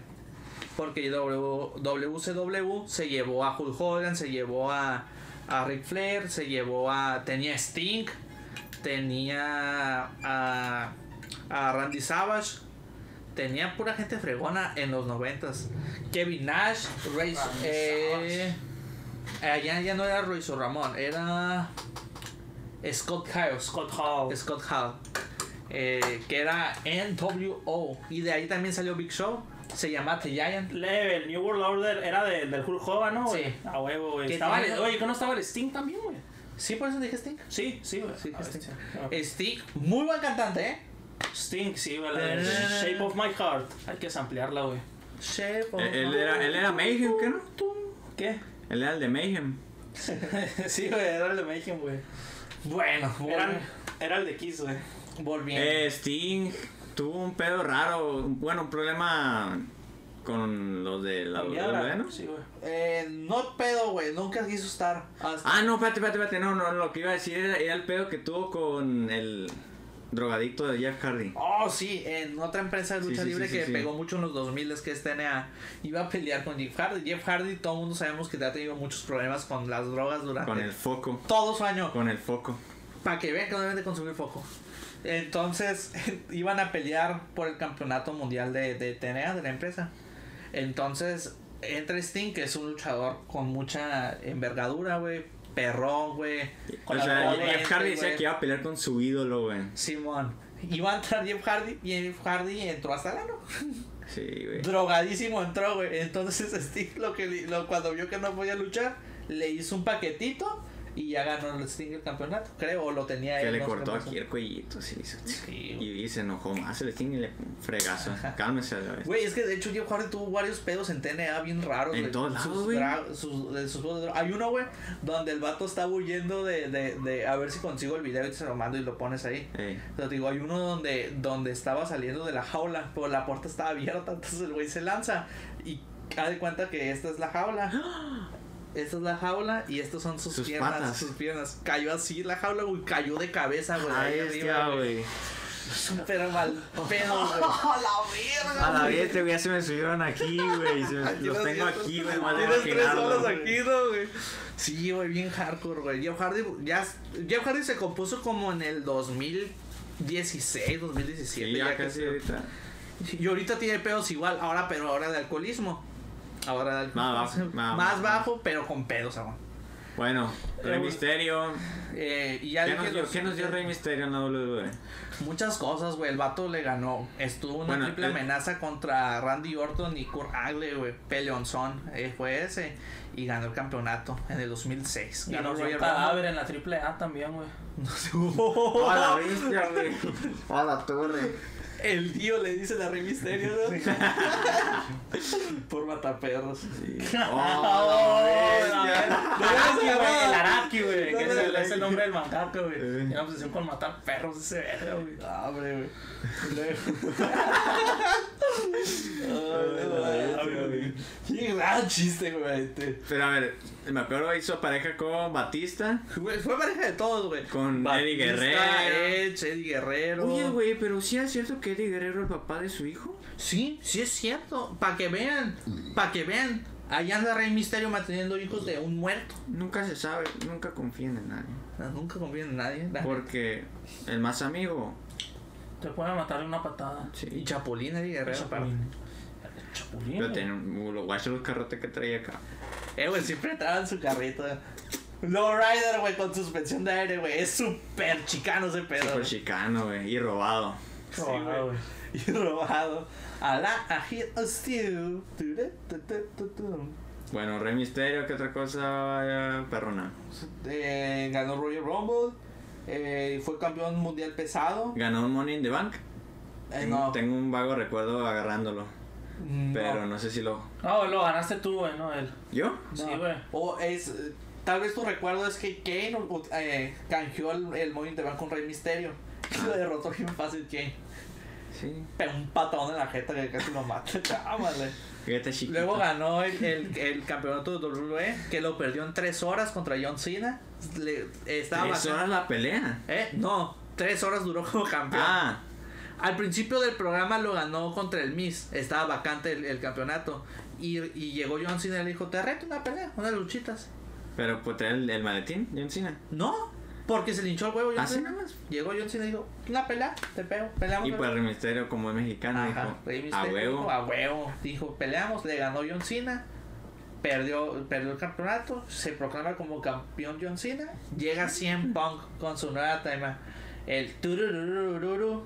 [SPEAKER 3] Porque W- WCW se llevó a Hulk Hogan, se llevó a, a Ric Flair, se llevó a... Tenía Sting, tenía a, a Randy Savage, tenía pura gente fregona en los noventas. Kevin Nash, Ray,
[SPEAKER 1] Randy
[SPEAKER 3] eh, allá ya no era Ruiz o Ramón, era Scott Hall.
[SPEAKER 1] Scott Hall.
[SPEAKER 3] Scott Hall, eh, que era NWO. Y de ahí también salió Big Show, se llamaba The Giant.
[SPEAKER 1] Level, New World Order era de- del Hulk Hogan, ¿no? güey?
[SPEAKER 3] Sí.
[SPEAKER 1] A huevo, güey.
[SPEAKER 3] Que
[SPEAKER 1] Estaba
[SPEAKER 3] tenía-
[SPEAKER 1] el- Oye, que no estaba el Sting también, güey.
[SPEAKER 3] Sí, por eso dije Sting.
[SPEAKER 1] Sí, sí, güey.
[SPEAKER 3] Sí,
[SPEAKER 1] Ah,
[SPEAKER 3] Sting.
[SPEAKER 1] Sting. Ah.
[SPEAKER 3] Sting, muy buen cantante, ¿eh?
[SPEAKER 1] Sting, sí, güey. la de Shape of My Heart. Hay que ampliarla, güey.
[SPEAKER 3] Shape of
[SPEAKER 2] Eh, Él
[SPEAKER 3] my-
[SPEAKER 2] era, él era Mayhem, ¿qué no?
[SPEAKER 1] ¿Qué?
[SPEAKER 2] Él era el de Mayhem.
[SPEAKER 1] sí, güey, era el de Mayhem, güey.
[SPEAKER 3] Bueno,
[SPEAKER 1] Eran-
[SPEAKER 3] volvi-
[SPEAKER 1] Era el de Kiss, güey.
[SPEAKER 3] volviendo.
[SPEAKER 2] Eh, Sting tuvo un pedo raro. Bueno, un problema con los de la WWE, ¿no?
[SPEAKER 1] Sí, Ah, güey.
[SPEAKER 3] Eh, no pedo, güey, nunca quiso estar. Hasta-
[SPEAKER 2] Ah, no, espérate, espérate, espérate. No, no, lo que iba a decir era, era el pedo que tuvo con el drogadicto de Jeff Hardy.
[SPEAKER 3] Oh, sí, en otra empresa de
[SPEAKER 2] Sí,
[SPEAKER 3] lucha
[SPEAKER 2] sí,
[SPEAKER 3] libre
[SPEAKER 2] sí, sí,
[SPEAKER 3] que
[SPEAKER 2] sí.
[SPEAKER 3] pegó mucho en los 2000 es que es TNA. Iba a pelear con Jeff Hardy. Jeff Hardy, todo el mundo sabemos que ha tenido muchos problemas con las drogas durante
[SPEAKER 2] Con el foco.
[SPEAKER 3] todo su año.
[SPEAKER 2] Con el foco.
[SPEAKER 3] Para que vean que no deben de consumir foco. Entonces, iban a pelear por el campeonato mundial de, de TNA, de la empresa. Entonces, entra Sting, que es un luchador con mucha envergadura, güey. Perrón, güey.
[SPEAKER 2] O
[SPEAKER 3] con la
[SPEAKER 2] sea,
[SPEAKER 3] cola,
[SPEAKER 2] Jeff Hardy
[SPEAKER 3] este,
[SPEAKER 2] decía
[SPEAKER 3] güey.
[SPEAKER 2] que iba a pelear con su ídolo, güey.
[SPEAKER 3] Simón. Iba a entrar Jeff Hardy y Jeff Hardy entró hasta el ano.
[SPEAKER 2] Sí, güey.
[SPEAKER 3] Drogadísimo entró, güey. Entonces Sting lo que le- lo- cuando vio que no podía luchar, le hizo un paquetito y ya ganó el Sting el campeonato, creo, o lo tenía
[SPEAKER 2] Que
[SPEAKER 3] él,
[SPEAKER 2] le
[SPEAKER 3] eh, no sé
[SPEAKER 2] cortó
[SPEAKER 3] qué pasó.
[SPEAKER 2] aquí el cuellito, sí, hizo-
[SPEAKER 3] Sí, güey.
[SPEAKER 2] y, y se enojó más el Sting y le pum, fregazo. Cálmese a la vez.
[SPEAKER 3] Güey, es que de hecho Jeff Hardy tuvo varios pedos en TNA bien raros.
[SPEAKER 2] En
[SPEAKER 3] güey.
[SPEAKER 2] todos lados,
[SPEAKER 3] Sus
[SPEAKER 2] güey.
[SPEAKER 3] dra- sus- de sus juegos de dro- Hay uno, güey, donde el vato estaba huyendo de, de, de- A ver si consigo el video y te se lo mando y lo pones ahí.
[SPEAKER 2] Ey.
[SPEAKER 3] Pero te digo, hay uno donde, donde estaba saliendo de la jaula, pero la puerta estaba abierta, entonces el güey se lanza y haz de cuenta que esta es la jaula. Esta es la jaula y estas son sus,
[SPEAKER 2] Sus
[SPEAKER 3] piernas,
[SPEAKER 2] patas.
[SPEAKER 3] sus piernas. Cayó así la jaula, güey, cayó de cabeza, güey.
[SPEAKER 2] Ay,
[SPEAKER 3] ahí
[SPEAKER 2] bestia,
[SPEAKER 3] arriba, güey.
[SPEAKER 2] güey.
[SPEAKER 3] Pero mal pedo, güey. Ah,
[SPEAKER 2] A la bestia, güey, ya se me subieron aquí, güey. Se me- Los tengo aquí, güey, más de
[SPEAKER 3] Tienes tres
[SPEAKER 2] imaginarlo,
[SPEAKER 3] horas
[SPEAKER 2] güey.
[SPEAKER 3] aquí, ¿no, güey? Sí, güey, bien hardcore, güey. Jeff Hardy, ya, Jeff Hardy se compuso como en el 2016, 2017.
[SPEAKER 2] Sí, ya
[SPEAKER 3] que
[SPEAKER 2] casi
[SPEAKER 3] se-
[SPEAKER 2] ahorita.
[SPEAKER 3] Y ahorita tiene pedos igual, ahora, pero ahora de alcoholismo. Ahora de alcoholismo.
[SPEAKER 2] Más bajo, más-
[SPEAKER 3] Más
[SPEAKER 2] más-
[SPEAKER 3] bajo, pero con pedos aún.
[SPEAKER 2] Bueno, Rey Misterio.
[SPEAKER 3] Eh, y ya
[SPEAKER 2] ¿Qué
[SPEAKER 3] dije
[SPEAKER 2] nos dio,
[SPEAKER 3] los-
[SPEAKER 2] qué nos dio Rey Misterio en la WWE?
[SPEAKER 3] Muchas cosas, güey. El vato le ganó. Estuvo una
[SPEAKER 2] Bueno, eh,
[SPEAKER 3] triple
[SPEAKER 2] el-
[SPEAKER 3] amenaza contra Randy Orton y Kurt Angle, güey. Peleonzón eh, fue ese. Y ganó el campeonato en el 2006.
[SPEAKER 1] Y
[SPEAKER 3] Ganó
[SPEAKER 1] nos dio
[SPEAKER 3] Royal
[SPEAKER 1] un
[SPEAKER 3] Rumble.
[SPEAKER 1] cadáver en la AAA también, güey.
[SPEAKER 2] A la bestia, güey. A la torre.
[SPEAKER 3] El tío le dice la Rey Misterio, ¿no? Por mataperros.
[SPEAKER 2] Oh,
[SPEAKER 1] Ah,
[SPEAKER 2] bestia.
[SPEAKER 1] la verga.
[SPEAKER 3] No,
[SPEAKER 1] güey,
[SPEAKER 3] no,
[SPEAKER 1] el
[SPEAKER 3] no.
[SPEAKER 1] Araki, güey, que
[SPEAKER 3] No,
[SPEAKER 1] es
[SPEAKER 3] no,
[SPEAKER 1] el,
[SPEAKER 3] no.
[SPEAKER 1] es el nombre del mangaka, güey.
[SPEAKER 2] Eh.
[SPEAKER 1] Tiene obsesión con matar perros ese verga, güey.
[SPEAKER 3] Ah, hombre, güey.
[SPEAKER 2] la verga, güey.
[SPEAKER 3] Qué gran chiste, güey. este.
[SPEAKER 2] Pero a ver, me acuerdo hizo pareja con Batista,
[SPEAKER 3] Güey, Fue pareja de todos, güey.
[SPEAKER 2] con Eddie
[SPEAKER 3] Batista,
[SPEAKER 2] Guerrero.
[SPEAKER 3] Edge, Eddie Guerrero.
[SPEAKER 2] Oye, güey, pero sí es cierto que Eddie Guerrero es el papá de su hijo.
[SPEAKER 3] Sí, sí es cierto. Pa' que vean,
[SPEAKER 4] Para que vean, ahí anda Rey Misterio manteniendo hijos de un muerto.
[SPEAKER 2] Nunca se sabe, nunca confíen en nadie.
[SPEAKER 3] No, Nunca confían en nadie. La-
[SPEAKER 2] Porque el más amigo,
[SPEAKER 1] Te pueden matar de una patada.
[SPEAKER 3] Y
[SPEAKER 2] sí.
[SPEAKER 3] Chapulín, Eddie Guerrero.
[SPEAKER 1] Chapulín. Chapulín.
[SPEAKER 2] Pero
[SPEAKER 1] güey.
[SPEAKER 2] tenía un- lo guacho los carrotes que traía acá.
[SPEAKER 3] Eh, güey, siempre entraba en su carrito. Lowrider, güey, con suspensión de aire, güey. Es súper chicano ese pedo.
[SPEAKER 2] Super
[SPEAKER 3] güey.
[SPEAKER 2] chicano, güey, y robado.
[SPEAKER 1] Probado,
[SPEAKER 3] güey.
[SPEAKER 1] güey.
[SPEAKER 3] y robado. A la a hit a stew. Tu, tu, tu, tu, tu, tu.
[SPEAKER 2] Bueno, Rey Misterio, ¿qué otra cosa eh, perrona?
[SPEAKER 3] Eh, ganó Royal Rumble. Eh, fue campeón mundial pesado.
[SPEAKER 2] Ganó un Money in the Bank.
[SPEAKER 3] Eh,
[SPEAKER 2] Tengo-
[SPEAKER 3] no, mm,
[SPEAKER 2] Tengo un vago recuerdo agarrándolo,
[SPEAKER 3] no.
[SPEAKER 2] pero no sé si lo...
[SPEAKER 1] No, lo ganaste tú, Ah, güey, no él.
[SPEAKER 2] ¿Yo?
[SPEAKER 1] Sí,
[SPEAKER 3] No.
[SPEAKER 1] güey.
[SPEAKER 3] O es. eh, Tal vez tu recuerdo es que Kane uh, eh, canjeó el, el Money in the Bank con Rey Misterio. Y lo derrotó bien fácil Kane.
[SPEAKER 2] Sí.
[SPEAKER 3] Pero un patadón en la jeta que casi lo mata. Chámale.
[SPEAKER 2] Fíjate chiquito.
[SPEAKER 3] Luego ganó el, el, el campeonato de WWE, que lo perdió en tres horas contra John Cena. Le- estaba
[SPEAKER 2] Tres
[SPEAKER 3] bastante-
[SPEAKER 2] horas la pelea.
[SPEAKER 3] ¿Eh? No, tres horas duró como campeón.
[SPEAKER 2] Ah,
[SPEAKER 3] Al principio del programa lo ganó contra el Miss. Estaba vacante el, el campeonato. Y, y llegó John Cena y le dijo, te reto una pelea, unas luchitas.
[SPEAKER 2] pero pues trae el, el maletín, John Cena.
[SPEAKER 3] No, porque se le hinchó el huevo John
[SPEAKER 2] Así
[SPEAKER 3] Cena.
[SPEAKER 2] nada más.
[SPEAKER 3] Llegó John Cena y dijo, una pelea, te pego, peleamos.
[SPEAKER 2] Y pues
[SPEAKER 3] peleamos".
[SPEAKER 2] Rey Misterio, como es mexicano,
[SPEAKER 3] Ajá, Rey
[SPEAKER 2] dijo, a
[SPEAKER 3] Mysterio dijo,
[SPEAKER 2] huevo.
[SPEAKER 3] a huevo. Dijo, peleamos, le ganó John Cena. Perdió, perdió el campeonato, se proclama como campeón John Cena. Llega 100 Punk con su nueva tema. El turururururu.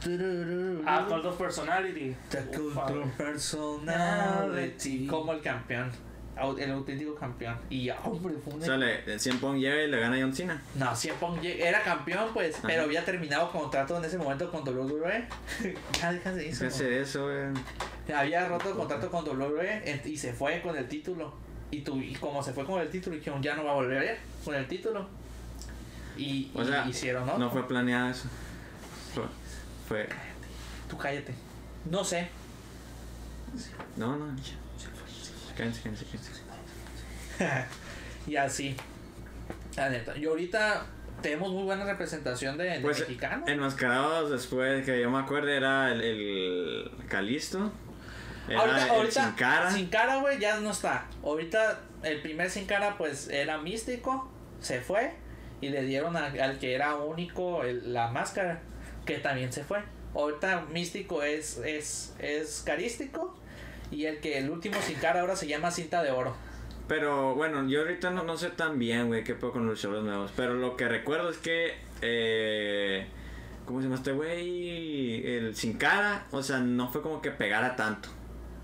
[SPEAKER 3] turururururu,
[SPEAKER 1] Ah, Cult of Personality.
[SPEAKER 3] The
[SPEAKER 1] Uf,
[SPEAKER 3] Cult of Personality. Como el campeón. au- El auténtico campeón. Y ya, hombre, fue un.
[SPEAKER 2] Sale, el 100 Pong llega y le gana a John Cena.
[SPEAKER 3] No, CM Punk lleg- era campeón, pues,
[SPEAKER 2] Ajá.
[SPEAKER 3] pero había terminado contrato en ese momento con WWE. ya déjase
[SPEAKER 2] ¿Qué
[SPEAKER 3] eso.
[SPEAKER 2] hace de eso, güey?
[SPEAKER 3] Había roto el contrato con WWE en- y se fue con el título. Y, tu, y como se fue con el título, dijeron ya no va a volver con el título. Y,
[SPEAKER 2] O
[SPEAKER 3] y
[SPEAKER 2] sea,
[SPEAKER 3] hicieron, ¿no?
[SPEAKER 2] No, fue planeado eso. Fue, fue-
[SPEAKER 3] Tú cállate. No sé.
[SPEAKER 2] No, no. ya. Cállense, cállense, cállense.
[SPEAKER 3] y así. La neta. Y ahorita tenemos muy buena representación de, de
[SPEAKER 2] Pues,
[SPEAKER 3] mexicanos.
[SPEAKER 2] Enmascarados después, que yo me acuerdo, era el, el Calisto. Era
[SPEAKER 3] ahorita,
[SPEAKER 2] el
[SPEAKER 3] ahorita,
[SPEAKER 2] Sin Cara.
[SPEAKER 3] Sin cara, güey, ya no está. Ahorita, el primer sin cara, pues, era místico, se fue, y le dieron a- al que era único el- la máscara, que también se fue. Ahorita místico es, es, es carístico, y el que el último sin cara ahora se llama cinta de oro.
[SPEAKER 2] Pero bueno, yo ahorita no, no sé tan bien, güey, qué puedo con los luchadores nuevos. Pero lo que recuerdo es que. Eh, ¿Cómo se llama este güey? El sin cara. O sea, no fue como que pegara tanto.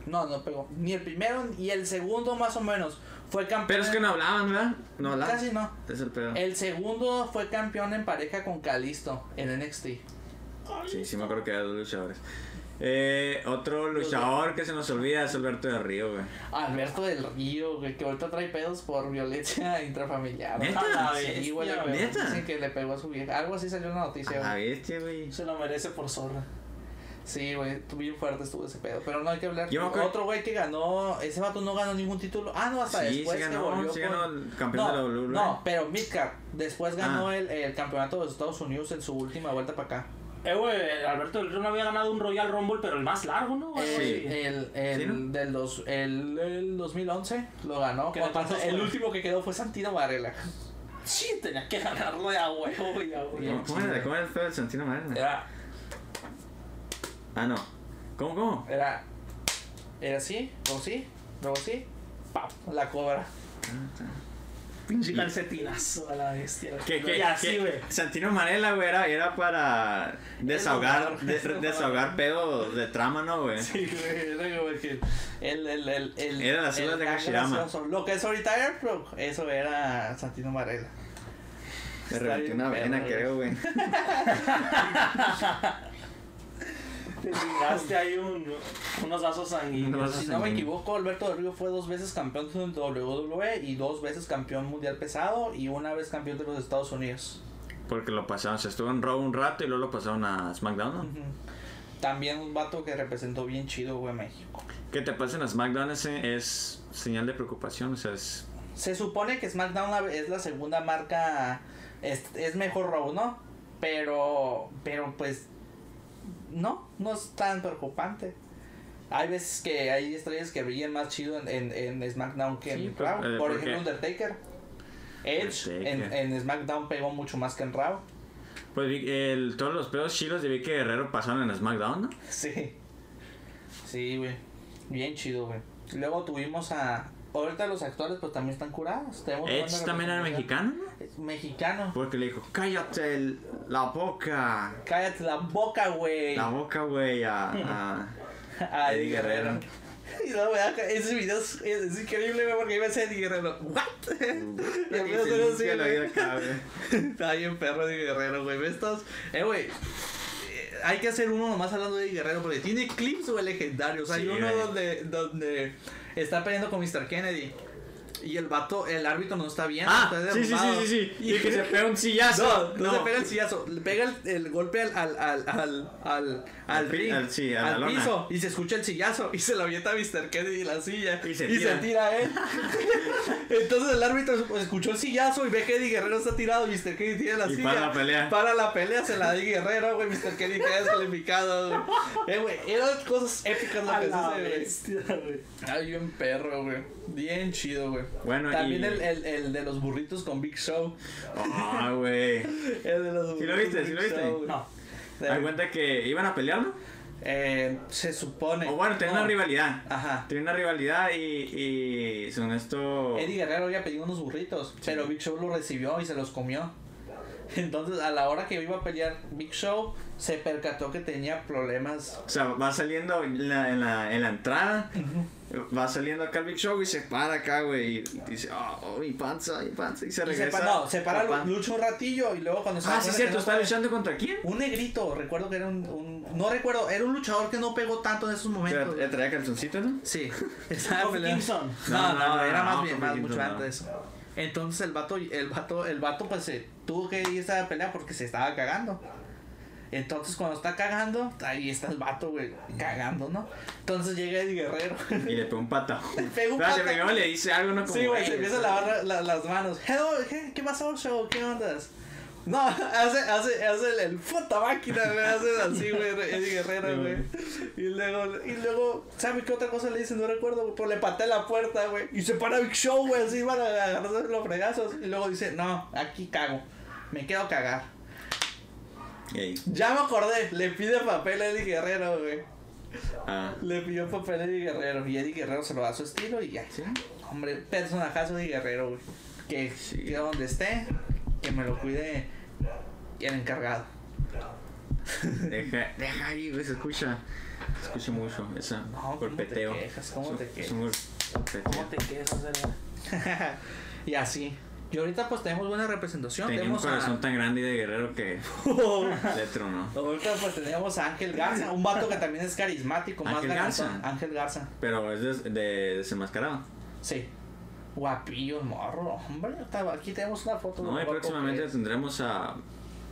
[SPEAKER 3] No, no pegó. Ni el primero ni el segundo, más o menos. Fue campeón.
[SPEAKER 2] Pero es que no hablaban, ¿verdad? No hablaban.
[SPEAKER 3] Casi no. Eh,
[SPEAKER 2] Es el pedo.
[SPEAKER 3] El segundo fue campeón en pareja con Calisto en NXT.
[SPEAKER 2] Sí, sí, me acuerdo que eran dos luchadores. Eh, otro luchador que se nos olvida es Alberto de Río, güey.
[SPEAKER 3] Alberto del Río, güey, que ahorita trae pedos por violencia intrafamiliar. güey.
[SPEAKER 2] ¿Neta?
[SPEAKER 3] Sí, güey, le
[SPEAKER 1] ¿Neta?
[SPEAKER 3] pegó- Dicen que le pegó a su vieja. Algo así salió en la noticia,
[SPEAKER 2] A
[SPEAKER 3] güey.
[SPEAKER 2] Ah, bestia, güey.
[SPEAKER 1] Se lo merece por zorra.
[SPEAKER 3] Sí, güey, tú bien fuerte estuvo ese pedo. Pero no hay que hablar.
[SPEAKER 2] Yo me acuerdo-
[SPEAKER 3] Otro güey que ganó, ese vato no ganó ningún título. Ah, no, hasta
[SPEAKER 2] Sí,
[SPEAKER 3] después
[SPEAKER 2] sí
[SPEAKER 3] que
[SPEAKER 2] ganó,
[SPEAKER 3] volvió.
[SPEAKER 2] sí
[SPEAKER 3] con-
[SPEAKER 2] ganó el campeón
[SPEAKER 3] no,
[SPEAKER 2] de la WWE.
[SPEAKER 3] no, pero Midcard después ganó
[SPEAKER 2] Ah.
[SPEAKER 3] el, el campeonato de los Estados Unidos en su última vuelta para acá.
[SPEAKER 1] Eh, güey, Alberto del Río no había ganado un Royal Rumble, pero el más largo, ¿no?
[SPEAKER 3] El,
[SPEAKER 2] Sí. Eh.
[SPEAKER 3] el, el,
[SPEAKER 2] Sí, ¿no?
[SPEAKER 3] del dos, el, el 2011 lo ganó.
[SPEAKER 1] ¿Qué le
[SPEAKER 3] contra-
[SPEAKER 1] pasó,
[SPEAKER 3] el
[SPEAKER 1] güey?
[SPEAKER 3] último que quedó fue Santino Varela.
[SPEAKER 1] Sí, tenía que ganarlo de a huevo, güey, a huevo.
[SPEAKER 2] ¿Cómo era, ¿Cómo era el pedo del Santino Marina?
[SPEAKER 3] Era
[SPEAKER 2] Ah, no. ¿Cómo, cómo?
[SPEAKER 3] Era. Era así, luego sí, luego sí, ¡pam! La cobra.
[SPEAKER 1] Pinche calcetinazo a la bestia. güey.
[SPEAKER 2] Que, que,
[SPEAKER 1] y así,
[SPEAKER 2] que
[SPEAKER 1] güey.
[SPEAKER 2] Santino Marella, güey, era, era para desahogar,
[SPEAKER 3] Desahogar.
[SPEAKER 2] de- desahogar pedo de trama, ¿no, güey?
[SPEAKER 3] Sí, güey, era como que el, el, el, el-
[SPEAKER 2] Era las
[SPEAKER 3] el
[SPEAKER 2] olas de
[SPEAKER 3] tan
[SPEAKER 2] Hashirama.
[SPEAKER 3] gracioso. Lo que es ahorita Airbrook, eso era Santino Marella.
[SPEAKER 2] Le
[SPEAKER 3] Está
[SPEAKER 2] reventé
[SPEAKER 3] bien
[SPEAKER 2] una
[SPEAKER 3] perro,
[SPEAKER 2] vena,
[SPEAKER 3] güey.
[SPEAKER 2] creo, güey.
[SPEAKER 1] Te chingaste ahí un- unos vasos sanguíneos.
[SPEAKER 2] Unos-
[SPEAKER 3] Si no me equivoco, Alberto del Río fue dos veces campeón del WWE E y dos veces campeón mundial pesado y una vez campeón de los Estados Unidos.
[SPEAKER 2] Porque lo pasaron, se estuvo en Raw un rato y luego lo pasaron a SmackDown. ¿no?
[SPEAKER 3] También un vato que representó bien chido, güey, México.
[SPEAKER 2] Que te pasen a SmackDown es, es señal de preocupación, o sea, es...
[SPEAKER 3] Se supone que SmackDown es la segunda marca, es, es mejor Raw, ¿no? Pero, pero pues, no, no es tan preocupante. Hay veces que hay estrellas que brillan más chido en, en, en SmackDown que
[SPEAKER 2] Sí,
[SPEAKER 3] en
[SPEAKER 2] pero,
[SPEAKER 3] Raw. Por
[SPEAKER 2] eh, ¿por
[SPEAKER 3] ejemplo,
[SPEAKER 2] qué?
[SPEAKER 3] Undertaker. Edge en,
[SPEAKER 2] Undertaker.
[SPEAKER 3] en SmackDown pegó mucho más que en Raw.
[SPEAKER 2] Pues vi- el- todos los pedos chilos de Vicky Guerrero pasaron en SmackDown, ¿no?
[SPEAKER 3] Sí. Sí, güey. Bien chido, güey. Luego tuvimos a... Ahorita los actores pues también están curados. Tenemos buena
[SPEAKER 2] Edge también era
[SPEAKER 3] representatividad.
[SPEAKER 2] mexicano, ¿no?
[SPEAKER 3] Mexicano.
[SPEAKER 2] Porque le dijo, cállate el- la boca.
[SPEAKER 3] Cállate la boca, güey.
[SPEAKER 2] La boca, güey, a... a-
[SPEAKER 3] A Eddie
[SPEAKER 2] Eddie
[SPEAKER 3] Guerrero.
[SPEAKER 2] Guerrero.
[SPEAKER 3] Y luego me da ca- ese video es, es increíble, güey, porque iba a ser Eddie Guerrero. ¿What? Y al menos
[SPEAKER 2] se
[SPEAKER 3] era
[SPEAKER 2] limpia
[SPEAKER 3] así,
[SPEAKER 2] la
[SPEAKER 3] güey.
[SPEAKER 2] vida acá, güey.
[SPEAKER 3] Está bien perro Eddie Guerrero, güey. ¿Ves estos? Eh, güey. eh, Hay que hacer uno nomás hablando de Eddie Guerrero porque tiene clips, güey, legendarios. Hay
[SPEAKER 2] Sí,
[SPEAKER 3] uno
[SPEAKER 2] güey.
[SPEAKER 3] donde, donde está peleando con Mr. Kennedy y el vato, el árbitro no está bien.
[SPEAKER 2] Ah,
[SPEAKER 3] está
[SPEAKER 2] sí, sí, sí,
[SPEAKER 3] derrumbado.
[SPEAKER 2] sí, sí.
[SPEAKER 3] Y-
[SPEAKER 2] Y que se pega un sillazo.
[SPEAKER 3] No, no, se pega el sillazo, le pega el, el golpe al, al, al, al, al, al
[SPEAKER 2] Al pi-
[SPEAKER 3] ring,
[SPEAKER 2] al- sí, a la
[SPEAKER 3] al
[SPEAKER 2] lona.
[SPEAKER 3] piso, y se escucha el sillazo, y se lo avienta a Mr. Kennedy en la silla,
[SPEAKER 2] Y se tira.
[SPEAKER 3] a él. Entonces el árbitro pues, escuchó el sillazo y ve que Eddie Guerrero está tirado, Mr. Kennedy tiene la
[SPEAKER 2] Y
[SPEAKER 3] silla.
[SPEAKER 2] para la pelea.
[SPEAKER 3] Para la pelea se la da Eddie Guerrero, güey, Mr. Kennedy queda descalificado, güey. Eh, güey, eran cosas épicas lo
[SPEAKER 1] A
[SPEAKER 3] que
[SPEAKER 1] la
[SPEAKER 3] se güey.
[SPEAKER 1] bestia, güey.
[SPEAKER 3] Ay, bien perro, güey. Bien chido, güey.
[SPEAKER 2] Bueno,
[SPEAKER 3] También
[SPEAKER 2] y-
[SPEAKER 3] el, el, el de los burritos con Big Show.
[SPEAKER 2] Ah, güey.
[SPEAKER 3] El de los
[SPEAKER 2] ¿Sí lo viste? ¿Sí lo viste? Ah,
[SPEAKER 3] Show, güey.
[SPEAKER 1] No.
[SPEAKER 3] Sí.
[SPEAKER 2] Da cuenta que iban a pelear, ¿no?
[SPEAKER 3] Eh, se supone.
[SPEAKER 2] O Oh, bueno, tenían
[SPEAKER 3] No. Ah.
[SPEAKER 2] una rivalidad.
[SPEAKER 3] Ajá.
[SPEAKER 2] Tenían una rivalidad y, y según esto...
[SPEAKER 3] Eddie Guerrero había pedido unos burritos, pero Big Show lo recibió y se los comió. Entonces, a la hora que iba a pelear Big Show, se percató que tenía problemas.
[SPEAKER 2] O sea, va saliendo en la, en la, en la entrada, va saliendo acá el Big Show y se para acá, güey, y dice, oh, oh, mi panza, mi panza, y se
[SPEAKER 3] Y se
[SPEAKER 2] regresa.
[SPEAKER 3] pa- no, se para,
[SPEAKER 2] la pan-
[SPEAKER 3] lucha un ratillo y luego cuando se
[SPEAKER 2] Ah,
[SPEAKER 3] da cuenta
[SPEAKER 2] sí, es
[SPEAKER 3] que
[SPEAKER 2] cierto,
[SPEAKER 3] no
[SPEAKER 2] ¿está
[SPEAKER 3] puede-
[SPEAKER 2] luchando contra quién?
[SPEAKER 3] Un negrito, recuerdo que era un, un- No recuerdo, era un luchador que no pegó tanto en esos
[SPEAKER 2] Pero
[SPEAKER 3] momentos.
[SPEAKER 2] eh, traía calzoncito, ¿no?
[SPEAKER 3] Sí, estaba
[SPEAKER 1] Kofi
[SPEAKER 3] peleando.
[SPEAKER 1] Kingston.
[SPEAKER 3] No, no,
[SPEAKER 2] No, no, no,
[SPEAKER 3] era
[SPEAKER 2] no,
[SPEAKER 3] más
[SPEAKER 2] no,
[SPEAKER 3] bien,
[SPEAKER 2] Kofi
[SPEAKER 3] más,
[SPEAKER 2] Kingston,
[SPEAKER 3] mucho
[SPEAKER 2] no.
[SPEAKER 3] antes. Entonces el vato, el vato, el vato pues se tuvo que irse a la pelea porque se estaba cagando. Entonces cuando está cagando, ahí está el vato, güey, cagando, ¿no? Entonces llega el guerrero.
[SPEAKER 2] Y le pegó un patao.
[SPEAKER 3] Le pegó un
[SPEAKER 2] Espérate,
[SPEAKER 3] patao.
[SPEAKER 2] primero le dice algo, ¿no? Como,
[SPEAKER 3] Sí, güey, se
[SPEAKER 2] "Ey,
[SPEAKER 3] empieza a lavar la- la- las manos. Hello, ¿qué, qué pasó, show? ¿Qué ondas? No, hace, hace, hace el, el puta máquina, güey. Hace así, güey, Eddie Guerrero, güey. Y luego, y luego, ¿sabe qué otra cosa le dicen? No recuerdo, güey. Pero le patea la puerta, güey. Y se para Big Show, güey, así para agarrarse los fregazos. Y luego dice, no, aquí cago. Me quedo a cagar.
[SPEAKER 2] ey,
[SPEAKER 3] Ya me acordé, le pide papel a Eddie Guerrero, güey.
[SPEAKER 2] ah,
[SPEAKER 3] Le pidió papel a Eddie Guerrero. Y Eddie Guerrero se lo da a su estilo y ya.
[SPEAKER 2] ¿sí?
[SPEAKER 3] Hombre, personajazo de guerrero, güey. Que,
[SPEAKER 2] Sí.
[SPEAKER 3] que donde esté, que me lo cuide el encargado.
[SPEAKER 2] Deja, deja ahí, güey, se escucha. Se escucha mucho, esa
[SPEAKER 3] No, ¿cómo te
[SPEAKER 2] golpeteo.
[SPEAKER 3] quejas? ¿Cómo
[SPEAKER 2] Es un-
[SPEAKER 3] te quejas?
[SPEAKER 2] es un golpeteo.
[SPEAKER 1] ¿Cómo te quedas hacer?
[SPEAKER 3] y así. Y ahorita pues tenemos buena representación.
[SPEAKER 2] Tenía un
[SPEAKER 3] tenemos
[SPEAKER 2] corazón
[SPEAKER 3] a...
[SPEAKER 2] tan grande y de guerrero que le tronó.
[SPEAKER 3] Ahorita pues tenemos a Ángel Garza, un vato que también es carismático, más
[SPEAKER 2] Ángel
[SPEAKER 3] galantón.
[SPEAKER 2] Garza.
[SPEAKER 3] Ángel Garza,
[SPEAKER 2] Pero es des- de desenmascarado.
[SPEAKER 3] sí. Guapillo, morro, hombre. estaba- Aquí tenemos una foto.
[SPEAKER 2] No, y
[SPEAKER 3] guapo
[SPEAKER 2] próximamente
[SPEAKER 3] que es.
[SPEAKER 2] tendremos a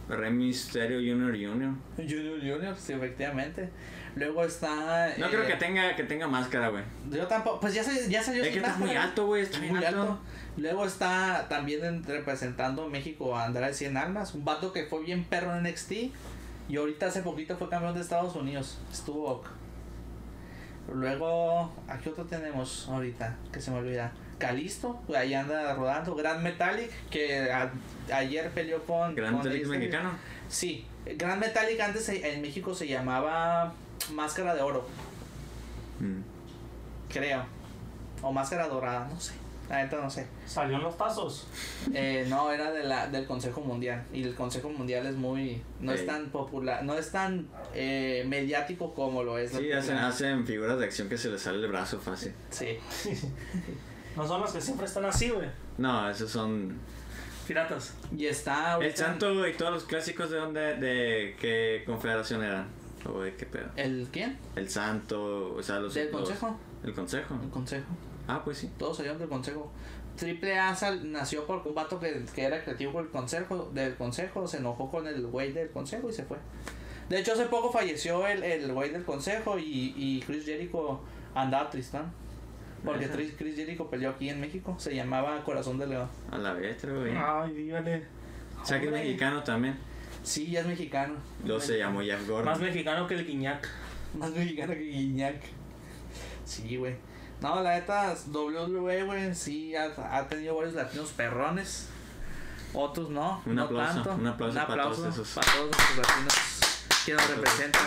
[SPEAKER 2] Rey Mysterio Junior Junior.
[SPEAKER 3] Junior Junior, sí, efectivamente. Luego está...
[SPEAKER 2] No
[SPEAKER 3] eh,
[SPEAKER 2] creo que tenga, que tenga máscara, güey.
[SPEAKER 3] Yo tampoco, pues ya, se, ya salió
[SPEAKER 2] Es
[SPEAKER 3] sin
[SPEAKER 2] que está
[SPEAKER 3] máscara.
[SPEAKER 2] muy alto, güey. Está
[SPEAKER 3] muy alto. Luego está también en- representando a México a Andrade Cien Almas, un vato que fue bien perro en NXT y ahorita hace poquito fue campeón de Estados Unidos. Estuvo ok. Luego, aquí otro tenemos ahorita que se me olvida. Calisto, pues ahí anda rodando. Gran Metallic, que a- ayer peleó con.
[SPEAKER 2] Gran
[SPEAKER 3] con
[SPEAKER 2] Metallic
[SPEAKER 3] Rey Mysterio.
[SPEAKER 2] mexicano.
[SPEAKER 3] Sí, Gran Metallic antes se- en México se llamaba Máscara de Oro,
[SPEAKER 2] Mm.
[SPEAKER 3] creo. O Máscara Dorada, no sé. La neta no sé.
[SPEAKER 1] Salió en los tazos.
[SPEAKER 3] Eh, no, era de la, del Consejo Mundial. Y el Consejo Mundial es muy. No es
[SPEAKER 2] Ey.
[SPEAKER 3] tan popular. No es tan eh, mediático como lo es. la
[SPEAKER 2] Sí, hacen,
[SPEAKER 3] popular.
[SPEAKER 2] hacen figuras de acción que se les sale el brazo fácil.
[SPEAKER 3] Sí.
[SPEAKER 1] No son los que siempre están así, güey.
[SPEAKER 2] No, esos son.
[SPEAKER 1] Piratas.
[SPEAKER 3] Y está. ahorita
[SPEAKER 2] El santo y todos los clásicos de donde. de qué confederación eran. ¿O de qué pedo?
[SPEAKER 3] ¿El quién?
[SPEAKER 2] El santo, o sea, los...
[SPEAKER 3] ¿Del
[SPEAKER 2] los-
[SPEAKER 3] consejo?
[SPEAKER 2] El consejo.
[SPEAKER 3] El consejo.
[SPEAKER 2] Ah, pues sí.
[SPEAKER 3] Todos salieron del consejo. Triple A sal- nació por un vato que, que era creativo por el consejo, del consejo, se enojó con el güey del consejo y se fue. De hecho, hace poco falleció el, el güey del consejo y, y Chris Jericho andaba tristán. Porque
[SPEAKER 2] Ajá.
[SPEAKER 3] Chris, Chris Jericho peleó aquí en México, se llamaba Corazón de León.
[SPEAKER 2] A la bestia, güey.
[SPEAKER 3] Ah,
[SPEAKER 1] Ay, dígale.
[SPEAKER 2] o sea, que es
[SPEAKER 1] Hombre.
[SPEAKER 2] mexicano también.
[SPEAKER 3] Sí, ya es mexicano.
[SPEAKER 2] Luego se llamó Jeff
[SPEAKER 1] Más
[SPEAKER 2] Gordon.
[SPEAKER 1] mexicano que el Guiñac.
[SPEAKER 3] Más mexicano que Guiñac. Sí, güey. No, la neta, WWE, güey, sí, ha, ha tenido varios latinos perrones. Otros no.
[SPEAKER 2] Un
[SPEAKER 3] no
[SPEAKER 2] aplauso,
[SPEAKER 3] tanto.
[SPEAKER 2] un aplauso para todos esos.
[SPEAKER 3] para todos nuestros latinos que nos representan.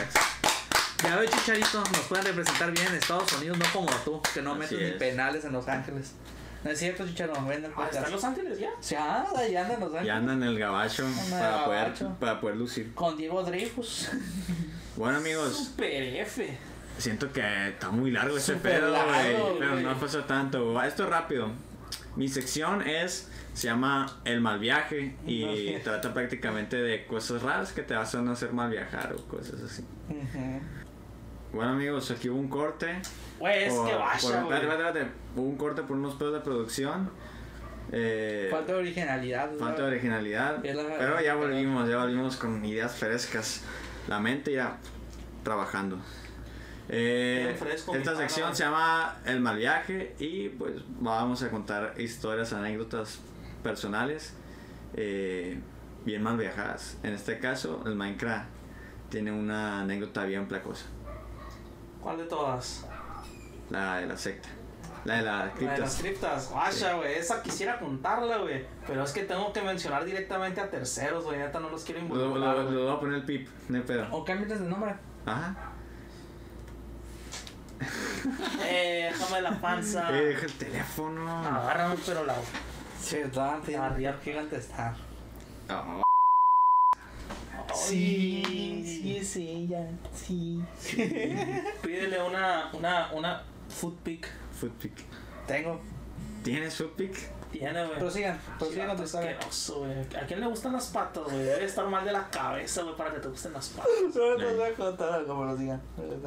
[SPEAKER 3] Ya ve, Chicharito, nos pueden representar bien en Estados Unidos, no como tú, que no
[SPEAKER 2] Así
[SPEAKER 3] metes ni
[SPEAKER 2] es.
[SPEAKER 3] penales en Los Ángeles. No es cierto, Chicharo, ven al
[SPEAKER 1] Ah, ¿Está
[SPEAKER 3] podcast.
[SPEAKER 1] en Los Ángeles ya?
[SPEAKER 3] Sí, ah, allá anda en Los Ángeles.
[SPEAKER 2] Ya anda en el gabacho
[SPEAKER 3] Anda
[SPEAKER 2] para,
[SPEAKER 3] de
[SPEAKER 2] Poder,
[SPEAKER 3] gabacho.
[SPEAKER 2] para poder lucir.
[SPEAKER 3] Con Diego Dreyfus.
[SPEAKER 2] Bueno, amigos,
[SPEAKER 1] Super F.
[SPEAKER 2] siento que está muy largo este
[SPEAKER 3] Súper
[SPEAKER 2] pedo,
[SPEAKER 3] largo,
[SPEAKER 2] güey. Pero
[SPEAKER 3] güey.
[SPEAKER 2] no pasó tanto. güey. Esto es rápido. Mi sección es. Se llama El mal viaje y trata prácticamente de cosas raras que te hacen hacer mal viajar o cosas así.
[SPEAKER 3] Ujú.
[SPEAKER 2] Bueno, amigos, aquí hubo un corte.
[SPEAKER 1] Güey, es
[SPEAKER 2] por-
[SPEAKER 1] que
[SPEAKER 2] por-
[SPEAKER 1] vaya,
[SPEAKER 2] espérate,
[SPEAKER 1] güey.
[SPEAKER 2] espérate, espérate. Hubo un corte por unos pedos de producción. Eh,
[SPEAKER 3] Falta de originalidad. ¿no?
[SPEAKER 2] Falta de originalidad.
[SPEAKER 3] Es la-
[SPEAKER 2] Pero ya volvimos, ya volvimos con ideas frescas. La mente ya trabajando. Eh,
[SPEAKER 1] Bien fresco, mi
[SPEAKER 2] esta
[SPEAKER 1] pana.
[SPEAKER 2] sección se llama El mal viaje y pues vamos a contar historias, anécdotas personales eh, bien mal viajadas. En este caso, el Minecraft tiene una anécdota bien placosa,
[SPEAKER 1] ¿Cuál de todas?
[SPEAKER 2] la de la secta, la de la
[SPEAKER 1] La de
[SPEAKER 2] criptas.
[SPEAKER 1] las criptas. Vaya, güey. Esa quisiera contarla, güey. Pero es que tengo que mencionar directamente a terceros, güey. Neta, no los quiero
[SPEAKER 2] Lo,
[SPEAKER 1] involucrar.
[SPEAKER 2] lo-
[SPEAKER 1] güey.
[SPEAKER 2] lo voy a poner el pip, no hay pedo.
[SPEAKER 3] O cambias de nombre.
[SPEAKER 1] Ah.
[SPEAKER 2] Ajá.
[SPEAKER 1] Eh, déjame la panza.
[SPEAKER 2] Eh, deja el teléfono.
[SPEAKER 1] Agárrame, pero la.
[SPEAKER 3] Sí, está, te
[SPEAKER 1] Ah,
[SPEAKER 3] arriba
[SPEAKER 1] ya.
[SPEAKER 3] gigante está.
[SPEAKER 2] Ah.
[SPEAKER 1] sí,
[SPEAKER 3] sí, ya, sí.
[SPEAKER 1] Pídele una, una, una food pic.
[SPEAKER 2] Footpick.
[SPEAKER 3] Tengo.
[SPEAKER 2] ¿Tienes footpick?
[SPEAKER 1] Tiene, güey.
[SPEAKER 3] Prosigan, prosigan con tu
[SPEAKER 1] Chivato
[SPEAKER 3] historia.
[SPEAKER 1] asqueroso, güey. ¿A quién le gustan las patas, güey? Debe estar mal de la cabeza, güey, para que te gusten las patas.
[SPEAKER 3] Solo te voy a contar algo, prosigan.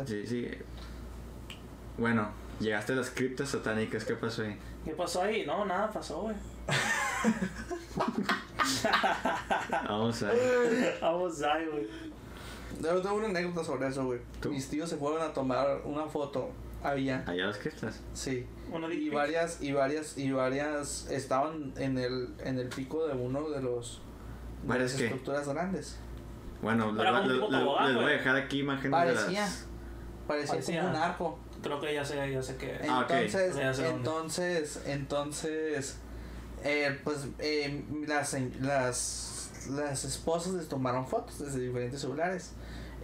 [SPEAKER 2] Sí, sí. Bueno, llegaste a las criptas satánicas, ¿qué pasó ahí?
[SPEAKER 1] ¿Qué pasó ahí? No, nada pasó, güey. Ah.
[SPEAKER 2] Vamos a
[SPEAKER 1] Vamos ahí, güey.
[SPEAKER 3] Yo tengo una anécdota sobre eso, güey.
[SPEAKER 2] ¿Tú?
[SPEAKER 3] Mis tíos se fueron a tomar una foto allá.
[SPEAKER 2] allá a las criptas.
[SPEAKER 3] Sí.
[SPEAKER 1] Uno
[SPEAKER 3] Y
[SPEAKER 1] dick pic.
[SPEAKER 3] varias, y varias, y varias estaban en el, en el pico de uno de los de
[SPEAKER 2] ¿Varias
[SPEAKER 3] las
[SPEAKER 2] qué?
[SPEAKER 3] estructuras grandes.
[SPEAKER 2] Bueno, les,
[SPEAKER 1] Era
[SPEAKER 2] va-
[SPEAKER 1] como
[SPEAKER 2] les-
[SPEAKER 1] tipo
[SPEAKER 2] les-
[SPEAKER 1] tobogán,
[SPEAKER 2] les voy a
[SPEAKER 1] güey.
[SPEAKER 2] dejar aquí imágenes de
[SPEAKER 3] Parecía.
[SPEAKER 2] las...
[SPEAKER 3] Parecía,
[SPEAKER 1] Parecía.
[SPEAKER 3] como un arco.
[SPEAKER 1] Creo que ya sé, ya sé que.
[SPEAKER 2] Ah, ok.
[SPEAKER 3] Entonces,
[SPEAKER 1] Ya sé dónde.
[SPEAKER 3] entonces, entonces, eh, pues eh, las, las, las esposas les tomaron fotos desde diferentes celulares.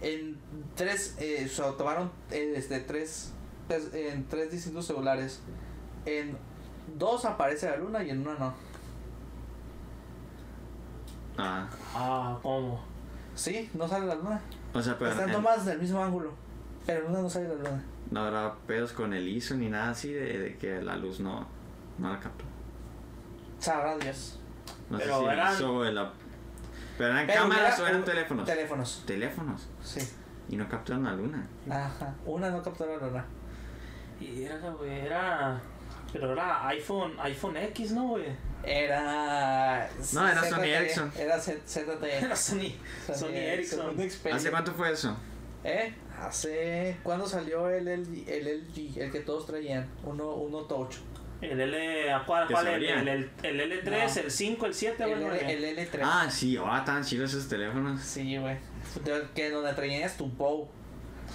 [SPEAKER 3] En tres, eh, o sea, tomaron eh, desde tres, tres- en tres distintos celulares. En dos aparece la luna y en una no.
[SPEAKER 2] Ah,
[SPEAKER 1] Ah, ¿cómo?
[SPEAKER 3] Sí, no sale la luna.
[SPEAKER 2] o sea, pero
[SPEAKER 3] Están
[SPEAKER 2] en-
[SPEAKER 3] tomadas del mismo ángulo. Pero en una no sale la luna.
[SPEAKER 2] no habrá pedos con el ISO ni nada así de, de que la luz no, no la captó.
[SPEAKER 3] Sabrá Dios.
[SPEAKER 2] No
[SPEAKER 1] Pero
[SPEAKER 2] sé si
[SPEAKER 1] eran-
[SPEAKER 2] el ISO o el... ap- Pero eran
[SPEAKER 3] Pero
[SPEAKER 2] cámaras
[SPEAKER 3] hubiera-
[SPEAKER 2] o eran teléfonos.
[SPEAKER 3] Teléfonos.
[SPEAKER 2] Teléfonos.
[SPEAKER 3] Sí.
[SPEAKER 2] Y no captaron la luna.
[SPEAKER 3] Ajá. Una no captó la luna.
[SPEAKER 1] Y era, güey, era. Pero era iPhone, iPhone X, ¿no, güey?
[SPEAKER 3] Era.
[SPEAKER 2] No, era
[SPEAKER 3] ZTE,
[SPEAKER 2] Sony Ericsson.
[SPEAKER 3] Era Z- E. ZTE.
[SPEAKER 1] Era Sony, Sony Ericsson.
[SPEAKER 3] un Xperia.
[SPEAKER 2] ¿Hace cuánto fue eso?
[SPEAKER 3] ¿Eh? Hace. ¿Cuándo salió el LG? El, LG, el que todos traían. Uno, uno Touch.
[SPEAKER 1] El L, ¿a ¿cuál,
[SPEAKER 2] Que
[SPEAKER 1] cuál
[SPEAKER 2] se
[SPEAKER 1] el,
[SPEAKER 2] abrían.
[SPEAKER 1] el, el, el L3,
[SPEAKER 3] No.
[SPEAKER 1] el 5, el 7,
[SPEAKER 3] Ah. El,
[SPEAKER 1] güey. no,
[SPEAKER 3] L-
[SPEAKER 1] güey.
[SPEAKER 3] el L3.
[SPEAKER 2] Ah, sí, ahora tan chidos esos teléfonos.
[SPEAKER 3] Sí, güey. De- Que donde traías tu Bow.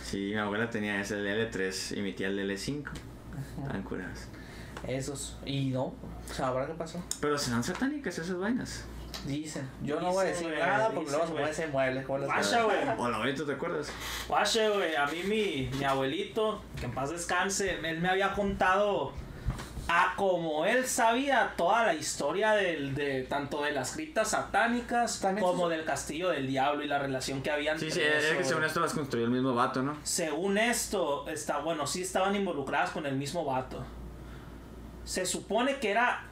[SPEAKER 2] Sí, mi abuela tenía ese el L3 y mi tía el L5. Tan curadas.
[SPEAKER 3] Esos. Y no. Sabrá qué pasó.
[SPEAKER 2] Pero serán satánicas esas vainas.
[SPEAKER 3] Dicen. Yo no voy a
[SPEAKER 1] Dicen,
[SPEAKER 3] decir
[SPEAKER 1] güey,
[SPEAKER 3] nada porque luego
[SPEAKER 1] dicen,
[SPEAKER 3] se mueve
[SPEAKER 1] güey.
[SPEAKER 3] ese mueble. como las-
[SPEAKER 1] Guacha, güey.
[SPEAKER 2] O la ahorita te acuerdas.
[SPEAKER 1] Guache, güey, a mí mi, mi abuelito, que en paz descanse, él me había contado a como él sabía toda la historia del, de tanto de las criptas satánicas
[SPEAKER 3] También
[SPEAKER 1] como
[SPEAKER 3] sus-
[SPEAKER 1] del castillo del diablo y la relación que habían
[SPEAKER 2] Sí, sí, es que según esto las construyó el mismo vato, ¿no?
[SPEAKER 1] Según esto, está, bueno, sí estaban involucradas con el mismo vato. Se supone que era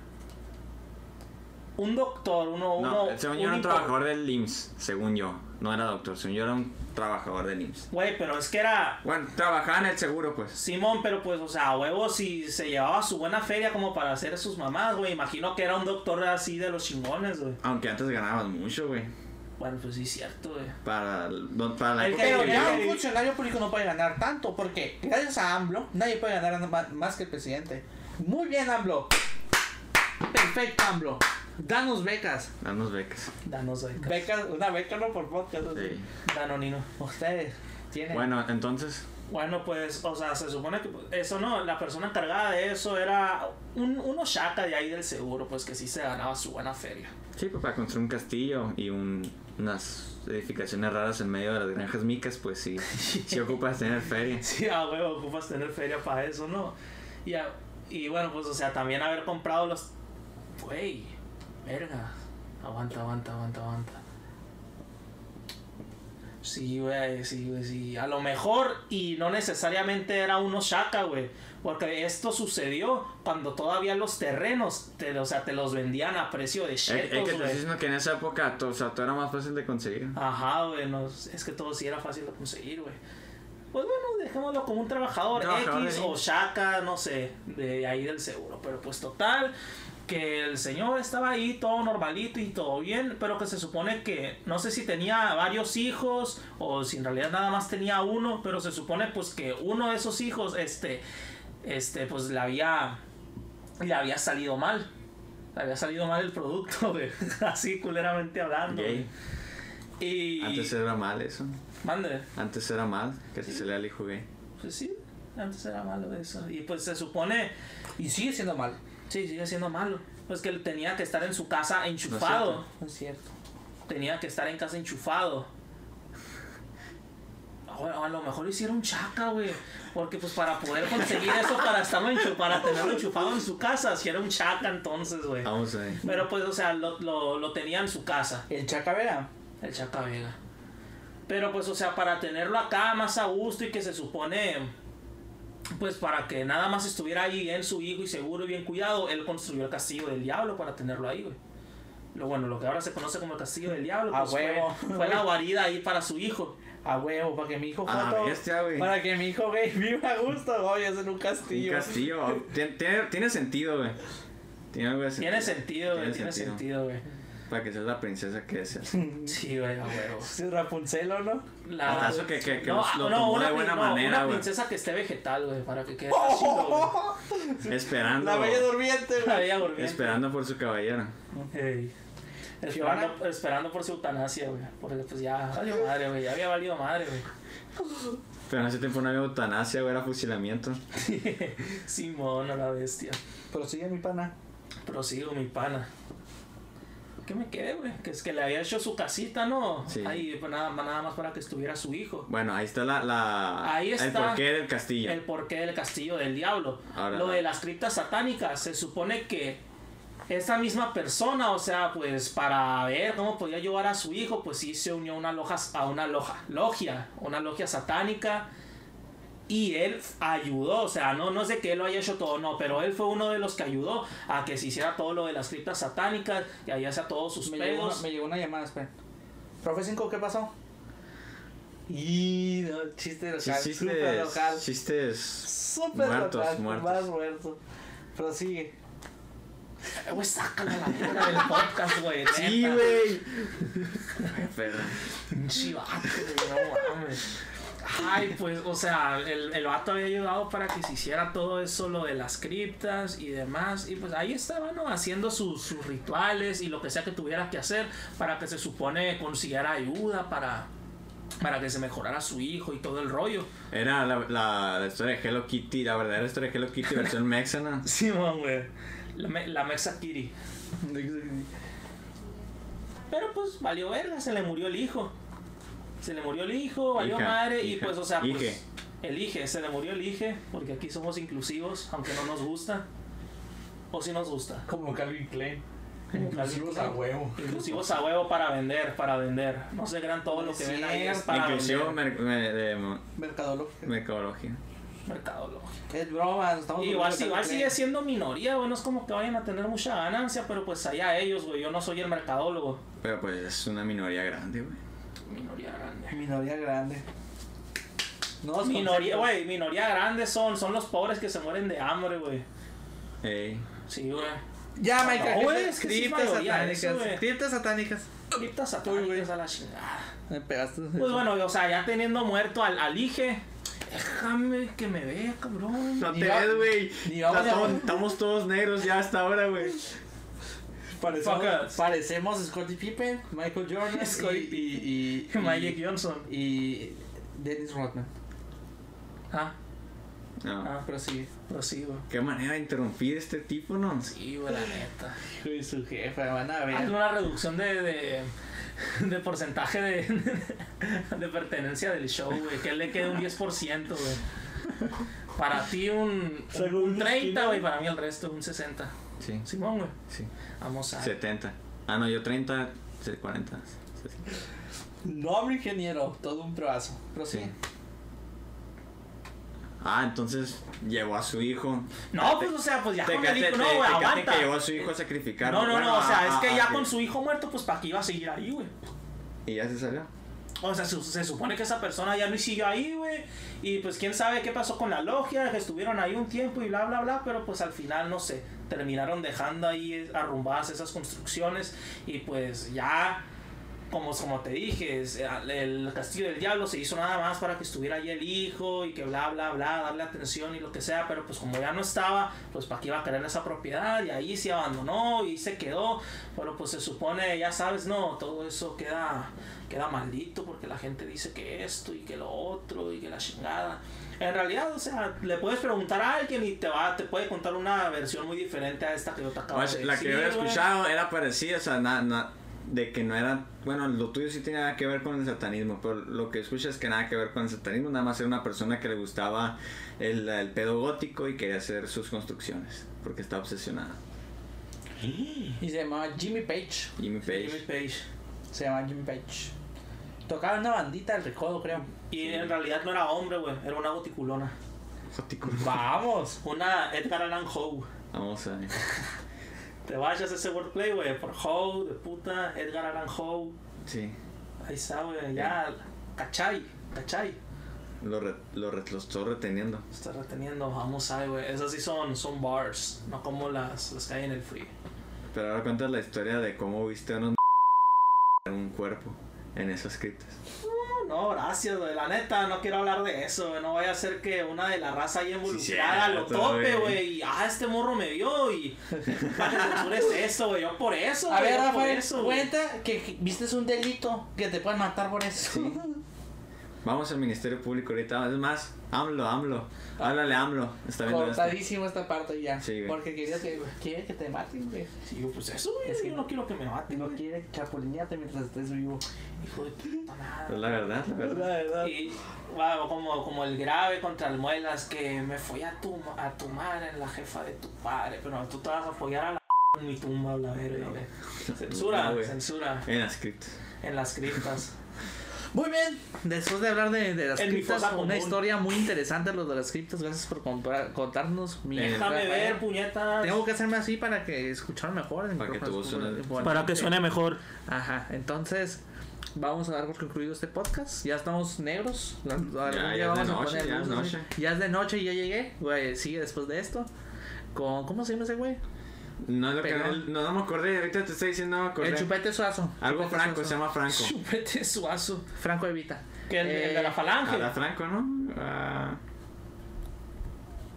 [SPEAKER 1] un doctor, uno,
[SPEAKER 2] No,
[SPEAKER 1] uno.
[SPEAKER 2] según
[SPEAKER 1] un
[SPEAKER 2] yo era un
[SPEAKER 1] impo-
[SPEAKER 2] trabajador del IMSS, según yo. No era doctor, sino yo era un trabajador del IMSS.
[SPEAKER 1] Güey, pero es que era.
[SPEAKER 2] Bueno, trabajaba en el seguro, pues.
[SPEAKER 1] Simón, pero pues, o sea, a huevo, si se llevaba su buena feria como para hacer sus mamás, güey. Imagino que era un doctor así de los chingones, güey.
[SPEAKER 2] Aunque antes ganabas mucho, güey.
[SPEAKER 1] Bueno, pues sí, cierto, güey.
[SPEAKER 2] Para, no, para la
[SPEAKER 1] El
[SPEAKER 2] época
[SPEAKER 4] Pero
[SPEAKER 2] que
[SPEAKER 4] ya
[SPEAKER 2] vivíamos.
[SPEAKER 4] un funcionario público no puede ganar tanto, porque gracias a AMLO nadie puede ganar ma- más que el presidente. Muy bien, AMLO. Perfecto, AMLO.
[SPEAKER 3] Danos becas.
[SPEAKER 2] Danos becas.
[SPEAKER 1] Danos, güey.
[SPEAKER 4] Beca, una beca no por podcast. ¿no?
[SPEAKER 2] Sí.
[SPEAKER 1] Danonino.
[SPEAKER 4] Ustedes tienen.
[SPEAKER 2] Bueno, entonces,
[SPEAKER 1] Bueno, pues, o sea, se supone que pues, eso no, la persona encargada de eso era un, un Oshaka de ahí del seguro, pues que sí se ganaba su buena feria.
[SPEAKER 2] sí, pues para construir un castillo y un- unas edificaciones raras en medio de las granjas micas, pues sí, sí ocupas tener feria.
[SPEAKER 1] Sí, a huevo, ocupas tener feria para eso, ¿no? Y, a- y bueno, pues, o sea, también haber comprado los. Güey, verga. Aguanta, aguanta, aguanta, aguanta. Sí, güey, sí, güey, sí. A lo mejor, y no necesariamente era un Oshaka, güey. Porque esto sucedió cuando todavía los terrenos, te, o sea, te los vendían a precio de
[SPEAKER 2] Es, es que te
[SPEAKER 1] chetos,
[SPEAKER 2] estoy
[SPEAKER 1] güey.
[SPEAKER 2] diciendo que en esa época todo, o sea, todo era más fácil de conseguir.
[SPEAKER 1] Ajá, güey, no, es que todo sí era fácil de conseguir, güey. Pues bueno, dejémoslo como un trabajador
[SPEAKER 2] Trabajador
[SPEAKER 1] X
[SPEAKER 2] de
[SPEAKER 1] o
[SPEAKER 2] X.
[SPEAKER 1] Shaka, no
[SPEAKER 2] Eh,
[SPEAKER 1] sé, de ahí del seguro. Pero pues total, que el señor estaba ahí todo normalito y todo bien, pero que se supone que, no sé si tenía varios hijos o si en realidad nada más tenía uno, pero se supone pues que uno de esos hijos, este, este, pues le había, le había salido mal. Le había salido mal el producto, güey, así culeramente hablando. Ah, güey.
[SPEAKER 2] Gay.
[SPEAKER 1] Y.
[SPEAKER 2] Antes era mal eso.
[SPEAKER 1] Mande.
[SPEAKER 2] Antes era mal que se le al hijo gay.
[SPEAKER 1] Pues sí, antes era malo eso. Y pues se supone.
[SPEAKER 4] Y sigue siendo mal.
[SPEAKER 1] Sí, sigue siendo malo. Pues que tenía que estar en su casa enchufado.
[SPEAKER 4] No es cierto.
[SPEAKER 1] tenía que estar en casa enchufado. O- o a lo mejor hicieron chaca, güey. Porque pues para poder conseguir eso, para estarlo enchu- para tenerlo enchufado en su casa, si era un chaca entonces, güey.
[SPEAKER 4] Ah.
[SPEAKER 2] Vamos a ver.
[SPEAKER 1] Pero pues, o sea, lo, lo, lo tenía en su casa.
[SPEAKER 4] El Chacavera.
[SPEAKER 1] El Chaca Vega. Pero pues, o sea, para tenerlo acá más a gusto y que se supone, pues para que nada más estuviera ahí bien su hijo y seguro y bien cuidado, él construyó el castillo del diablo para tenerlo ahí, güey. Lo bueno, lo que ahora se conoce como el castillo del diablo,
[SPEAKER 2] Ah,
[SPEAKER 4] A
[SPEAKER 1] pues, fue,
[SPEAKER 4] huevo.
[SPEAKER 1] fue la guarida ahí para su hijo.
[SPEAKER 4] A huevo, para que mi hijo
[SPEAKER 2] A la
[SPEAKER 4] joto-
[SPEAKER 2] Ah, bestia, güey.
[SPEAKER 4] Para que mi hijo gay viva a gusto, voy a hacer un
[SPEAKER 2] Un
[SPEAKER 4] castillo.
[SPEAKER 2] castillo. Tien- tiene, tiene sentido, güey. Tiene algo de sentido.
[SPEAKER 1] Tiene sentido, güey, tiene sentido, güey.
[SPEAKER 2] Para que seas la princesa que deseas.
[SPEAKER 1] Sí, güey, a huevo.
[SPEAKER 4] Sí, Rapunzel, ¿o no?
[SPEAKER 1] La-
[SPEAKER 2] Hasta eso que- que- que los- lo tomó de
[SPEAKER 1] prin-
[SPEAKER 2] buena
[SPEAKER 1] no,
[SPEAKER 2] manera,
[SPEAKER 1] Una
[SPEAKER 2] güey.
[SPEAKER 1] princesa que esté vegetal, güey, para que
[SPEAKER 2] Oh,
[SPEAKER 1] quede chido, güey.
[SPEAKER 2] esperando.
[SPEAKER 4] La bella durmiente,
[SPEAKER 1] La
[SPEAKER 4] güey.
[SPEAKER 1] bella durmiente.
[SPEAKER 2] Esperando por su caballero.
[SPEAKER 1] Ey. Esperando, esperando por su eutanasia, güey. Porque pues ya valió madre, güey. Ya había valido madre, güey.
[SPEAKER 2] Pero en ese tiempo no había eutanasia, güey, era fusilamiento.
[SPEAKER 1] Simón, a la bestia.
[SPEAKER 4] Pero sigue mi pana.
[SPEAKER 1] Prosigo, mi pana. ¿Qué me quedé, güey? Que es que le había hecho su casita, ¿no?
[SPEAKER 2] Sí.
[SPEAKER 1] Ahí, pues nada, nada más para que estuviera su hijo.
[SPEAKER 2] Bueno, ahí está la. la
[SPEAKER 1] Ahí
[SPEAKER 2] El
[SPEAKER 1] está.
[SPEAKER 2] porqué del castillo.
[SPEAKER 1] El porqué del castillo del diablo.
[SPEAKER 2] Ahora,
[SPEAKER 1] Lo
[SPEAKER 2] la-
[SPEAKER 1] de las criptas satánicas, se supone que esa misma persona, o sea, pues para ver cómo podía ayudar a su hijo, pues sí se unió a una loja, a una loja, logia, una logia satánica. Y él ayudó, o sea, no, no es de que él lo haya hecho todo, no, pero él fue uno de los que ayudó a que se hiciera todo lo de las criptas satánicas y allá a todos sus
[SPEAKER 4] Me llegó, una,
[SPEAKER 1] pedos.
[SPEAKER 4] me llegó una llamada, esperen. Profe 5, ¿qué pasó? Y no, chiste local,
[SPEAKER 2] Sí,
[SPEAKER 4] súper
[SPEAKER 2] chistes.
[SPEAKER 4] local.
[SPEAKER 2] Chistes.
[SPEAKER 4] Súper
[SPEAKER 2] muertos,
[SPEAKER 4] local,
[SPEAKER 2] muertos.
[SPEAKER 4] más muerto. Pero sigue.
[SPEAKER 1] Eh, Güey, sácala la verga del podcast, güey.
[SPEAKER 2] Sí,
[SPEAKER 1] neta.
[SPEAKER 2] güey. Perdón.
[SPEAKER 1] Pinche vato, güey, no mames. Ay, pues, o sea, el, el vato había ayudado para que se hiciera todo eso, lo de las criptas y demás. Y pues ahí estaba, ¿no? Haciendo sus, sus rituales y lo que sea que tuviera que hacer para que se supone consiguiera ayuda para, para que se mejorara su hijo y todo el rollo.
[SPEAKER 2] Era la, la, la historia de Hello Kitty, la verdadera historia de Hello Kitty versión mexicana.
[SPEAKER 1] Simón, güey. La, me- la Mexa Kitty. Pero pues valió verga, se le murió el hijo. Se le murió el hijo, valió
[SPEAKER 2] Hija,
[SPEAKER 1] madre y
[SPEAKER 2] hija,
[SPEAKER 1] pues, o sea, pues,
[SPEAKER 2] hije.
[SPEAKER 1] el hije, se le murió el hije, porque aquí somos inclusivos, aunque no nos gusta. O si nos gusta.
[SPEAKER 4] Como Calvin Klein.
[SPEAKER 1] Inclusivos a
[SPEAKER 4] huevo.
[SPEAKER 1] Inclusivos a huevo para vender, para vender. No se crean todo lo que ven ahí es para
[SPEAKER 2] Inclusivo
[SPEAKER 1] vender.
[SPEAKER 2] mer- me- de mo-
[SPEAKER 4] Mercadológico.
[SPEAKER 2] mercadología.
[SPEAKER 1] Mercadología.
[SPEAKER 4] Es broma, nos estamos
[SPEAKER 1] Igual,
[SPEAKER 4] burlando de
[SPEAKER 1] igual
[SPEAKER 4] Calvin
[SPEAKER 1] sigue
[SPEAKER 4] Klein.
[SPEAKER 1] siendo minoría, güey. No es como que vayan a tener mucha ganancia, pero pues allá ellos, güey. Yo no soy el mercadólogo.
[SPEAKER 2] Pero pues es una minoría grande, güey.
[SPEAKER 1] Minoría grande.
[SPEAKER 4] Minoría grande. No, los
[SPEAKER 1] Minoría,
[SPEAKER 4] conceptos.
[SPEAKER 1] güey, minoría grande son, son los pobres que se mueren de hambre, güey.
[SPEAKER 2] Ey.
[SPEAKER 1] Sí, güey.
[SPEAKER 4] Ya, Michael.
[SPEAKER 1] No, güey,
[SPEAKER 4] ¿qué-
[SPEAKER 1] es que sí
[SPEAKER 3] Criptas
[SPEAKER 1] mayoría de eso,
[SPEAKER 3] satánicas.
[SPEAKER 1] güey.
[SPEAKER 3] Criptas satánicas.
[SPEAKER 1] Criptas satánicas a la chingada.
[SPEAKER 3] Me pegaste.
[SPEAKER 1] Pues bueno, o sea, ya teniendo muerto al, al Ige, déjame que me vea, cabrón.
[SPEAKER 2] No
[SPEAKER 4] Ni
[SPEAKER 2] te
[SPEAKER 4] va-
[SPEAKER 2] ves, güey.
[SPEAKER 4] ni vamos
[SPEAKER 2] Ya
[SPEAKER 4] a-
[SPEAKER 2] todos- Estamos todos negros ya hasta ahora, güey.
[SPEAKER 4] Parecemos,
[SPEAKER 1] Fuckers.
[SPEAKER 4] parecemos Scottie Pippen, Michael Jordan
[SPEAKER 1] Scottie
[SPEAKER 4] y, y, y,
[SPEAKER 1] Magic
[SPEAKER 4] y,
[SPEAKER 1] Johnson.
[SPEAKER 4] y Dennis Rodman.
[SPEAKER 1] Ah,
[SPEAKER 2] No.
[SPEAKER 1] ah,
[SPEAKER 4] Pero sí.
[SPEAKER 1] pero sí, güey.
[SPEAKER 2] Qué manera de interrumpir este tipo, ¿no?
[SPEAKER 1] Sí, güey, la neta.
[SPEAKER 4] Y su jefa, van a
[SPEAKER 1] Hazle
[SPEAKER 4] ver.
[SPEAKER 1] una reducción de, de, de porcentaje de, de pertenencia del show, güey. Que le quede un 10%, güey. Para ti un, un,
[SPEAKER 5] Según la
[SPEAKER 1] 30,
[SPEAKER 5] esquina.
[SPEAKER 1] güey. Para mí el resto un 60.
[SPEAKER 2] Sí,
[SPEAKER 1] Simón, güey.
[SPEAKER 2] sí.
[SPEAKER 1] Vamos a...
[SPEAKER 2] 70. Ah, no, yo 30, 40.
[SPEAKER 4] Noble ingeniero, todo un proazo. Pero sí.
[SPEAKER 2] Sí. Ah, entonces llevó a su hijo.
[SPEAKER 1] No, pues, o sea, pues ya
[SPEAKER 2] Te
[SPEAKER 1] con el
[SPEAKER 2] cate-
[SPEAKER 1] hijo...
[SPEAKER 2] te-
[SPEAKER 1] No,
[SPEAKER 2] te
[SPEAKER 1] güey,
[SPEAKER 2] cate
[SPEAKER 1] aguanta.
[SPEAKER 2] que llevó a su hijo a sacrificar.
[SPEAKER 1] No, no,
[SPEAKER 2] Bueno, ah,
[SPEAKER 1] no, o
[SPEAKER 2] a-
[SPEAKER 1] sea,
[SPEAKER 2] a-
[SPEAKER 1] es que
[SPEAKER 2] a-
[SPEAKER 1] ya
[SPEAKER 2] a-
[SPEAKER 1] con su hijo muerto, pues para qué iba a seguir ahí, güey.
[SPEAKER 2] Y ya se salió.
[SPEAKER 1] O sea, su- se supone que esa persona ya no siguió ahí, güey. Y pues quién sabe qué pasó con la logia, que estuvieron ahí un tiempo y bla, bla, bla. Pero pues al final, no sé, terminaron dejando ahí eh, arrumbadas esas construcciones. Y pues ya, como, como te dije, es- eh, el castillo del diablo se hizo nada más para que estuviera ahí el hijo y que bla, bla, bla, darle atención y lo que sea. Pero pues como ya no estaba, pues para qué iba a querer esa propiedad. Y ahí se abandonó y se quedó. Pero pues se supone, ya sabes, no, todo eso queda queda maldito porque la gente dice que esto y que lo otro y que la chingada. En realidad, o sea, le puedes preguntar a alguien y te va, te puede contar una versión muy diferente a esta que yo te acabo
[SPEAKER 2] Oye,
[SPEAKER 1] de
[SPEAKER 2] la que
[SPEAKER 1] decir,
[SPEAKER 2] yo había
[SPEAKER 1] güey.
[SPEAKER 2] escuchado era parecida, o sea, na- na- de que no era. Bueno, lo tuyo sí tenía nada que ver con el satanismo, pero lo que escuchas es que nada que ver con el satanismo, nada más era una persona que le gustaba el, el pedo gótico y quería hacer sus construcciones, porque estaba obsesionada.
[SPEAKER 4] Y se llamaba Jimmy Page.
[SPEAKER 2] Jimmy Page.
[SPEAKER 1] Jimmy Page.
[SPEAKER 4] Se llamaba Jimmy Page. Tocaba una bandita del recodo, creo.
[SPEAKER 1] Y en realidad no era hombre, güey, era una boticulona.
[SPEAKER 2] Gótico.
[SPEAKER 4] Vamos.
[SPEAKER 1] Una Edgar Allan Poe.
[SPEAKER 2] Vamos a ver.
[SPEAKER 1] Te vayas a ese wordplay, güey, por Poe, de puta, Edgar Allan Poe.
[SPEAKER 2] Sí.
[SPEAKER 1] Ahí está, güey, ya, cachai, cachai.
[SPEAKER 2] Lo, re- lo, re- lo estoy reteniendo.
[SPEAKER 1] Está reteniendo, vamos a güey. Esas sí son, son bars, no como las, las que hay en el free.
[SPEAKER 2] Pero ahora cuentas la historia de cómo viste a unos en un cuerpo en esos criptas.
[SPEAKER 1] No, gracias, güey. La neta, no quiero hablar de eso, güey. No vaya a ser que una de la raza ahí involucrada lo
[SPEAKER 2] cierto,
[SPEAKER 1] tope,
[SPEAKER 2] güey.
[SPEAKER 1] güey. Y, ah, este morro me vio y. Para que censures eso, güey. Yo por eso,
[SPEAKER 4] A
[SPEAKER 1] güey,
[SPEAKER 4] ver,
[SPEAKER 1] yo por
[SPEAKER 4] Rafael,
[SPEAKER 1] eso, güey.
[SPEAKER 4] cuenta que que viste un delito que te pueden matar por eso.
[SPEAKER 2] Vamos al Ministerio Público ahorita. Es más, AMLO, AMLO. Háblale AMLO. Está viendo esto.
[SPEAKER 4] Cortadísimo esta parte ya.
[SPEAKER 2] Sí, güey.
[SPEAKER 4] porque quería que, quiere que te maten, güey.
[SPEAKER 1] Sí, yo, pues eso, güey.
[SPEAKER 4] Es que
[SPEAKER 1] yo no quiero que me maten,
[SPEAKER 4] No
[SPEAKER 1] güey.
[SPEAKER 4] quiere chapulinearte mientras estés vivo.
[SPEAKER 1] Hijo de puta madre.
[SPEAKER 2] Es la verdad, la verdad.
[SPEAKER 1] Y wow, como, como el grave contra el muelas que me fui a tu, a tu madre, la jefa de tu padre, pero tú te vas a apoyar a la en mi tumba, la verga. güey. Censura,
[SPEAKER 2] No, güey.
[SPEAKER 1] censura
[SPEAKER 2] En las criptas.
[SPEAKER 1] en las criptas.
[SPEAKER 3] Muy bien, después de hablar de, de las
[SPEAKER 1] En mi
[SPEAKER 3] criptas,
[SPEAKER 1] fosa
[SPEAKER 3] una
[SPEAKER 1] común.
[SPEAKER 3] historia muy interesante lo de las criptas, gracias por compra- contarnos mi
[SPEAKER 1] Déjame
[SPEAKER 3] Rafael.
[SPEAKER 1] ver, puñetas.
[SPEAKER 3] eh. Tengo que hacerme así para que escuchar mejor. el
[SPEAKER 2] Para que tu
[SPEAKER 3] micrófono.
[SPEAKER 2] voz suene-
[SPEAKER 3] Bueno,
[SPEAKER 1] mejor.
[SPEAKER 3] Ajá, entonces vamos a dar por concluido este podcast. Ya estamos negros. la- algún
[SPEAKER 2] ya
[SPEAKER 3] día
[SPEAKER 2] es
[SPEAKER 3] vamos
[SPEAKER 2] de
[SPEAKER 3] a
[SPEAKER 2] noche,
[SPEAKER 3] poner
[SPEAKER 2] ya es
[SPEAKER 3] luz así.
[SPEAKER 2] noche.
[SPEAKER 3] Ya es de noche y ya llegué. Güey, sigue después de esto. Con, ¿Cómo se llama ese güey?
[SPEAKER 2] No, es lo que
[SPEAKER 3] Pero-
[SPEAKER 2] no, no me acordé. Ahorita te estoy diciendo no me acordé.
[SPEAKER 3] El chupete suazo.
[SPEAKER 2] Algo
[SPEAKER 3] Chupete
[SPEAKER 2] Franco,
[SPEAKER 3] Suazo.
[SPEAKER 2] se llama Franco.
[SPEAKER 1] Chupete suazo.
[SPEAKER 3] Franco Evita.
[SPEAKER 1] Que el, el de la
[SPEAKER 3] Eh,
[SPEAKER 1] falange.
[SPEAKER 2] Ahora Franco, ¿no? Ah,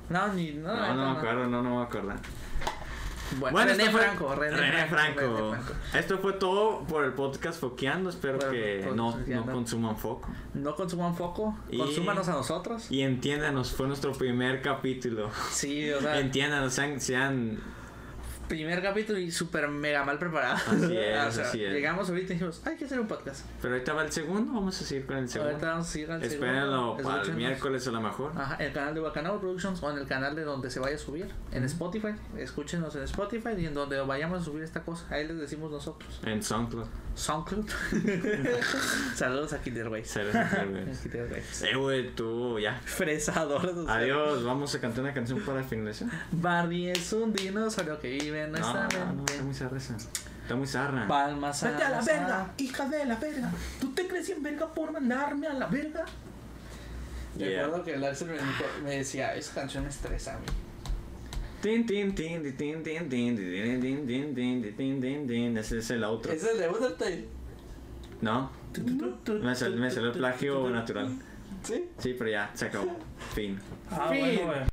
[SPEAKER 3] No, ni. No,
[SPEAKER 2] no, no me acuerdo, no, no me acuerdo.
[SPEAKER 3] Bueno,
[SPEAKER 2] Bueno,
[SPEAKER 3] René,
[SPEAKER 2] esto fue-
[SPEAKER 3] Franco, René,
[SPEAKER 2] René
[SPEAKER 3] Franco,
[SPEAKER 2] Franco.
[SPEAKER 3] René Franco.
[SPEAKER 2] Esto fue todo por el podcast Foqueando. Espero
[SPEAKER 3] Por el
[SPEAKER 2] que
[SPEAKER 3] podcast
[SPEAKER 2] no, no
[SPEAKER 3] Foqueando.
[SPEAKER 2] consuman foco.
[SPEAKER 3] No consuman foco.
[SPEAKER 2] Y-
[SPEAKER 3] Consúmanos a nosotros.
[SPEAKER 2] Y entiéndanos, fue nuestro primer capítulo.
[SPEAKER 3] Sí, o sea,
[SPEAKER 2] Entiéndanos, sean, sean
[SPEAKER 3] primer capítulo y súper mega mal preparado.
[SPEAKER 2] Así es,
[SPEAKER 3] O sea,
[SPEAKER 2] así es.
[SPEAKER 3] Llegamos ahorita y dijimos, hay que hacer un podcast.
[SPEAKER 2] Pero ahorita va el segundo, vamos a seguir con el segundo.
[SPEAKER 3] Ahorita vamos a seguir al
[SPEAKER 2] Espérenlo
[SPEAKER 3] segundo.
[SPEAKER 2] para el
[SPEAKER 3] Escúchenos.
[SPEAKER 2] miércoles a lo mejor.
[SPEAKER 3] Ajá, el canal de Bacanal Productions o en el canal de donde se vaya a subir, en Spotify. Escúchenos en Spotify y en donde vayamos a subir esta cosa. Ahí les decimos nosotros.
[SPEAKER 2] En SoundCloud.
[SPEAKER 3] SoundCloud. Saludos a Killer Ways.
[SPEAKER 2] Ser- Eh,
[SPEAKER 3] Killer Ways.
[SPEAKER 2] güey, tú, ya.
[SPEAKER 3] Fresador. o sea.
[SPEAKER 2] Adiós, vamos a cantar una canción para finalizar.
[SPEAKER 3] Barney es un dinosaurio que vive en
[SPEAKER 2] No,
[SPEAKER 3] nuestra
[SPEAKER 2] no, no,
[SPEAKER 3] mente.
[SPEAKER 2] no, mucha risa. Está muy zarra.
[SPEAKER 3] Palmas
[SPEAKER 1] Vete a la
[SPEAKER 3] las-
[SPEAKER 1] verga, hija de la verga. ¿Tú te crees en verga por mandarme a la verga?
[SPEAKER 2] Yeah.
[SPEAKER 3] Recuerdo que el Axel me, dijo- me decía, esa canción me estresa a mí.
[SPEAKER 2] Tin, tin, tin, tin, tin, tin, tin, tin, tin, tin, tin, tin, tin, tin, tin. Ese es el otro.
[SPEAKER 3] ¿Es el de Undertale?
[SPEAKER 2] No, me sal- me salió el plagio natural.
[SPEAKER 3] ¿Sí?
[SPEAKER 2] Sí, pero ya, se acabó. Fin.
[SPEAKER 1] Ah,
[SPEAKER 3] Fin.
[SPEAKER 1] bueno, güey.